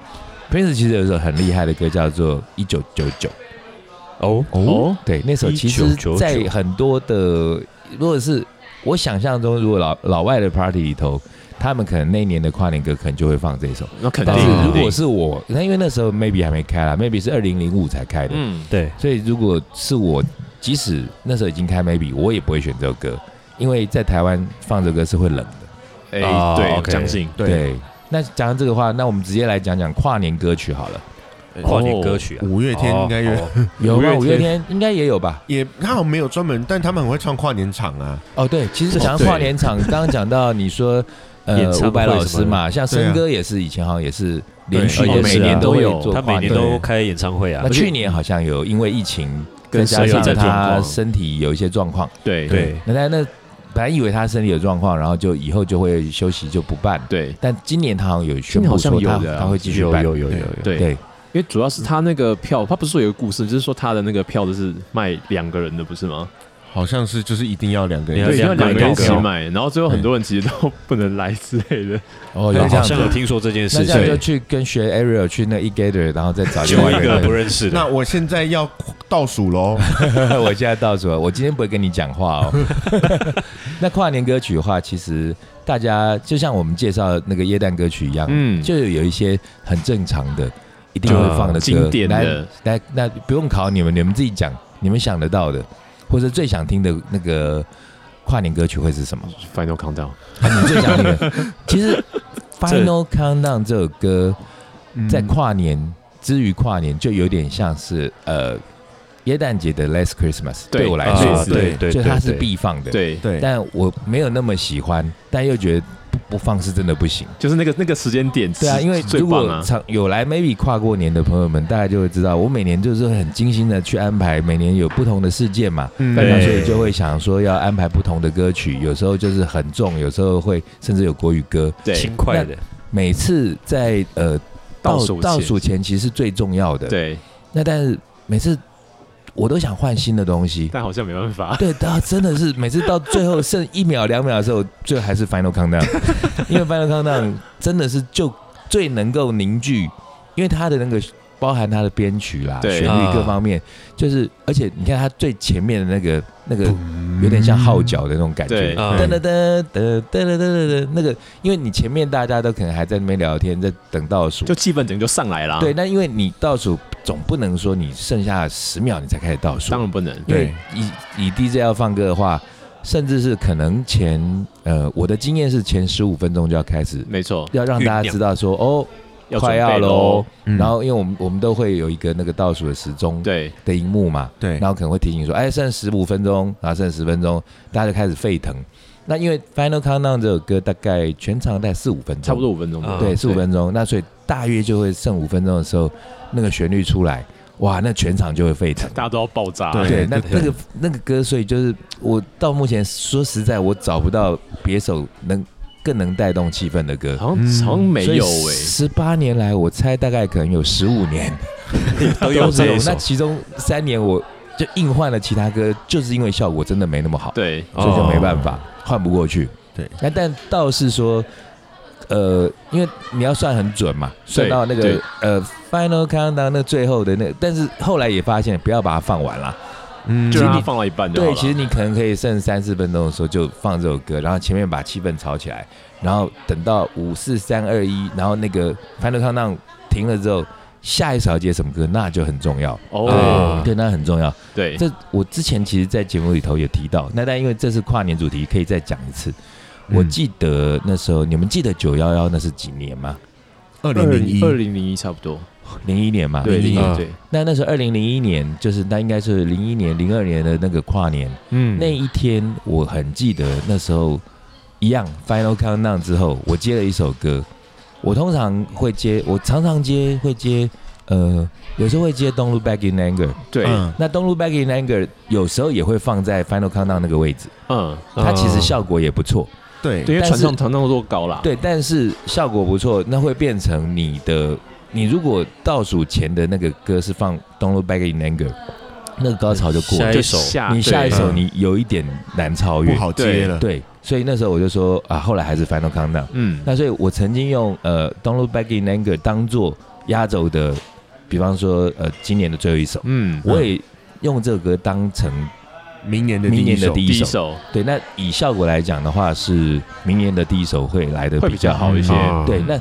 Speaker 4: Prince 其实有一首很厉害的歌叫做《一九九九》，
Speaker 3: 哦，
Speaker 2: 哦，
Speaker 4: 对，那首其实，
Speaker 3: 1999
Speaker 4: 在很多的，如果是我想象中，如果老老外的 party 里头，他们可能那一年的跨年歌可能就会放这首。
Speaker 2: 那肯定
Speaker 3: 对
Speaker 4: 但是
Speaker 2: 啊
Speaker 4: 如果是我，那因为那时候 maybe 还没开啦，maybe 是二零零五才开的，
Speaker 2: 嗯，
Speaker 3: 对，
Speaker 4: 所以如果是我，即使那时候已经开 maybe，我也不会选这首歌，因为在台湾放这首歌是会冷的。
Speaker 2: 哎
Speaker 4: 啊
Speaker 3: 哦，
Speaker 2: 对，
Speaker 3: OK
Speaker 2: 相信
Speaker 1: 对
Speaker 4: 那讲到这个话，那我们直接来讲讲跨年歌曲好了。
Speaker 3: 跨年歌曲啊，
Speaker 1: 五月天应该
Speaker 3: 哦
Speaker 1: 有，
Speaker 3: 好
Speaker 4: 有吗？五
Speaker 1: 五
Speaker 4: 月
Speaker 1: 月
Speaker 4: 天应该也有吧？
Speaker 1: 也他好像没有专门，但他们很会唱跨年场啊。
Speaker 4: 哦，对，其实
Speaker 1: 哦
Speaker 4: 讲到
Speaker 1: 对
Speaker 4: 跨联场，刚刚讲到你说，呃
Speaker 3: 演，唱会
Speaker 4: 伍佰老
Speaker 3: 什
Speaker 4: 师
Speaker 3: 么的
Speaker 4: 嘛，像
Speaker 1: 对
Speaker 4: 森
Speaker 1: 啊
Speaker 4: 哥也是以前好像也是连续
Speaker 3: 对
Speaker 4: 的
Speaker 3: 哦
Speaker 4: 每
Speaker 3: 是啊
Speaker 4: 年都会
Speaker 2: 都有
Speaker 4: 做
Speaker 3: 他
Speaker 4: 跨
Speaker 3: 每
Speaker 4: 年
Speaker 3: 年
Speaker 4: 对
Speaker 3: 都开演唱会啊
Speaker 4: 那。去年好像有因为疫情，再
Speaker 2: 跟
Speaker 4: 加上
Speaker 3: 身体有状
Speaker 4: 他
Speaker 3: 况
Speaker 4: 身体有一些状况，
Speaker 2: 对
Speaker 3: 对，
Speaker 4: 那他那本来以为他身体有状况，然后就以后就会休息就不办，
Speaker 2: 对
Speaker 4: 但今年他好像有宣
Speaker 2: 今年
Speaker 4: 布
Speaker 2: 好像
Speaker 4: 说他
Speaker 2: 有的啊
Speaker 4: 他会继续
Speaker 3: 有
Speaker 4: 办，
Speaker 3: 有有有
Speaker 1: 对
Speaker 3: 有，
Speaker 2: 对，
Speaker 4: 对，
Speaker 2: 因为主要是他那个票，他不是说有一个故事，就是说他的那个票就是卖两个人的，不是吗？
Speaker 1: 好像是就是一定要两个人，
Speaker 2: 对，
Speaker 3: 对两
Speaker 2: 要
Speaker 3: 个
Speaker 2: 两
Speaker 3: 人
Speaker 2: 个人一
Speaker 3: 投
Speaker 2: 起哦
Speaker 3: 票
Speaker 2: 买，然后最后很多人其实都不能来之类的。
Speaker 3: 有好
Speaker 4: 哦有这样
Speaker 3: 像
Speaker 4: 子，
Speaker 3: 有听说这件
Speaker 4: 那
Speaker 3: 事
Speaker 4: 这样就
Speaker 3: 情，
Speaker 4: 去跟学 Ariel 去那 E Gather，然后再找另
Speaker 3: 就
Speaker 4: 外
Speaker 3: 一个
Speaker 4: 人
Speaker 3: 不认识
Speaker 1: 那
Speaker 3: 的，
Speaker 1: 我现在要倒数喽，
Speaker 4: *laughs* 我现在到处了，我今天不会跟你讲话哦。 *laughs* 那跨年歌曲的话，其实大家就像我们介绍那个耶诞歌曲一样，
Speaker 2: 嗯，
Speaker 4: 就有一些很正常的，一定会放的歌，
Speaker 2: 经典的，
Speaker 4: 来。来，那不用考你们，你们自己讲，你们想得到的，或者最想听的那个跨年歌曲会是什么？
Speaker 2: Final Countdown，
Speaker 4: 啊你最想听 *laughs* 的，其实《Final Countdown》这首歌
Speaker 1: 嗯
Speaker 4: 在跨年之于跨年，就有点像是呃。耶诞节的《Last Christmas》
Speaker 2: 对
Speaker 4: 对我来
Speaker 3: 啊
Speaker 4: 说，
Speaker 2: 类似
Speaker 3: 对对，
Speaker 4: 就它是
Speaker 3: 对
Speaker 4: 必放的。，
Speaker 2: 对，
Speaker 1: 对，
Speaker 4: *laughs* 但我没有那么喜欢，但又觉得不不放是真的不行。
Speaker 2: 就是那个那个时间点，
Speaker 4: 对啊，因为
Speaker 2: 最
Speaker 4: 如
Speaker 2: 棒
Speaker 4: 果
Speaker 2: 啊，
Speaker 4: 常有来 maybe 跨过年的朋友们，大概就会知道，我每年就是很精心的去安排，每年有不同的事件嘛，
Speaker 1: 嗯
Speaker 4: 那
Speaker 3: 对
Speaker 4: 所以就会想说要安排不同的歌曲，有时候就是很重，有时候会甚至有国语歌。
Speaker 2: 对
Speaker 3: 轻快的，
Speaker 4: 每次在呃
Speaker 2: 倒数
Speaker 4: 倒
Speaker 2: 前
Speaker 4: 数前其实是最重要的。，
Speaker 2: 对，
Speaker 4: 那但是每次我都想换新的东西，
Speaker 2: 但好像没办法，
Speaker 4: 对，他真的是每次到最后剩一秒两秒的时候，最后还是
Speaker 2: *laughs*
Speaker 4: Final Countdown，因为 Final Countdown 真的是就最能够凝聚，因为它的那个包含它的编曲啦、
Speaker 2: 对
Speaker 4: 旋律
Speaker 3: 啊
Speaker 4: 各方面，就是而且你看它最前面的那个那个有点像号角的那种感觉
Speaker 2: 对，
Speaker 3: 啊
Speaker 4: 噔噔噔噔噔噔噔噔，那个因为你前面大家都可能还在那边聊天，在等倒数，
Speaker 2: 就气氛整个就上来啦。
Speaker 4: 对，，那因为你倒数总不能说你剩下十秒你才开始倒数
Speaker 2: 当，然不能，
Speaker 4: 因为以以 DJ 要放歌的话，甚至是可能前呃，我的经验是前十五分钟就要开始，
Speaker 2: 没错，
Speaker 4: 要让
Speaker 3: 酝
Speaker 4: 大家
Speaker 3: 酿
Speaker 4: 知道说哦，
Speaker 2: 要
Speaker 4: 快
Speaker 2: 准
Speaker 4: 要
Speaker 2: 备
Speaker 4: 喽
Speaker 2: 喽。。
Speaker 1: 嗯
Speaker 4: 然后因为我们我们都会有一个那个倒数的时钟
Speaker 2: 对，
Speaker 4: 的荧幕嘛，
Speaker 1: 对
Speaker 4: 然后可能会提醒说，哎，剩十五分钟，然后剩十分钟，大家就开始沸腾。那因为《Final Countdown》这首歌大概全长大概四五分钟，
Speaker 2: 差不多五分钟吧
Speaker 3: 啊。
Speaker 4: 对，
Speaker 3: 嗯
Speaker 4: 四五分钟。那所以大约就会剩五分钟的时候，那个旋律出来，哇，那全场就会沸腾。
Speaker 2: 大家都要爆炸。
Speaker 1: 对
Speaker 4: 对，那
Speaker 1: 对
Speaker 4: 那个那个歌，所以就是我到目前说实在，我找不到别首能更能带动气氛的歌。
Speaker 2: 好
Speaker 1: 嗯
Speaker 2: 像好像没有哎、
Speaker 4: 十八年来，我猜大概可能有十五年
Speaker 3: 都有这一首
Speaker 4: 那其中三年我就硬换了其他歌，就是因为效果真的没那么好，
Speaker 2: 对，
Speaker 4: 所以就没办
Speaker 1: 哦
Speaker 4: 法换不过去。
Speaker 1: 对，
Speaker 4: 那但倒是说，呃，因为你要算很准嘛，算到那
Speaker 2: 对
Speaker 4: 个呃 final countdown 那最后的那个，但是后来也发现不要把它放完啦。
Speaker 1: 嗯
Speaker 2: 就
Speaker 4: 其实
Speaker 2: 让
Speaker 4: 你
Speaker 2: 它放到一半就好
Speaker 4: 对，
Speaker 2: 了。
Speaker 4: 其实你可能可以剩三四分钟的时候就放这首歌，然后前面把气氛炒起来，然后等到五四三二一，然后那个 final countdown 停了之后，下一首要接什么歌，那就很重要。
Speaker 2: 哦，
Speaker 4: 对，那很重要。
Speaker 2: 对，
Speaker 4: 嗯这我之前其实，在节目里头也提到，那但因为这是跨年主题，可以再讲一次。我记得那时候，你们记得九幺幺那是几年吗？
Speaker 1: 二零零一，
Speaker 2: 二零零一差不多，
Speaker 4: 零一年嘛。
Speaker 2: 对，
Speaker 1: 零
Speaker 2: 零
Speaker 1: 一
Speaker 2: 一对，
Speaker 4: 那那时候二零零一年，就是那应该是零一年、零二年的那个跨年
Speaker 2: 嗯
Speaker 4: 那一天，我很记得那时候一样 Final Countdown 之后，我接了一首歌。我通常会接，我常常接会接，呃，有时候会接《Don't Look Back in Anger》。
Speaker 2: 对，
Speaker 1: 嗯
Speaker 4: 那《Don't Look Back in Anger》有时候也会放在 Final Countdown 那个位置。
Speaker 2: 嗯，
Speaker 4: 它其实效果也不错，
Speaker 1: 对
Speaker 2: 对，因为
Speaker 4: 但
Speaker 2: 传
Speaker 4: 是
Speaker 2: 唱传唱度高啦。
Speaker 4: 对，但是效果不错，那会变成你的，你如果倒数前的那个歌是放《Don't Look Back in Anger》，那个高潮就过
Speaker 3: 下
Speaker 4: 了，
Speaker 3: 一
Speaker 2: 就
Speaker 3: 首
Speaker 2: 下
Speaker 4: 你下一
Speaker 1: 对
Speaker 4: 首
Speaker 1: 嗯
Speaker 4: 你有一点难超
Speaker 1: 不
Speaker 4: 越，
Speaker 1: 好接了，
Speaker 4: 对，所以那时候我就说啊，后来还是 Final Countdown。
Speaker 2: 嗯，
Speaker 4: 那所以我曾经用呃《Don't Look Back in Anger》当做压轴的，比方说呃今年的最后一首，
Speaker 2: 嗯，
Speaker 4: 我也用这个歌当成
Speaker 1: 明年的第
Speaker 4: 明
Speaker 1: 一
Speaker 4: 年的
Speaker 1: 首，
Speaker 2: 第
Speaker 4: 第一
Speaker 2: 一
Speaker 4: 首。
Speaker 2: 首
Speaker 4: 对，那以效果来讲的话，是明年的第一首会来的
Speaker 2: 会比较好一些。
Speaker 3: 嗯
Speaker 4: 对，那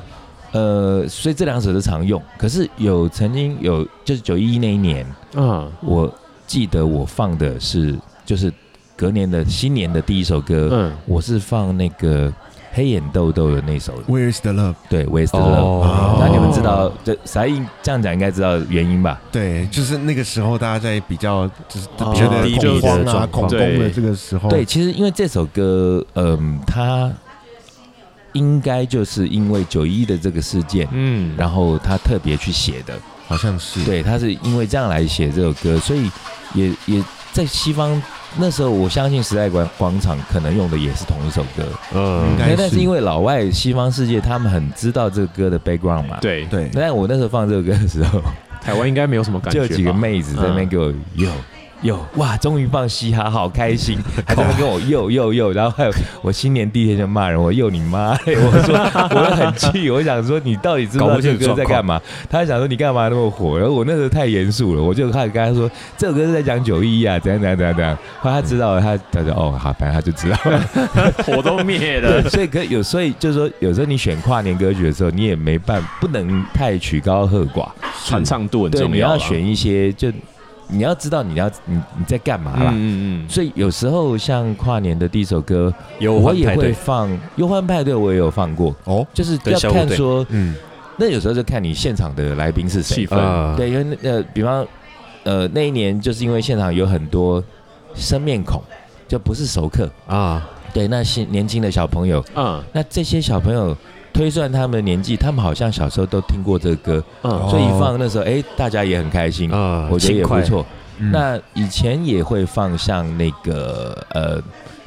Speaker 4: 呃，所以这两首都常用。可是有曾经有，就是九一那一年，
Speaker 2: 嗯，
Speaker 4: 我记得我放的是，就是隔年的新年的第一首歌，
Speaker 2: 嗯，
Speaker 4: 我是放那个黑眼豆豆的那首，
Speaker 1: Where's the love？
Speaker 4: 对，Waste Love。
Speaker 1: 哦
Speaker 4: 那你们知道，这啥印这样讲应该知道原因吧？
Speaker 1: 对，就是那个时候大家在比较就是
Speaker 2: 哦
Speaker 1: 觉得
Speaker 3: 低
Speaker 1: 恐
Speaker 3: 迷的
Speaker 1: 慌啊、
Speaker 3: 状况
Speaker 1: 恐攻的
Speaker 2: 对
Speaker 1: 这个
Speaker 2: 哦
Speaker 1: 时候，
Speaker 4: 对，其实因为这首歌，嗯，它应该就是因为九一的这个事件，
Speaker 2: 嗯，
Speaker 4: 然后他特别去写的，
Speaker 1: 好像是，
Speaker 4: 对，他是因为这样来写这首歌，所以也也在西方那时候，我相信时代广广场可能用的也是同一首歌，
Speaker 1: 应
Speaker 3: 嗯
Speaker 1: 该
Speaker 4: 那
Speaker 1: 是
Speaker 4: 但是因为老外西方世界他们很知道这个歌的 background 嘛，。
Speaker 2: 对，
Speaker 1: 对，
Speaker 4: 但我那时候放这首歌的时候，
Speaker 2: 台湾应该没有什么感觉
Speaker 4: 就
Speaker 2: 吧，
Speaker 4: 有几
Speaker 2: *laughs*
Speaker 4: 个妹子在那边给我哟哟、哇，终于放嘻哈，好开心， *laughs* 还在那边跟我哟哟哟，然后还有我新年第一天就骂人，我哟你妈、嘞！我 *laughs* 说我很气，我想说你到底知不知
Speaker 3: 搞
Speaker 4: *laughs* 道
Speaker 3: 不
Speaker 4: 这
Speaker 3: 清
Speaker 4: 首歌在干嘛？他想说你干嘛那么火？然后我那时候太严肃了，我就开始跟他说这首歌是在讲九一啊，怎样怎样怎样怎样。后来他知道了，他他说哦好，反正他就知道 *laughs* 了。。
Speaker 2: 火都灭了
Speaker 4: 所以可有，所以就是说，有时候你选跨年歌曲的时候，你也没办，不能太曲高和寡，
Speaker 2: 传唱度很
Speaker 4: 对，
Speaker 2: 重啊
Speaker 4: 你要
Speaker 2: 啦
Speaker 4: 选一些，就你要知道你要你你在干嘛啦。
Speaker 2: 嗯嗯
Speaker 4: 所以有时候像跨年的第一首歌，
Speaker 3: 有
Speaker 4: 我
Speaker 3: 欢
Speaker 4: 也
Speaker 3: 派
Speaker 4: 会
Speaker 3: 对，
Speaker 4: 放《忧欢派对》，我也有放过，
Speaker 1: 哦，
Speaker 4: 就是
Speaker 3: 对
Speaker 4: 要
Speaker 3: 小虎
Speaker 4: 看
Speaker 3: 队
Speaker 4: 说，
Speaker 1: 嗯，
Speaker 4: 那有时候就看你现场的来宾是谁
Speaker 2: 气。氛
Speaker 3: 啊
Speaker 4: 对，因为那呃，比方呃那一年就是因为现场有很多生面孔，就不是熟客，
Speaker 3: 啊，
Speaker 4: 对，那些年轻的小朋友，
Speaker 2: 嗯
Speaker 4: 那这些小朋友推算他们的年纪，他们好像小时候都听过这个歌，
Speaker 1: 哦
Speaker 2: 嗯，
Speaker 4: 所以一放那时候，哎、大家也很开心，
Speaker 3: 啊
Speaker 4: 我觉得也不错。
Speaker 1: 嗯
Speaker 4: 那以前也会放像那个呃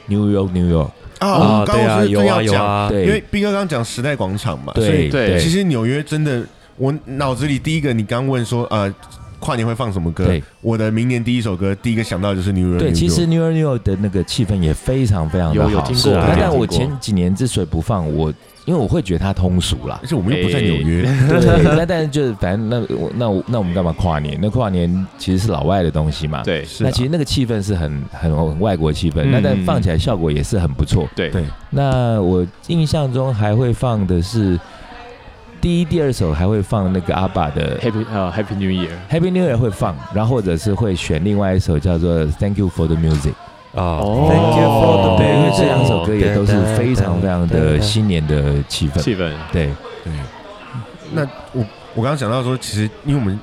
Speaker 4: ，New York New York，
Speaker 1: 啊，
Speaker 3: 啊，
Speaker 1: 我刚
Speaker 3: 对
Speaker 1: 刚
Speaker 3: 啊，
Speaker 1: 是
Speaker 3: 有
Speaker 1: 正
Speaker 3: 啊
Speaker 1: 要
Speaker 3: 有
Speaker 1: 讲，
Speaker 3: 啊，
Speaker 4: 对，
Speaker 1: 因为斌哥刚刚讲时代广场嘛，所以
Speaker 4: 对
Speaker 2: 啊对
Speaker 1: 其实纽约真的，我脑子里第一个你刚问说呃。跨年会放什么歌
Speaker 4: 对？
Speaker 1: 我的明年第一首歌，第一个想到就是 New York。
Speaker 4: 对，其实 New York New York 的那个气氛也非常非常的
Speaker 2: 有
Speaker 4: 好。
Speaker 2: 有听
Speaker 3: 是
Speaker 2: 过，
Speaker 3: 啊
Speaker 4: 那
Speaker 2: 有
Speaker 4: 但
Speaker 2: 听过
Speaker 4: 我前几年之所以不放，我因为我会觉得它通俗啦
Speaker 2: *laughs*
Speaker 1: 而。且我们又不在纽约，
Speaker 4: 对，那但是就是反正那我那我那我们干嘛跨年？那跨年其实是老外的东西嘛。。
Speaker 2: 对
Speaker 1: 是啊
Speaker 4: 那其实那个气氛是很很很外国气氛，
Speaker 2: 嗯
Speaker 4: 那但放起来效果也是很不错。
Speaker 2: 对
Speaker 1: 对
Speaker 4: 那我印象中还会放的是第一、第二首还会放那个阿爸的
Speaker 2: Happy 呃 Happy New Year，
Speaker 4: Happy New Year 会放，然后或者是会选另外一首叫做 Thank You for the Music。
Speaker 3: 啊
Speaker 2: 哦
Speaker 3: Thank you for the
Speaker 4: 对，因为
Speaker 3: music
Speaker 4: 这两首歌也都是非常非常的新年的气氛。
Speaker 2: 气氛
Speaker 4: 对，
Speaker 1: 对。那我我刚刚讲到说，其实因为我们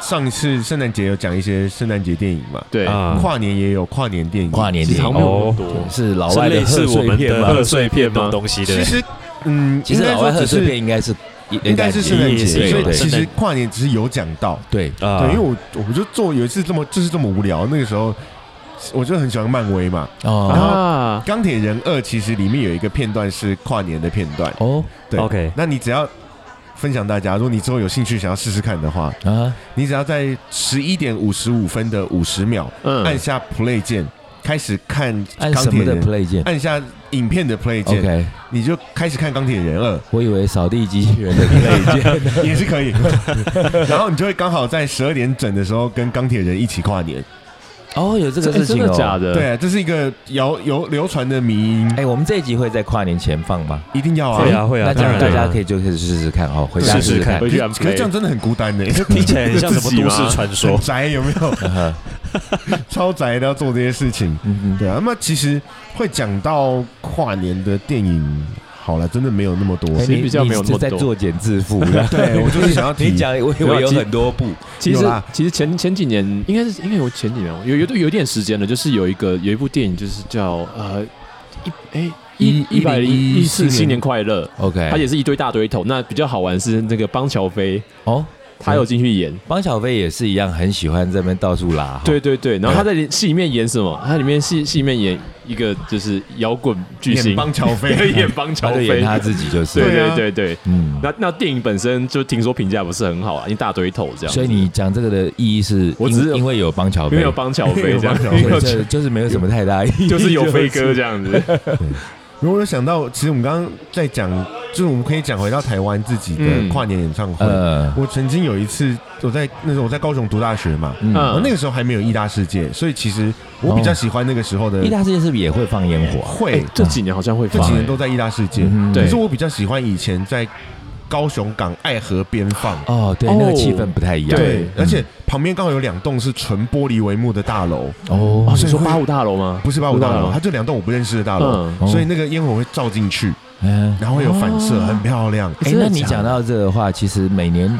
Speaker 1: 上一次圣诞节有讲一些圣诞节电影嘛，
Speaker 2: 对，
Speaker 3: 啊，
Speaker 1: 跨年也有跨年电影。
Speaker 4: 跨年
Speaker 2: 其
Speaker 4: 电
Speaker 2: 实好像
Speaker 4: 影
Speaker 2: 没有
Speaker 3: 哦
Speaker 2: 那么多，
Speaker 4: 是老
Speaker 3: 是
Speaker 4: 外的
Speaker 3: 类似
Speaker 4: 贺
Speaker 3: 我
Speaker 4: 岁
Speaker 3: 们
Speaker 4: 片
Speaker 3: 的
Speaker 4: 吗？
Speaker 3: 贺岁片
Speaker 2: 吗
Speaker 3: 那种东西
Speaker 1: 其
Speaker 3: 的，
Speaker 1: 实嗯，
Speaker 4: 其实
Speaker 1: 应该
Speaker 4: 老
Speaker 1: 说
Speaker 4: 外
Speaker 1: 只
Speaker 4: 贺
Speaker 1: 是
Speaker 4: 岁片应该是
Speaker 1: 应该是圣诞节，
Speaker 3: 也是
Speaker 1: 所
Speaker 4: 有
Speaker 1: 以
Speaker 4: 对
Speaker 1: 其实跨年只是有讲到，
Speaker 4: 对
Speaker 3: 啊
Speaker 1: 对，因为我我就做有一次这么就是这么无聊，那个时候我就很喜欢漫威嘛，然
Speaker 4: 哦
Speaker 1: 后
Speaker 2: 啊
Speaker 1: 《钢铁人二》其实里面有一个片段是跨年的片段，
Speaker 4: 哦
Speaker 1: 对
Speaker 3: OK
Speaker 1: 那你只要分享大家，如果你之后有兴趣想要试试看的话，
Speaker 4: 啊
Speaker 1: 你只要在十一点五十五分的五十秒按
Speaker 2: 嗯，
Speaker 1: 下 play 键，开始看
Speaker 4: 按
Speaker 1: 钢
Speaker 4: 什
Speaker 1: 铁
Speaker 4: 么的
Speaker 1: 人，
Speaker 4: play 键
Speaker 1: 按下影片的 play 键，
Speaker 4: ？OK，
Speaker 1: 你就开始看《钢铁人
Speaker 4: *laughs*
Speaker 1: 二
Speaker 4: 我以为扫地机器人的
Speaker 1: *laughs*
Speaker 4: play 键。》
Speaker 1: 也是可以， *laughs* 然后你就会刚好在十二点整的时候跟钢铁人一起跨年。
Speaker 4: 哦，有这个
Speaker 2: 哎
Speaker 4: 事
Speaker 2: 真
Speaker 4: 情
Speaker 2: 的假
Speaker 4: 哦。
Speaker 2: 的？
Speaker 1: 对，啊，这是一个谣有流传的迷音，
Speaker 4: 哎，我们这一集会在跨年前放吗？
Speaker 1: 一定要啊
Speaker 3: 会。啊会
Speaker 4: 那
Speaker 3: 啊，
Speaker 4: 这
Speaker 3: 当
Speaker 4: 样
Speaker 3: 然
Speaker 4: 大
Speaker 3: 啊
Speaker 4: 家可以就开始试试看哦，回家
Speaker 3: 试
Speaker 4: 试
Speaker 3: 试
Speaker 4: 试看
Speaker 3: 看。
Speaker 2: 回去
Speaker 1: 可
Speaker 2: 按
Speaker 1: 是可是
Speaker 2: play
Speaker 1: 这样真的很孤单呢、欸，
Speaker 3: 听起来很像什么
Speaker 2: 自己
Speaker 3: 都
Speaker 2: 吗
Speaker 3: 市传说
Speaker 1: 很，宅有没有？
Speaker 4: 嗯哼
Speaker 1: *laughs* 超宅的要做这些事情。
Speaker 4: 嗯
Speaker 1: 对啊，那么其实会讲到跨年的电影，好了，真的没有那么多。
Speaker 4: 哎
Speaker 2: 其实
Speaker 4: 你
Speaker 2: 比较没有那
Speaker 4: 你是
Speaker 2: 么
Speaker 4: 在
Speaker 2: 多
Speaker 4: 作茧自缚。
Speaker 1: 对我就是想要提
Speaker 4: *laughs* 你讲，我以为有很多部
Speaker 2: 其
Speaker 1: 有
Speaker 2: 实
Speaker 1: 啦
Speaker 2: 其实前前几年应该是应该有前几年哦有有有一点时间了，就是有一个有一部电影就是叫呃一哎一
Speaker 1: 一
Speaker 2: 一百零一
Speaker 1: 114
Speaker 2: 四新年快乐，它
Speaker 4: ，OK。
Speaker 2: 也是一堆大堆头。那比较好玩是那个邦乔飞，
Speaker 4: 哦，
Speaker 2: 他有进去演，
Speaker 4: 邦小飞也是一样，很喜欢这边到处拉。
Speaker 2: 对，对对。然后他在戏里面演什
Speaker 1: 嗯
Speaker 2: 么？他里面戏戏里面演一个就是摇滚巨
Speaker 1: 演 *laughs*
Speaker 2: 星，
Speaker 1: 邦乔飞，
Speaker 2: 演邦乔
Speaker 4: 他就
Speaker 2: 飞，
Speaker 4: 演他自己就是。
Speaker 2: 对
Speaker 1: 对啊
Speaker 2: 对对对。
Speaker 4: 嗯，
Speaker 2: 那那电影本身就听说评价不是很好啊，一大堆头这样。
Speaker 4: 所以你讲这个的意义是因，
Speaker 2: 我只是
Speaker 4: 因为有邦乔
Speaker 2: 因
Speaker 4: 飞，
Speaker 2: 为有邦乔
Speaker 1: 因
Speaker 2: 飞这样，
Speaker 1: 为有邦乔飞
Speaker 2: 因为
Speaker 4: 对，
Speaker 2: *laughs* 有
Speaker 4: 这就是没有什么太大意义，
Speaker 2: 就是有飞哥
Speaker 1: *laughs*
Speaker 2: 这样子。
Speaker 1: 如果有想到，其实我们刚刚在讲，就是我们可以讲回到台湾自己的
Speaker 2: 嗯
Speaker 1: 跨年演唱会。
Speaker 4: *laughs* 呃，
Speaker 1: 我曾经有一次，我在那时候我在高雄读大学嘛，然
Speaker 4: 嗯，
Speaker 1: 后
Speaker 2: 嗯
Speaker 1: 那个时候还没有义大世界，所以其实我比较喜欢那个时候的
Speaker 4: 意大世界是不是也会放烟火啊？
Speaker 1: 会
Speaker 2: 哎，这几年好像会
Speaker 1: 这
Speaker 2: 放
Speaker 1: 几
Speaker 2: 欸，
Speaker 1: 年都在义大世界，
Speaker 4: 嗯
Speaker 1: 可
Speaker 2: 对
Speaker 1: 是我比较喜欢以前在高雄港爱河边放。
Speaker 4: 哦，对，
Speaker 2: 哦
Speaker 4: 那个气氛不太一样。
Speaker 1: 对
Speaker 2: 对，
Speaker 1: 而且旁边刚好有两栋是纯玻璃帷幕的大楼，
Speaker 4: 哦
Speaker 2: 哦，
Speaker 1: 所
Speaker 2: 你
Speaker 1: 以
Speaker 2: 说
Speaker 1: 会
Speaker 2: 八五大楼吗？
Speaker 1: 不是八五大
Speaker 2: 不
Speaker 1: 楼，
Speaker 2: 是
Speaker 1: 它就两栋我不认识的大楼，
Speaker 2: 嗯
Speaker 4: 哦
Speaker 1: 所以那个烟火会照进去，
Speaker 4: 嗯，
Speaker 1: 然后会有反射，
Speaker 2: 哦
Speaker 1: 很漂亮。
Speaker 4: 哎，
Speaker 2: 真的
Speaker 4: 那你
Speaker 2: 假的
Speaker 4: 讲到这个的话，其实每年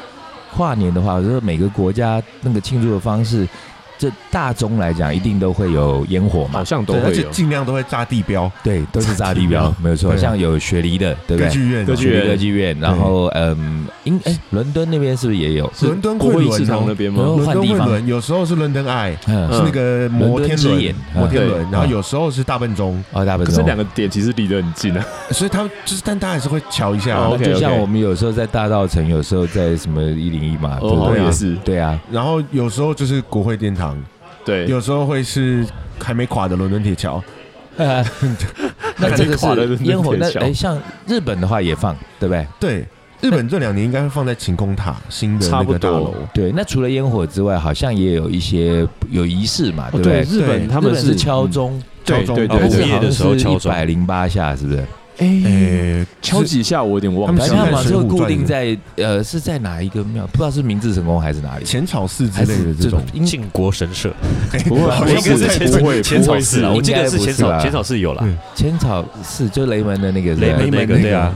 Speaker 4: 跨年的话，我觉得每个国家那个庆祝的方式，这大宗来讲一定都会有烟火嘛
Speaker 2: 好，像都
Speaker 1: 对，而
Speaker 2: 会
Speaker 1: 且
Speaker 2: 有。
Speaker 1: 尽量都会炸地标、
Speaker 4: 对，都是炸地标，没有错。
Speaker 1: 对啊
Speaker 4: 像有雪梨的，对不
Speaker 1: 歌
Speaker 4: 对？
Speaker 1: 剧院啊、
Speaker 2: 歌剧
Speaker 4: 雪梨
Speaker 2: 院
Speaker 4: 歌剧院，然后嗯，英哎，伦敦那边是不是也有？
Speaker 2: 是
Speaker 1: 伦敦
Speaker 2: 国
Speaker 1: 会
Speaker 2: 会
Speaker 1: 轮
Speaker 2: 市
Speaker 1: 哦
Speaker 2: 场那边
Speaker 4: 哦
Speaker 2: 吗？
Speaker 1: 伦
Speaker 4: 换
Speaker 1: 敦
Speaker 4: 地
Speaker 1: 会
Speaker 4: 方
Speaker 1: 轮，有时候是伦敦爱，
Speaker 4: 嗯，
Speaker 1: 是那个摩天
Speaker 4: 伦敦之
Speaker 1: 轮，
Speaker 4: 眼
Speaker 1: 呃摩天
Speaker 2: 嗯
Speaker 1: 轮，然后有时候是大笨钟，
Speaker 4: 哦，大本
Speaker 2: 可
Speaker 4: 钟。
Speaker 2: 是两个点其实离得很近啊。
Speaker 1: 所以他们就是，但大家还是会瞧一下啊。
Speaker 2: 哦
Speaker 4: 就
Speaker 2: OK，OK
Speaker 4: 像我们有时候在大道城，有时候在什么一零一嘛，对
Speaker 2: 哦，
Speaker 4: 不
Speaker 2: 好
Speaker 4: 对
Speaker 2: 像
Speaker 1: 啊
Speaker 2: 也是，
Speaker 4: 对啊，
Speaker 1: 然后有时候就是国会殿堂，
Speaker 2: 对，
Speaker 1: 有时候会是还没垮的伦敦铁桥，
Speaker 4: 呃那这个
Speaker 2: 垮了
Speaker 4: 是烟火，那
Speaker 2: 真的
Speaker 4: 哎，像日本的话也放，对不对？
Speaker 1: 对。日本这两年应该会放在晴空塔新的那
Speaker 2: 差不
Speaker 1: 个大
Speaker 2: 多
Speaker 1: 楼，
Speaker 4: 对，那除了烟火之外，好像也有一些有仪式哦嘛，对不
Speaker 2: 哦对，
Speaker 4: 对？
Speaker 2: 日
Speaker 1: 对
Speaker 2: 本他
Speaker 4: 日
Speaker 2: 们
Speaker 4: 本是敲，钟，
Speaker 2: 对
Speaker 1: 敲
Speaker 2: 对
Speaker 1: 钟
Speaker 2: 对
Speaker 1: 哦
Speaker 2: 对
Speaker 1: 午
Speaker 3: 夜的时候敲
Speaker 4: 一
Speaker 3: 钟
Speaker 4: 百零八下，是不是？
Speaker 2: 哎，
Speaker 1: 诶，
Speaker 2: 敲几下我有点忘
Speaker 1: 他
Speaker 2: 了
Speaker 1: 们
Speaker 4: 反
Speaker 1: 想
Speaker 4: 正
Speaker 1: 看
Speaker 4: 嘛，
Speaker 1: 水
Speaker 4: 就
Speaker 1: 浒
Speaker 4: 固
Speaker 1: 传
Speaker 4: 定
Speaker 1: 是
Speaker 4: 在呃是在哪一个庙，不知道是明治神宫还是哪里，
Speaker 1: 浅草寺之
Speaker 4: 哎还
Speaker 1: 类的
Speaker 4: 是
Speaker 1: 这种，
Speaker 4: 应
Speaker 3: 靖国神社，
Speaker 2: 不会，
Speaker 1: 好
Speaker 2: 不
Speaker 1: 像
Speaker 3: 应该
Speaker 1: 不
Speaker 3: 是
Speaker 1: 太
Speaker 3: 浅
Speaker 1: 不
Speaker 3: 草
Speaker 1: 会
Speaker 3: 浅草
Speaker 2: 不
Speaker 3: 寺
Speaker 2: 会
Speaker 3: 啊，
Speaker 2: 是
Speaker 3: 我记得是浅
Speaker 4: 应该不是
Speaker 3: 草
Speaker 4: 吧
Speaker 3: 浅草寺有啦，
Speaker 4: 千草寺就雷门的那个是吧
Speaker 3: 雷门那个对啊，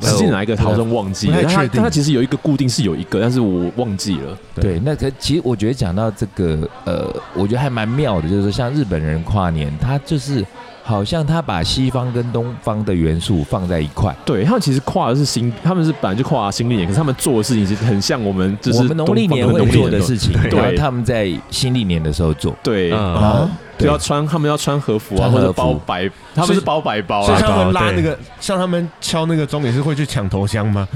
Speaker 2: 实际哪一个好像忘记
Speaker 1: 不太
Speaker 2: 了，但
Speaker 1: 确
Speaker 2: 它
Speaker 1: 定
Speaker 2: 但它其实有一个固定是有一个，但是我忘记了。
Speaker 4: 对，那可其实我觉得讲到这个，呃，我觉得还蛮妙的，就是说像日本人跨年，他就是好像他把西方跟东方的元素放在一块。
Speaker 2: 对他们其实跨的是新，他们是本来就跨新历年，可是他们做的事情其实很像我们就是
Speaker 4: 我们农历
Speaker 2: 东方
Speaker 4: 年
Speaker 2: 的
Speaker 4: 会
Speaker 2: 农历
Speaker 4: 做的事情，
Speaker 2: 对
Speaker 4: 然后他们在新历年的时候做。
Speaker 2: 对，
Speaker 3: 嗯，
Speaker 1: 啊
Speaker 4: 啊，
Speaker 2: 就
Speaker 4: 对
Speaker 2: 要穿他们要穿和服啊，
Speaker 4: 穿和
Speaker 2: 或
Speaker 4: 服
Speaker 2: 者包白，他们是包白包
Speaker 1: 所以
Speaker 2: 啊。
Speaker 1: 像他们拉
Speaker 3: 对
Speaker 1: 那个，像他们敲那个钟也是会去抢头香吗？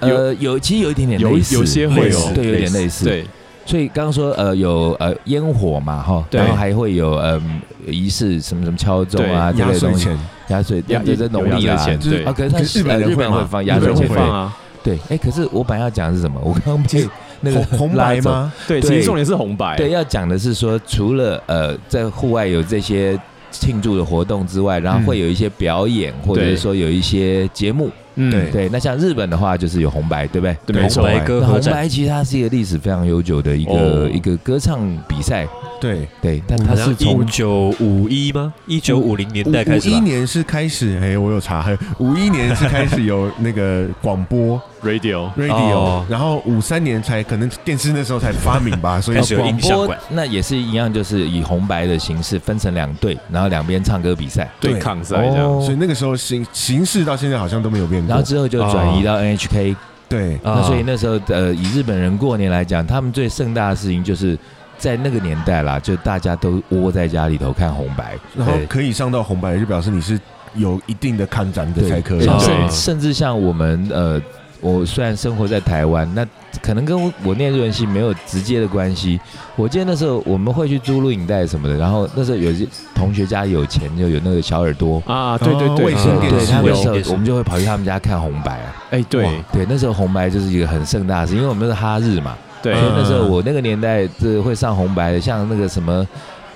Speaker 4: 呃，有其实有一点点
Speaker 2: 有
Speaker 4: 类似
Speaker 2: 有些
Speaker 3: 会
Speaker 4: 类
Speaker 3: 有
Speaker 4: 似对，有点类似。，
Speaker 2: 对，
Speaker 4: 所以刚刚说呃有呃烟火嘛哈，
Speaker 2: 对
Speaker 4: 然后还会有呃仪式什么什么敲钟啊
Speaker 2: 对
Speaker 4: 这
Speaker 1: 压
Speaker 4: 类
Speaker 1: 岁
Speaker 4: 东西，
Speaker 1: 钱，
Speaker 4: 压岁
Speaker 2: 压
Speaker 4: 这这农历
Speaker 2: 有压
Speaker 4: 啦
Speaker 2: 岁，钱
Speaker 1: 就是
Speaker 2: 对
Speaker 4: 啊，可是他
Speaker 1: 可是日本
Speaker 4: 呃
Speaker 1: 人会
Speaker 4: 日本
Speaker 1: 嘛
Speaker 4: 会放
Speaker 1: 日
Speaker 4: 压
Speaker 2: 日
Speaker 4: 岁
Speaker 2: 本
Speaker 1: 本
Speaker 2: 会
Speaker 1: 会
Speaker 4: 钱，
Speaker 2: 放啊，
Speaker 4: 对，哎，可是我本来要讲的是什么？我刚刚被那个
Speaker 1: 红
Speaker 4: *laughs*
Speaker 1: 红白
Speaker 4: 拉走？
Speaker 1: 吗？
Speaker 2: 对，
Speaker 4: 对
Speaker 2: 其实重点是红白，
Speaker 4: 对，要讲的是说，除了呃在户外有这些庆祝的活动之外，然后会有一些表演，或者是说有一些节目。
Speaker 2: 嗯，
Speaker 1: 对
Speaker 4: 对，那像日本的话，就是有红白，对不对？
Speaker 2: 对没错
Speaker 3: 红白歌
Speaker 4: 那
Speaker 3: 合
Speaker 4: 红
Speaker 3: 战，
Speaker 4: 白其实它是一个历史非常悠久的一个、
Speaker 2: 哦
Speaker 4: 一个歌唱比赛，
Speaker 1: 对，
Speaker 4: 对，但它
Speaker 3: 好像
Speaker 4: 是从
Speaker 3: 一九五一吗？一九五零年
Speaker 1: 五
Speaker 3: 代开始
Speaker 1: 一
Speaker 3: 吧，
Speaker 1: 年是开始，哎，我有查， *laughs* 五一年是开始有那个广播
Speaker 2: radio，
Speaker 1: radio，
Speaker 3: 哦
Speaker 1: 然后五三年才可能电视那时候才发明吧，所以
Speaker 3: 开始有
Speaker 1: 广
Speaker 3: 音
Speaker 4: 呃
Speaker 3: 影
Speaker 4: 广
Speaker 3: 像
Speaker 4: 播
Speaker 3: 馆
Speaker 4: 那也是一样，就是以红白的形式分成两队，然后两边唱歌比赛。
Speaker 1: 对
Speaker 2: 啊对抗赛这样，
Speaker 4: 哦
Speaker 1: 所以那个时候形形式到现在好像都没有变念
Speaker 4: 然后
Speaker 1: 过，
Speaker 4: 之后就转移到 NHK，、
Speaker 1: 对，
Speaker 4: 那所以那时候呃，以日本人过年来讲，他们最盛大的事情就是在那个年代啦，就大家都窝在家里头看红白，
Speaker 1: 然后
Speaker 4: 对
Speaker 1: 可以上到红白，就表示你是有一定的看展的
Speaker 4: 对
Speaker 1: 才可以
Speaker 4: 对
Speaker 3: 啊。
Speaker 4: 甚甚至像我们呃，我虽然生活在台湾，那可能跟我念日文系没有直接的关系。我记得那时候我们会去租录影带什么的，然后那时候有些同学家有钱，就有那个小耳朵。
Speaker 2: 啊，对
Speaker 4: 哦
Speaker 2: 对对，
Speaker 1: 卫星电
Speaker 4: 对，
Speaker 1: 视
Speaker 4: 他们
Speaker 2: 有
Speaker 4: 那时
Speaker 3: 卫星电视
Speaker 4: 候我们就会跑去他们家看红白啊。
Speaker 2: 哎，对
Speaker 1: 哇
Speaker 4: 对，那时候红白就是一个很盛大的事，因为我们是哈日嘛，
Speaker 2: 对
Speaker 3: 嗯
Speaker 4: 所以那时候我那个年代这会上红白的，像那个什么，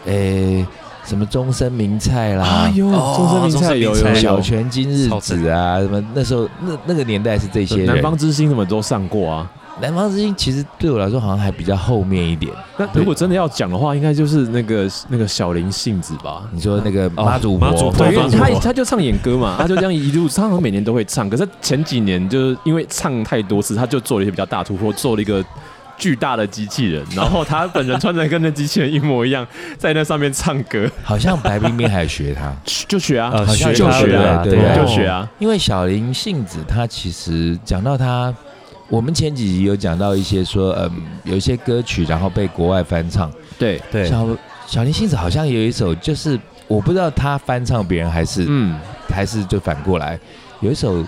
Speaker 4: 诶、什么终身名菜啦，
Speaker 3: 哎
Speaker 2: 呦，啊哦中山名菜有有
Speaker 4: 小
Speaker 2: 有，
Speaker 4: 泉今日子啊，什么那时候那那个年代是这些人。
Speaker 2: 南方之星什么都上过啊。
Speaker 4: 南方之星其实对我来说好像还比较后面一点。
Speaker 2: 那如果真的要讲的话，应该就是那个那个小林杏子吧。
Speaker 4: 你说那个
Speaker 3: 哦
Speaker 4: 妈祖婆，
Speaker 3: 妈祖婆
Speaker 2: 对，因为
Speaker 3: 妈祖婆
Speaker 2: 他他就唱演歌 *laughs* 嘛，他就这样一路，他好像每年都会唱。可是前几年就是因为唱太多次，他就做了一些比较大突破，做了一个巨大的机器人，然后他本人穿的跟那机器人一模一样，在那上面唱歌，
Speaker 4: 好像白冰冰还学他，
Speaker 2: *laughs* 就学啊，
Speaker 3: 呃
Speaker 4: 好像
Speaker 3: 学
Speaker 2: 就
Speaker 3: 他
Speaker 2: 学
Speaker 4: 的
Speaker 2: 啊，
Speaker 4: 啊
Speaker 2: 对
Speaker 4: 对
Speaker 2: 啊，
Speaker 4: 啊
Speaker 2: 就
Speaker 4: *laughs*
Speaker 2: 学啊，
Speaker 4: 因为小林杏子她其实讲到她，我们前几集有讲到一些说，嗯，有一些歌曲然后被国外翻唱，
Speaker 2: 对，
Speaker 3: 对，
Speaker 4: 小小林杏子好像有一首，就是我不知道她翻唱别人还是
Speaker 2: 嗯，
Speaker 4: 还是就反过来，有一首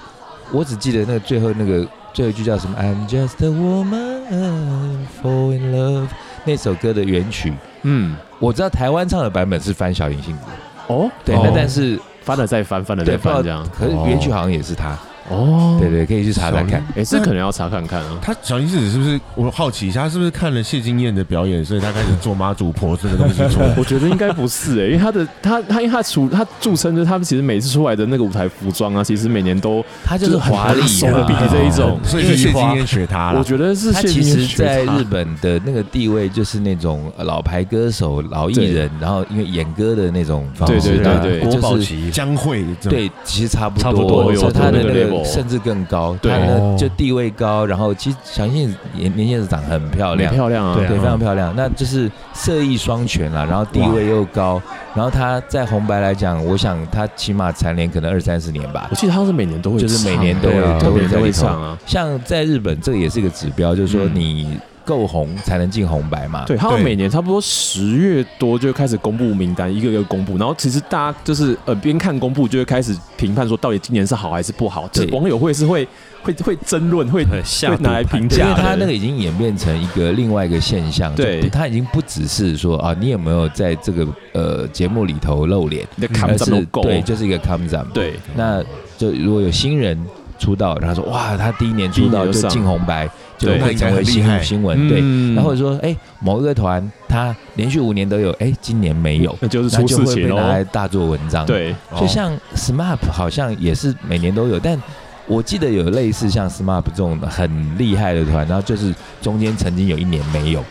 Speaker 4: 我只记得那个最后那个最后一句叫什么？I'm just a woman fall in love 那首歌的原曲，
Speaker 2: 嗯，
Speaker 4: 我知道台湾唱的版本是翻小林杏子，
Speaker 2: 哦，
Speaker 4: 对，
Speaker 1: 哦
Speaker 4: 那但是
Speaker 2: 翻了再翻，翻了
Speaker 4: 对
Speaker 2: 再
Speaker 4: 不知
Speaker 2: 翻
Speaker 4: 道
Speaker 2: 这样，，
Speaker 4: 可是原曲好像也是他，
Speaker 2: 哦，
Speaker 4: 对，对，可以去查查看。
Speaker 2: 哎，这可能要查看看
Speaker 4: *laughs*
Speaker 2: 啊。
Speaker 1: 他小林子是不是？我好奇一下，他是不是看了谢金燕的表演，所以他开始做妈祖婆这个东西出来
Speaker 2: *laughs* ？我觉得应该不是哎、因为他的他他因为他除他著称就是他们其实每次出来的那个舞台服装啊，其实每年都
Speaker 4: 他就是
Speaker 2: 就是
Speaker 4: 华丽
Speaker 2: 手
Speaker 4: 嘛
Speaker 2: 比这一种
Speaker 1: *laughs* 所以是谢金燕学他
Speaker 2: 我
Speaker 1: 了。
Speaker 2: 觉得是
Speaker 4: 他
Speaker 2: 谢
Speaker 4: 其
Speaker 2: 金燕
Speaker 4: 实，
Speaker 2: 学
Speaker 4: 在
Speaker 2: 他
Speaker 4: 日本的那个地位就是那种呃老牌歌手、老艺
Speaker 2: 对
Speaker 4: 人，然后因为演歌的那种方
Speaker 2: 对
Speaker 4: 式
Speaker 2: 对
Speaker 4: 啊，
Speaker 2: 对对
Speaker 4: 就
Speaker 1: 国
Speaker 4: 是
Speaker 1: 宝级江蕙这种，
Speaker 4: 对，其实差不多，
Speaker 3: 差不多
Speaker 4: 所以
Speaker 2: 有
Speaker 4: 他的那
Speaker 2: 差不多那个
Speaker 4: 个
Speaker 2: level
Speaker 4: 甚至更高，
Speaker 2: 对
Speaker 4: 他
Speaker 1: 哦
Speaker 4: 呢就地位高，然后其实小燕子年年轻人长得很漂
Speaker 2: 很
Speaker 4: 亮，
Speaker 2: 漂亮啊，
Speaker 3: 对
Speaker 4: 对，非常漂亮，那就是色艺双全啦，然后地位又高，然后他在红白来讲，我想他起码蝉联可能二三十年吧
Speaker 2: 我。记得他是每年都会唱，
Speaker 4: 就是每年都会
Speaker 2: 对啊
Speaker 4: 都会
Speaker 2: 每年都
Speaker 4: 在
Speaker 2: 会
Speaker 4: 里头
Speaker 2: 唱啊。
Speaker 4: 像在日本，这个也是一个指标，就是说
Speaker 2: 嗯
Speaker 4: 你够红才能进红白嘛。
Speaker 2: 对，他们
Speaker 1: 对
Speaker 2: 每年差不多十月多就开始公布名单，一个一个公布，然后其实大家就是呃边看公布就会开始评判说到底今年是好还是不好，这
Speaker 4: 对
Speaker 2: 网友会是会会会争论，会
Speaker 3: 对下
Speaker 2: 会
Speaker 3: 毒
Speaker 2: 拿来
Speaker 3: 盘
Speaker 2: 评
Speaker 4: 对，因
Speaker 2: 价
Speaker 4: 为
Speaker 2: 的，
Speaker 4: 他那个已经演变成一个另外一个现象，就
Speaker 2: 对
Speaker 4: 不他已经不只是说啊，你有没有在这个呃节目里头露脸，
Speaker 2: 你的看
Speaker 4: 而
Speaker 2: 怎
Speaker 4: 是
Speaker 2: 么够，
Speaker 4: 对，就是一个 come down。，
Speaker 2: 对
Speaker 4: 那就如果有新人出道，然后说哇，他第一年出道
Speaker 2: 第一年就
Speaker 4: 就
Speaker 2: 上
Speaker 4: 进红白，就
Speaker 2: 对
Speaker 4: 会成为
Speaker 1: 那应该很厉害
Speaker 4: 新新闻，对。
Speaker 2: 嗯
Speaker 4: 然后说，哎，某一个团他连续五年都有，哎，今年没有，
Speaker 2: 那就是
Speaker 4: 那
Speaker 2: *laughs* 出
Speaker 4: 就
Speaker 2: 事
Speaker 4: 会被
Speaker 2: 情
Speaker 4: 拿来
Speaker 2: 喽。
Speaker 4: 大做文章。，
Speaker 2: 对，
Speaker 1: 哦
Speaker 4: 就像 SMAP 好像也是每年都有，但我记得有类似像 SMAP 这种很厉害的团，然后就是中间曾经有一年没有，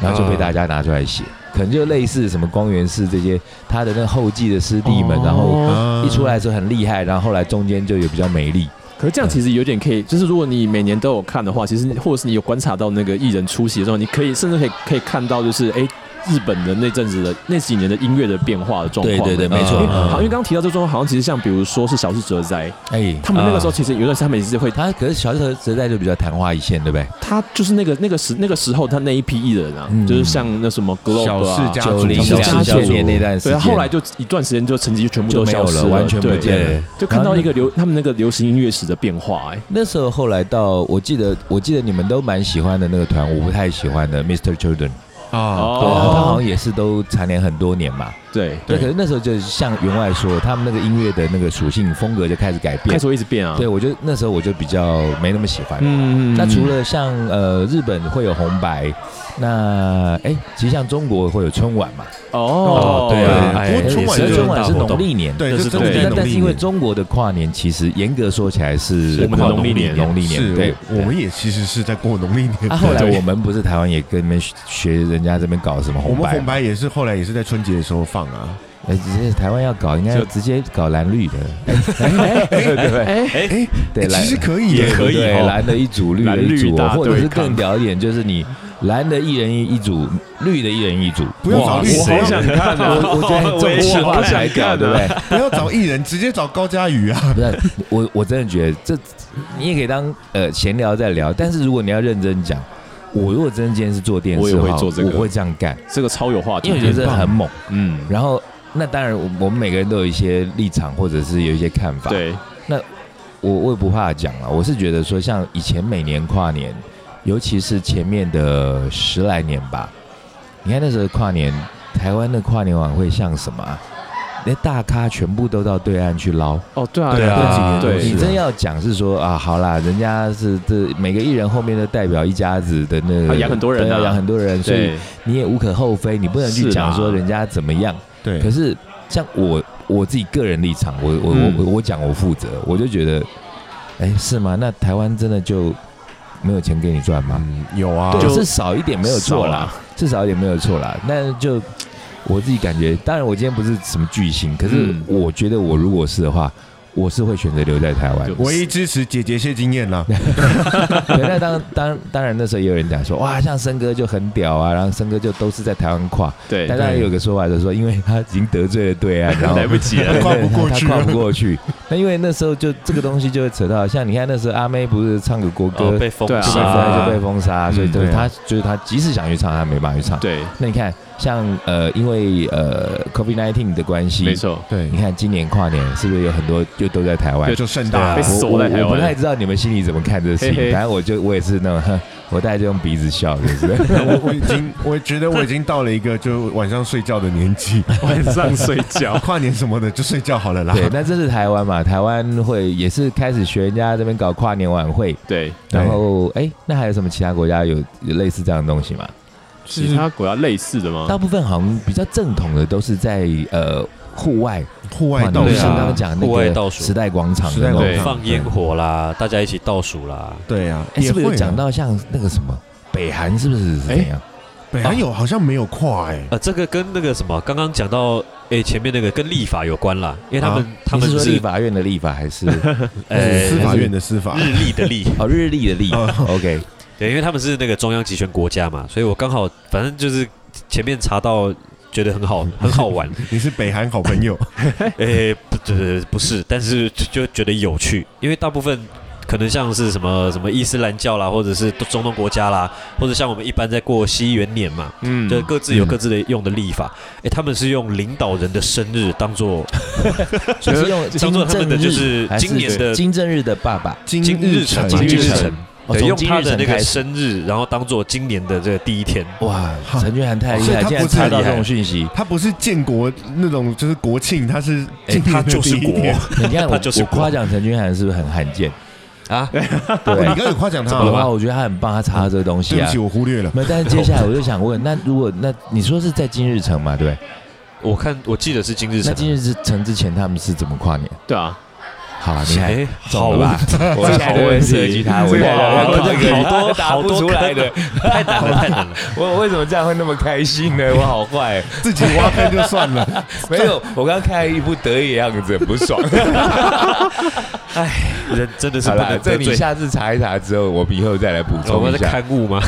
Speaker 4: 然后就被大家拿出来写，可能就类似什么光源氏这些他的那个后继的师弟们，然后
Speaker 2: 哦
Speaker 1: 啊
Speaker 4: 一出来的时候很厉害，然后后来中间就有比较没力，
Speaker 2: 可是这样其实有点可以，就是如果你每年都有看的话，其实你或者是你有观察到那个艺人出席的时候，你可以甚至可以可以看到，就是哎、诶日本的那阵子的那几年的音乐的变化的状况。
Speaker 4: 对
Speaker 3: 没错
Speaker 2: 因为
Speaker 3: 嗯
Speaker 2: 好，因为刚刚提到这状况，好像其实像比如说是小室哲哉，
Speaker 4: 哎，
Speaker 2: 他们那个时候其实有段时间他们也是会，
Speaker 4: 他可是小时候时代就比较昙花一现，对不对？
Speaker 2: 他就是那个那个时那个时候他那一批艺人啊，
Speaker 4: 嗯
Speaker 2: 就是像那什么 Globe
Speaker 1: 小室，
Speaker 2: 啊
Speaker 1: 家族
Speaker 4: 九零
Speaker 2: 小
Speaker 4: 两
Speaker 2: 家族
Speaker 4: 千年啊那段时
Speaker 2: 对，
Speaker 4: 间，
Speaker 2: 后来就一段时间就成绩就全部
Speaker 4: 就
Speaker 2: 都
Speaker 4: 没有
Speaker 2: 消失
Speaker 4: 了，完全不
Speaker 2: 对
Speaker 4: 见
Speaker 3: 对
Speaker 4: 了。
Speaker 2: 就看到一个流他们那个流行音乐史的变化、哎，
Speaker 4: 那时候后来到，我记得我记得你们都蛮喜欢的那个团，我不太喜欢的 Mr. Children，
Speaker 1: 啊，
Speaker 4: 对，他好像也是都蝉联很多年嘛。
Speaker 2: 对，
Speaker 4: 对，
Speaker 1: 对
Speaker 4: 可是那时候就像员外说的，他们那个音乐的那个属性风格就开始改
Speaker 2: 开
Speaker 4: 变。
Speaker 2: 始会一直变啊，
Speaker 4: 对，我就那时候我就比较没那么喜欢。
Speaker 2: 嗯，
Speaker 4: 那除了像呃日本会有红白，那哎，其实像中国会有春晚嘛，
Speaker 2: 哦，
Speaker 3: 哦对啊
Speaker 1: 对
Speaker 3: 哎
Speaker 1: 不过春晚
Speaker 4: 所以
Speaker 1: 就
Speaker 4: 春
Speaker 1: 很
Speaker 4: 晚
Speaker 3: 大
Speaker 4: 是
Speaker 3: 活动
Speaker 4: 农历年，
Speaker 1: 对，
Speaker 2: 那
Speaker 1: 这
Speaker 2: 是
Speaker 1: 真的
Speaker 2: 对
Speaker 1: 在
Speaker 4: 那
Speaker 1: 农
Speaker 4: 但
Speaker 1: 历
Speaker 4: 是因为
Speaker 1: 年
Speaker 4: 中国的跨年其实严格说起来是
Speaker 2: 我们的
Speaker 4: 跨
Speaker 2: 农历年
Speaker 4: 农历年
Speaker 1: 是
Speaker 4: 对。
Speaker 1: 我我们也其实是在过农历年
Speaker 4: 啊，
Speaker 1: 的。
Speaker 4: 后来
Speaker 1: 对
Speaker 4: 我们不是台湾也跟你们学学人家这边搞什么
Speaker 1: 我
Speaker 4: 红
Speaker 1: 们
Speaker 4: 白
Speaker 1: 红
Speaker 4: 吗？
Speaker 1: 白也是后来也是在春节的时候放啊。
Speaker 4: 呃，直接台湾要搞，应该要
Speaker 2: 就
Speaker 4: 直接搞蓝绿的，
Speaker 2: 哎
Speaker 4: 对不对？
Speaker 2: 哎，
Speaker 1: 哎，
Speaker 4: 对，
Speaker 1: 欸
Speaker 4: 蓝
Speaker 1: 其实可以
Speaker 3: 也
Speaker 1: 耶，
Speaker 3: 可以
Speaker 4: 对
Speaker 3: 哦
Speaker 4: 蓝的一组，绿
Speaker 2: 蓝
Speaker 4: 的一
Speaker 2: 绿
Speaker 4: 组
Speaker 2: 大
Speaker 4: 哦，
Speaker 2: 对
Speaker 4: 或者是
Speaker 2: 抗
Speaker 4: 更屌一点，就是你蓝的一人一组，绿的一人一组。
Speaker 1: 不用找
Speaker 3: 哇
Speaker 1: 绿
Speaker 2: 我
Speaker 1: 色
Speaker 2: 好
Speaker 3: 谁
Speaker 2: 想看啊！
Speaker 4: 我我觉得
Speaker 2: *laughs*
Speaker 4: 这
Speaker 2: 我也
Speaker 4: 种气
Speaker 2: 想
Speaker 4: 话才
Speaker 2: 看
Speaker 4: 搞，
Speaker 2: 啊
Speaker 4: 对不对？
Speaker 1: 不要找艺人，直接找高佳宇啊！
Speaker 4: 不是，我我真的觉得这你也可以当呃闲聊在聊，但是如果你要认真讲，我如果真的今天是做电视的
Speaker 2: 我也
Speaker 4: 话，
Speaker 2: 会做这个
Speaker 4: 我会这样干，
Speaker 2: 这个超有话题，
Speaker 4: 因为我觉得这很猛。
Speaker 2: 嗯，
Speaker 4: 然后那当然，我我们每个人都有一些立场或者是有一些看法，
Speaker 2: 对，
Speaker 4: 我我也不怕讲了。我是觉得说，像以前每年跨年，尤其是前面的十来年吧，你看那时候跨年，台湾的跨年晚会像什么、啊？那大咖全部都到对岸去捞。
Speaker 2: 哦，对啊，
Speaker 3: 对啊
Speaker 2: 对
Speaker 1: 是
Speaker 4: 你真要讲是说啊，好啦，人家是这每个艺人后面都代表一家子的那
Speaker 2: 啊
Speaker 4: 个，
Speaker 2: 养很多人啊
Speaker 4: 对养很多人，所以
Speaker 2: 对，
Speaker 4: 你也无可厚非，你不能去
Speaker 2: 是
Speaker 4: 讲
Speaker 2: 啦
Speaker 4: 说人家怎么样。
Speaker 1: 对
Speaker 4: 可是像我我自己个人立场，我我
Speaker 2: 嗯
Speaker 4: 我我我讲我负责，我就觉得，哎，是吗？那台湾真的就没有钱给你赚吗？
Speaker 1: 嗯，有啊，
Speaker 4: 对，
Speaker 2: 就是
Speaker 4: 少一点没有错啦，是少一点没有错啦。那就我自己感觉，当然我今天不是什么巨星，可是
Speaker 2: 嗯
Speaker 4: 我觉得我如果是的话，我是会选择留在台湾
Speaker 2: 就。
Speaker 1: 唯一支持姐姐谢金燕啦。
Speaker 4: *laughs* 对，那当当当然那时候也有人讲说，哇，像森哥就很屌啊，然后森哥就都是在台湾跨。
Speaker 2: 哎对
Speaker 4: 但当然有个说法就是说，因为他已经得罪了对岸，
Speaker 2: *laughs*
Speaker 4: 然后
Speaker 3: 来不及了。
Speaker 4: 对
Speaker 1: 跨不过去
Speaker 4: 他跨不过去。那因为那时候就这个东西就会扯到，像你看那时候阿妹不是唱个国歌，
Speaker 3: 哦，被封
Speaker 2: 对啊
Speaker 4: 就
Speaker 2: 被
Speaker 3: 杀，
Speaker 4: 就被封杀，
Speaker 1: 嗯
Speaker 4: 所以就是
Speaker 1: 对
Speaker 4: 他就是他即使想去唱，他没办法去唱。
Speaker 2: 对，
Speaker 4: 那你看，像呃，因为呃 COVID 1 9的关系
Speaker 2: 没，错，
Speaker 1: 对
Speaker 4: 你，看今年跨年是不是有很多就都在台湾？
Speaker 1: 就盛大
Speaker 2: 被
Speaker 1: 了
Speaker 4: 我
Speaker 2: 锁
Speaker 4: 我
Speaker 2: 在台湾
Speaker 4: 我不太知道你们心里怎么看这个事
Speaker 2: 嘿
Speaker 4: 情，
Speaker 2: 嘿
Speaker 4: 反正我就我也是那种，哼我大概就用鼻子笑，就是
Speaker 1: *laughs* 我我已经，我觉得我已经到了一个就晚上睡觉的年
Speaker 4: *laughs*
Speaker 1: 纪，，
Speaker 2: 晚上睡觉
Speaker 1: 跨年什么的就睡觉好了啦。
Speaker 4: 对。那这是台湾嘛？台湾会也是开始学人家这边搞跨年晚会，
Speaker 2: 对，
Speaker 1: 对
Speaker 4: 然后哎，那还有什么其他国家有有类似这样的东西吗？
Speaker 2: 其他国家类似的
Speaker 3: 嗯
Speaker 2: 吗
Speaker 4: 大？部分好像比较正统的都是在呃户外，
Speaker 1: 户外倒
Speaker 4: 倒数，
Speaker 3: 对啊
Speaker 4: 像刚刚讲那
Speaker 3: 户外倒
Speaker 4: 个
Speaker 3: 数
Speaker 4: 时代啊广场
Speaker 1: 时
Speaker 4: 的
Speaker 1: 代
Speaker 4: 那
Speaker 1: 广
Speaker 2: 对
Speaker 1: 场
Speaker 4: 种，
Speaker 3: 放烟火啦，大家一起倒数啦。
Speaker 1: 对啊，
Speaker 4: 哎，是不
Speaker 1: 也
Speaker 4: 是有
Speaker 1: 会啊
Speaker 4: 讲到像那个什么北韩是不是是怎样？
Speaker 1: 北韩哎有好像没有跨哎，
Speaker 3: 呃，这个跟那个什么，刚刚讲到，哎，前面那个跟立法有关啦，因为他们他
Speaker 4: 啊你
Speaker 3: 们
Speaker 4: 是说立
Speaker 3: 是
Speaker 4: 法院的立法还是
Speaker 3: *laughs*
Speaker 1: 哎
Speaker 3: 呃
Speaker 1: 司法院的司法，
Speaker 3: 日历的历，
Speaker 4: 哦日历的历
Speaker 1: 哦
Speaker 3: *laughs*
Speaker 4: ？OK，
Speaker 3: 对，因为他们是那个中央集权国家嘛，所以我刚好反正就是前面查到。觉得很好，很好玩。
Speaker 1: 你是北韩好朋友，
Speaker 3: 诶、不，对，不是，但是就就觉得有趣，因为大部分可能像是什么什么伊斯兰教啦，或者是中东国家啦，或者像我们一般在过西元年嘛，
Speaker 2: 嗯，
Speaker 3: 就各自有各自的用的历法。诶、他们是用领导人的生日当
Speaker 4: *laughs*
Speaker 3: 做
Speaker 4: 所以是用
Speaker 3: 当
Speaker 4: 金
Speaker 3: 做他们
Speaker 4: 正
Speaker 3: 的就
Speaker 4: 日
Speaker 3: 是
Speaker 4: 还
Speaker 3: 今年的
Speaker 4: 金正日的爸爸？
Speaker 1: *laughs* 金
Speaker 3: 今
Speaker 1: 日
Speaker 3: 成，
Speaker 1: 今
Speaker 3: 今日
Speaker 4: 日成
Speaker 3: 成，
Speaker 4: 哦
Speaker 3: 对，
Speaker 4: 从
Speaker 3: 用
Speaker 4: 金
Speaker 3: 他
Speaker 4: 日
Speaker 3: 的
Speaker 4: 成
Speaker 3: 那
Speaker 4: 开
Speaker 3: 个
Speaker 4: 始哦
Speaker 3: 生日，然后当做今年的这个第一天。
Speaker 1: *laughs*
Speaker 4: 哇，
Speaker 1: 哈
Speaker 4: 陈俊涵太
Speaker 1: 哦
Speaker 4: 厉
Speaker 1: 所以
Speaker 4: 害，
Speaker 1: 他
Speaker 4: 竟然
Speaker 1: 不是
Speaker 4: 查到
Speaker 3: 厉
Speaker 4: 这
Speaker 3: 害
Speaker 4: 种讯息。
Speaker 1: 他不是建国那种，就是国庆，哎他是
Speaker 3: 诶
Speaker 1: 今年
Speaker 3: 他
Speaker 1: 的
Speaker 3: 就是
Speaker 1: 第一
Speaker 3: 国，
Speaker 1: 天
Speaker 4: 你看我
Speaker 3: 他就是
Speaker 4: 我
Speaker 3: 国
Speaker 4: 夸奖陈俊涵是不是很罕见啊？对
Speaker 1: *laughs*
Speaker 4: 不
Speaker 1: 哦
Speaker 4: 对
Speaker 1: 你，刚刚有夸奖他
Speaker 4: 有啊，
Speaker 1: 吗？
Speaker 4: 我觉得他很棒，他查到这个东西
Speaker 1: 对
Speaker 4: 啊
Speaker 1: 不起，。我忽 *laughs* 略了。
Speaker 4: 没有，但是接下来我就想问，那如果那你说是在金日成嘛，对不对？
Speaker 3: 我看我记得是啊今日
Speaker 4: 那
Speaker 3: 成，
Speaker 4: 金日成之前他们是怎么跨年？
Speaker 2: 对啊，
Speaker 4: 好啊，你看
Speaker 3: 诶
Speaker 4: 中
Speaker 3: 好
Speaker 4: 了吧？我 *laughs* 现在都会设计他，我
Speaker 1: 这
Speaker 4: 现
Speaker 1: 个
Speaker 4: 在
Speaker 1: 好玩
Speaker 4: 我这个
Speaker 3: *laughs* 好多
Speaker 4: 答不
Speaker 3: 好多
Speaker 4: 出来的，
Speaker 3: *laughs* 太难了，太难了。
Speaker 4: *laughs* 我为什么这样会那么开心呢？我好坏，哦
Speaker 1: 自己挖坑就算了，
Speaker 4: 没有，我刚刚看一副得意的样子，很不爽。 *laughs*
Speaker 3: 人真的是
Speaker 4: 好
Speaker 3: 不
Speaker 4: 啦，
Speaker 3: 能
Speaker 4: 这
Speaker 3: 得
Speaker 4: 你
Speaker 3: 罪。
Speaker 4: 下次查一查之后，我们以后再来补
Speaker 3: 我
Speaker 4: 充
Speaker 3: 们
Speaker 4: 一
Speaker 3: 在
Speaker 4: 下。
Speaker 3: 刊物吗？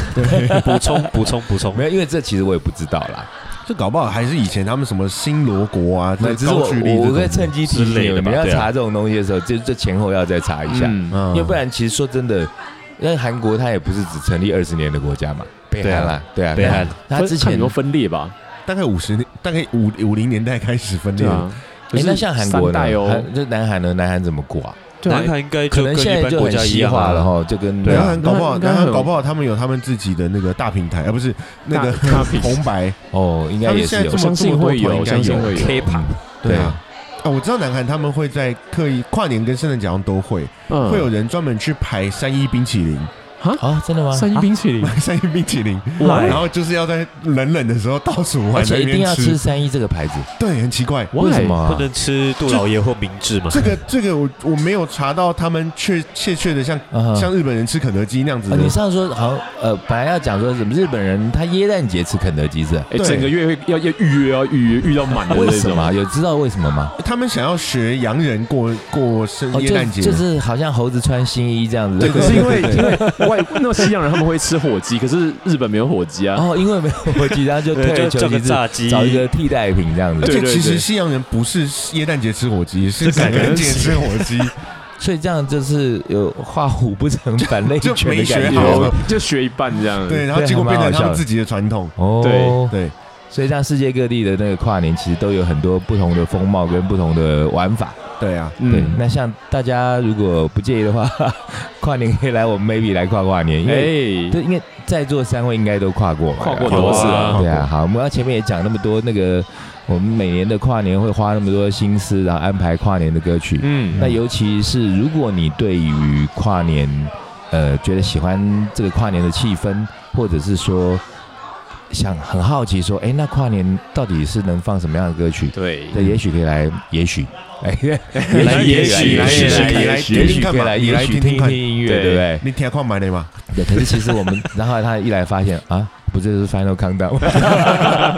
Speaker 3: 补充补充补充
Speaker 4: 没。有，因为这其实我也不知道啦。
Speaker 1: *laughs* 这搞不好还是以前他们什么新罗国啊，
Speaker 4: 那
Speaker 1: 那
Speaker 4: 只是我
Speaker 1: 高句丽
Speaker 4: 我我
Speaker 1: 这
Speaker 4: 在
Speaker 1: 种
Speaker 4: 趁机
Speaker 3: 之
Speaker 4: 提
Speaker 3: 类
Speaker 4: 醒你
Speaker 3: 的吧
Speaker 4: 们，要
Speaker 3: 对啊
Speaker 4: 查这种东西的时候，就就前后要再查一下，
Speaker 2: 嗯，
Speaker 1: 嗯
Speaker 4: 要不然其实说真的，因为韩国它也不是只成立二十年的国家嘛，北韩啦，对啊，
Speaker 3: 北韩
Speaker 4: 那它之前
Speaker 2: 有分裂吧？
Speaker 1: 大概五十年，大概五五零年代开始分裂
Speaker 2: 对。啊，
Speaker 4: 诶那像韩国
Speaker 2: 三代
Speaker 4: 呢，
Speaker 2: 哦
Speaker 4: 韩，这南韩呢，南韩怎么过啊？
Speaker 2: 对啊
Speaker 3: 南，韩应该
Speaker 4: 可
Speaker 3: 就
Speaker 4: 能
Speaker 3: 跟
Speaker 4: 现
Speaker 3: 一
Speaker 4: 在
Speaker 3: 般
Speaker 4: 就
Speaker 3: 国
Speaker 4: 很
Speaker 3: 家一
Speaker 4: 西
Speaker 3: 样
Speaker 4: 化了
Speaker 3: 啊。
Speaker 4: 哈，就跟
Speaker 2: 对啊
Speaker 1: 南韩搞不好，
Speaker 2: 应该
Speaker 1: 南
Speaker 2: 很
Speaker 1: 韩搞不好他们有他们自己的那个大平台，啊而不是那个
Speaker 2: 大大平
Speaker 1: *laughs* 红白，
Speaker 4: 哦，应该也是
Speaker 1: 他们现在这
Speaker 2: 我
Speaker 4: 有
Speaker 1: 么
Speaker 2: 相信会
Speaker 1: 这么
Speaker 2: 有，
Speaker 1: 多团
Speaker 2: 相
Speaker 1: 应该
Speaker 2: 信
Speaker 1: 有
Speaker 2: 会有。
Speaker 4: 嗯
Speaker 1: 对啊。啊，我知道南韩他们会在刻意跨年跟圣诞节好像都会，
Speaker 2: 嗯
Speaker 1: 会有人专门去排三一冰淇淋，
Speaker 4: 啊，真的吗？
Speaker 2: 三一冰淇淋，
Speaker 4: 嗯
Speaker 1: 买 *laughs* 三一冰淇淋，
Speaker 3: 哇
Speaker 2: 哎
Speaker 1: 然后就是要在冷冷的时候倒数
Speaker 4: 啊哎而
Speaker 1: 完在那
Speaker 4: 且一定
Speaker 1: 边
Speaker 4: 要吃
Speaker 1: 吃，
Speaker 4: 三一这个牌子，
Speaker 1: 对，很奇怪。
Speaker 2: Why？
Speaker 4: 为什么啊
Speaker 3: 不？能吃杜老爷或明治吗？
Speaker 1: 这个这个我我没有查到他们确确切的像
Speaker 4: 啊
Speaker 1: 像日本人吃肯德基那样子
Speaker 4: 啊
Speaker 1: 的，
Speaker 4: 你上次说好像呃，本来要讲说什么日本人他耶诞节吃肯德基是吧
Speaker 2: 哎，
Speaker 1: 对
Speaker 2: 整个月会要要预约，要预约，预到满的
Speaker 4: 为
Speaker 2: 那
Speaker 4: 什
Speaker 2: 种
Speaker 4: 么啊？有知道为什么吗？
Speaker 1: 他们想要学洋人过过生
Speaker 4: 哦，
Speaker 1: 耶诞节，
Speaker 4: 就就是好像猴子穿新衣这样子，
Speaker 1: 对
Speaker 2: 可是因为因为外那么西洋人他们会吃火鸡，可是日本没有火鸡啊。
Speaker 4: *laughs* 哦，因为没有火鸡，然后就退
Speaker 3: 对，
Speaker 4: 而
Speaker 3: 就
Speaker 4: 求
Speaker 3: 叫
Speaker 4: 其
Speaker 3: 个
Speaker 4: 次，
Speaker 3: 炸鸡，
Speaker 4: 找一个替代品这样子。
Speaker 1: 而
Speaker 2: 对
Speaker 1: 且其实西洋人不是耶诞节吃火鸡，是
Speaker 2: 是感
Speaker 1: 感
Speaker 2: 恩
Speaker 1: 恩
Speaker 2: 节
Speaker 1: 节吃火
Speaker 4: *laughs*
Speaker 1: 鸡，
Speaker 4: 所以这样就是有画虎不成反类
Speaker 1: 就
Speaker 4: 犬的
Speaker 1: 没
Speaker 4: 感
Speaker 1: 学好
Speaker 4: 觉。
Speaker 2: 有就学一半这样。
Speaker 1: 对，然后
Speaker 4: 对
Speaker 1: 结果
Speaker 4: 还蛮
Speaker 1: 变成
Speaker 4: 好
Speaker 1: 他
Speaker 4: 笑
Speaker 1: 们
Speaker 4: 的
Speaker 1: 自己的传统。
Speaker 4: 哦，
Speaker 1: 对，
Speaker 4: 所以像世界各地的那个跨年，其实都有很多不同的风貌跟不同的玩法。
Speaker 1: 对啊，
Speaker 4: 对，
Speaker 2: 嗯，
Speaker 4: 那像大家如果不介意的话，跨年可以来我们 maybe 来跨跨年，因为
Speaker 2: 哎，
Speaker 4: 对，因为在座三位应该都跨过嘛，
Speaker 2: 跨过
Speaker 4: 对吧
Speaker 2: 有
Speaker 3: 啊
Speaker 2: 是啊，
Speaker 4: 对啊，好，我们刚前面也讲那么多，那个我们每年的跨年会花那么多心思，然后安排跨年的歌曲。
Speaker 2: 嗯
Speaker 4: 那尤其是如果你对于跨年，呃，觉得喜欢这个跨年的气氛，或者是说想很好奇说，哎，那跨年到底是能放什么样的歌
Speaker 3: 嗯
Speaker 4: 曲？
Speaker 2: 对
Speaker 4: 那也许可以来，也许， *laughs* 哎，
Speaker 2: 来也许
Speaker 4: 也许
Speaker 2: 来
Speaker 1: 也许
Speaker 4: 也许可以来，
Speaker 1: 你来
Speaker 4: 也许
Speaker 1: 听听
Speaker 4: 听
Speaker 1: 看
Speaker 4: 听音乐，
Speaker 2: 对
Speaker 4: 对不对？
Speaker 1: 你听矿买的吗？
Speaker 4: 对，可是其实我们，然后他一来发现啊，不这就是 Final Countdown 吗？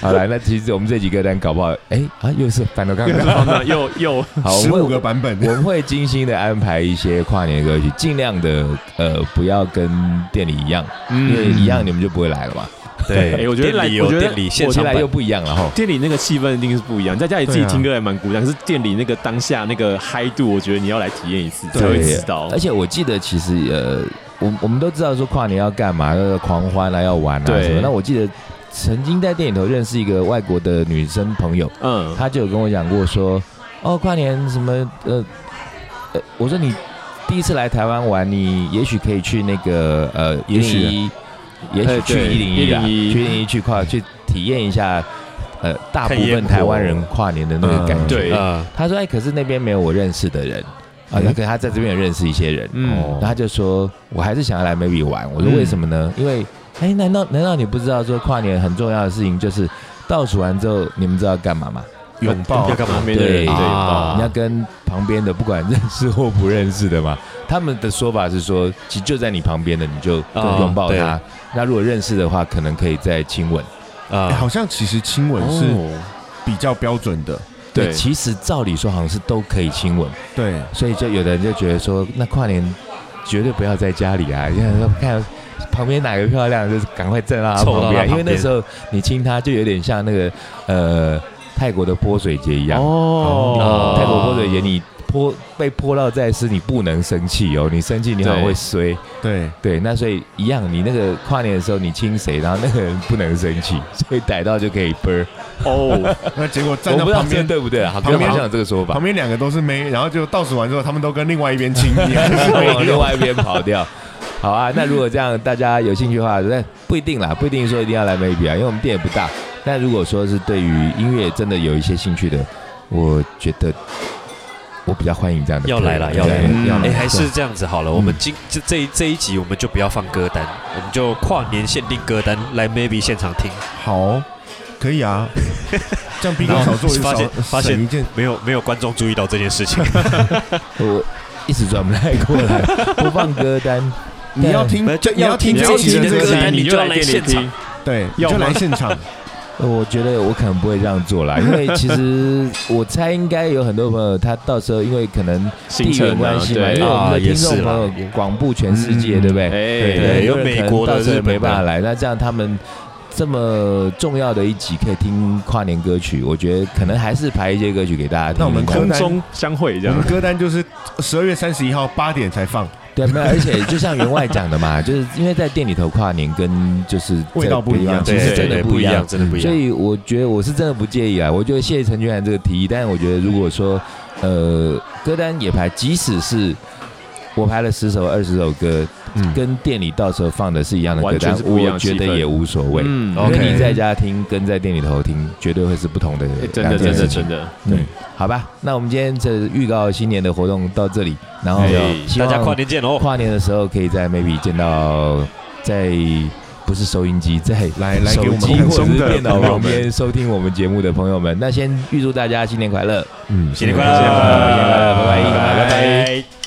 Speaker 4: 好来，那其实我们这几个人搞不好，哎、啊，又是 Final
Speaker 2: 然 *laughs*
Speaker 4: Countdown。
Speaker 2: 后呢，又又
Speaker 4: 好，
Speaker 1: 十
Speaker 4: 我
Speaker 1: 五
Speaker 4: 们
Speaker 1: 个版
Speaker 4: *laughs*
Speaker 1: 本
Speaker 4: 会我们会精心的安排一些跨年歌曲，尽量的呃不要跟店里一样，因
Speaker 2: 嗯
Speaker 4: 为一样你们就不会来了嘛，
Speaker 2: 哎
Speaker 3: 对，
Speaker 2: 我觉得来
Speaker 3: 店里有
Speaker 2: 我觉得
Speaker 3: 店里现
Speaker 4: 我
Speaker 3: 场
Speaker 4: 进来
Speaker 3: 版
Speaker 4: 又不一样了哈。
Speaker 2: 店里那个气氛一定是不一样，在家里自己
Speaker 1: 对啊
Speaker 2: 听歌还蛮孤单，可是店里那个当下那个嗨度，我觉得你要来体验一次才会知道
Speaker 4: 而。且我记得其实呃，我我们都知道说跨年要干嘛，要狂欢啊，要玩啊
Speaker 2: 对
Speaker 4: 什么。那我记得曾经在电影头认识一个外国的女生朋友，
Speaker 2: 嗯，
Speaker 4: 她就有跟我讲过说，哦，跨年什么呃呃，我说你第一次来台湾玩，你也许可以去那个呃一
Speaker 1: 也
Speaker 4: 零
Speaker 1: 许
Speaker 4: 一，也
Speaker 2: 哎
Speaker 4: 许去
Speaker 2: 对
Speaker 4: 一零一啊，
Speaker 2: 101
Speaker 4: 去一零一去跨去体验一下。呃，大部
Speaker 3: 看烟
Speaker 4: 分
Speaker 3: 火
Speaker 4: 台湾人跨年的那个感
Speaker 1: 嗯
Speaker 4: 觉，
Speaker 2: 对
Speaker 3: 啊，
Speaker 4: 他说：“哎，可是那边没有我认识的人
Speaker 1: 嗯
Speaker 4: 啊，那可是他在这边有认识一些人。
Speaker 2: 嗯
Speaker 4: 哦，然后他就说，我还是想要来 maybe 玩。我说
Speaker 2: 嗯
Speaker 4: 为什么呢？因为，哎，难道难道你不知道说跨年很重要的事情就是倒数完之后，你们知道要干嘛吗？
Speaker 1: 拥抱
Speaker 3: 要干嘛
Speaker 2: 旁？边的人对
Speaker 4: 对
Speaker 2: 吧
Speaker 3: 啊
Speaker 4: 你要跟旁边的不管认识或不认识的嘛， *laughs* 他们的说法是说，其实就在你旁边的，你就
Speaker 3: 啊
Speaker 4: 拥抱
Speaker 3: 对
Speaker 4: 他。那如果认识的话，可能可以再亲吻。
Speaker 1: 哎
Speaker 3: 啊
Speaker 1: 好，像其实亲吻是
Speaker 2: 哦
Speaker 1: 比较标准的，
Speaker 2: 对
Speaker 4: 其实照理说好像是都可以亲吻。”
Speaker 1: 对，
Speaker 4: 所以就有的人就觉得说，那跨年绝对不要在家里啊！ *laughs* 因为说看旁边哪个漂亮，就是赶快站到她
Speaker 3: 凑到
Speaker 4: 旁
Speaker 3: 她
Speaker 4: 边啊，因为
Speaker 3: 旁
Speaker 4: 那
Speaker 3: 边
Speaker 4: 时候你亲她就有点像那个呃泰国的泼水节一样。
Speaker 2: 哦
Speaker 1: 嗯
Speaker 3: 哦
Speaker 4: 泰国泼水节，你泼被泼到在是你不能生气哦，你生气你好像
Speaker 2: 对
Speaker 4: 会衰。
Speaker 1: 对，
Speaker 4: 对，那所以一样，你那个跨年的时候你亲谁，然后那个人不能生气， *laughs* 所以逮到就可以啵儿。
Speaker 2: *laughs* 哦，
Speaker 1: 那结果站
Speaker 4: 我
Speaker 1: 到
Speaker 4: 不知道
Speaker 1: 旁
Speaker 4: 这个
Speaker 1: 边，
Speaker 4: 对不对啊？好
Speaker 1: 旁
Speaker 4: 像
Speaker 1: 边
Speaker 4: 好像有这个说法
Speaker 1: 旁。边两个都是妹，然后就倒数完之后，他们都跟另外一边亲，
Speaker 4: *laughs*
Speaker 1: 你还是没
Speaker 4: 往另
Speaker 1: 有。
Speaker 4: 外一边跑掉。 *laughs* 好啊，那如果这样，大家有兴趣的话，但不一定啦，不一定说一定要来 maybe 啊，因为我们店也不大。但如果说是对于音乐真的有一些兴趣的，我觉得我比较欢迎这样的
Speaker 3: 要来了
Speaker 4: 朋友
Speaker 3: 要来
Speaker 2: 了
Speaker 4: 对要来
Speaker 3: 哎，
Speaker 4: 了。
Speaker 3: 还是这样子好了，我们
Speaker 4: 嗯
Speaker 3: 今这这一这一集我们就不要放歌单，我们就跨年限定歌单来 maybe 现场听，
Speaker 1: 好，可以啊，这样逼哥
Speaker 3: 然后
Speaker 1: 少做一
Speaker 3: 发
Speaker 1: 少
Speaker 3: 现发现
Speaker 1: 省一件，
Speaker 3: 没有没有观众注意到这件事情，
Speaker 4: 我一时转不太过来，不放歌单。
Speaker 1: 你要听
Speaker 3: 没有就
Speaker 1: 你要听
Speaker 3: 你
Speaker 1: 这
Speaker 3: 要
Speaker 1: 一集
Speaker 3: 听
Speaker 1: 的这
Speaker 3: 这
Speaker 1: 个
Speaker 3: 个
Speaker 1: 集
Speaker 3: 歌，单
Speaker 2: 你
Speaker 3: 你就
Speaker 2: 来
Speaker 3: 来
Speaker 2: 店里
Speaker 3: 现场
Speaker 2: 听，
Speaker 1: 对，你
Speaker 2: 要
Speaker 1: 就来
Speaker 2: 吗
Speaker 1: 现场，
Speaker 4: 我觉得我可能不会这样做啦，因为其实我猜应该有很多朋友，他到时候因为可能地
Speaker 2: 行程
Speaker 4: 缘
Speaker 2: 啊
Speaker 4: 关系嘛，因为
Speaker 2: 对，
Speaker 4: 我们
Speaker 3: 啊
Speaker 4: 的听
Speaker 3: 也
Speaker 4: 众
Speaker 3: 是
Speaker 4: 朋
Speaker 3: 啦
Speaker 4: 友广布全世界，
Speaker 1: 嗯
Speaker 4: 对不对？
Speaker 2: 哎
Speaker 3: 对
Speaker 4: 有
Speaker 3: 有美国的
Speaker 4: 可能到时候
Speaker 3: 日本
Speaker 4: 没
Speaker 3: 的
Speaker 4: 办法来，那这样他们这么重要的一集可以听跨年歌曲，我觉得可能还是排一些歌曲给大家听。
Speaker 1: 那我们
Speaker 4: 看
Speaker 2: 空中相会这
Speaker 1: 我
Speaker 2: 样
Speaker 1: 们。歌单就是十二月三十一号八点才放，
Speaker 4: 对，没有，而且就像员外讲的嘛，就是因为在店里头跨年跟就是在
Speaker 1: 味道不一样
Speaker 4: *laughs* 别的地方其
Speaker 2: 对
Speaker 4: 实真的
Speaker 3: 不
Speaker 4: 不一样。
Speaker 3: 真的不一
Speaker 4: 所
Speaker 3: 样。
Speaker 4: 以我觉得我是真的不介意啊，我觉得谢谢陈俊涵这个提议，但是我觉得如果说呃歌单也排，即使是我排了十首二十首歌，
Speaker 1: 嗯，
Speaker 4: 跟店里到时候放的是一样的歌
Speaker 2: 完全
Speaker 4: 单
Speaker 2: 是，不一样
Speaker 4: 我
Speaker 2: 的
Speaker 4: 觉得
Speaker 2: 气氛
Speaker 4: 也无所谓。
Speaker 2: 嗯
Speaker 4: 因为
Speaker 1: OK
Speaker 4: 你在家听跟在店里头听，绝对会是不同的
Speaker 2: 哎真
Speaker 4: 两
Speaker 2: 的
Speaker 4: 件
Speaker 2: 真
Speaker 4: 事
Speaker 2: 的
Speaker 4: 情嗯
Speaker 2: 真。的，
Speaker 4: 对，好吧，那我们今天这预告新年的活动到这里，然后
Speaker 2: 哎
Speaker 4: 希
Speaker 3: 大
Speaker 4: 望
Speaker 3: 家跨年见哦喽！
Speaker 4: 跨年的时候可以在 maybe 见到在不是收音机，在
Speaker 1: 来来
Speaker 4: 手
Speaker 1: 给我们
Speaker 4: 机
Speaker 1: 空
Speaker 4: 或者
Speaker 1: 中
Speaker 4: 是
Speaker 1: 的
Speaker 4: 电脑
Speaker 1: 朋友
Speaker 4: 旁
Speaker 1: 们
Speaker 4: 边收听我们节目的朋友们，那先预祝大家新年快乐。
Speaker 1: 嗯，
Speaker 3: 新年快
Speaker 1: 新
Speaker 3: 乐，
Speaker 1: 年快乐
Speaker 4: 拜拜
Speaker 3: 拜拜。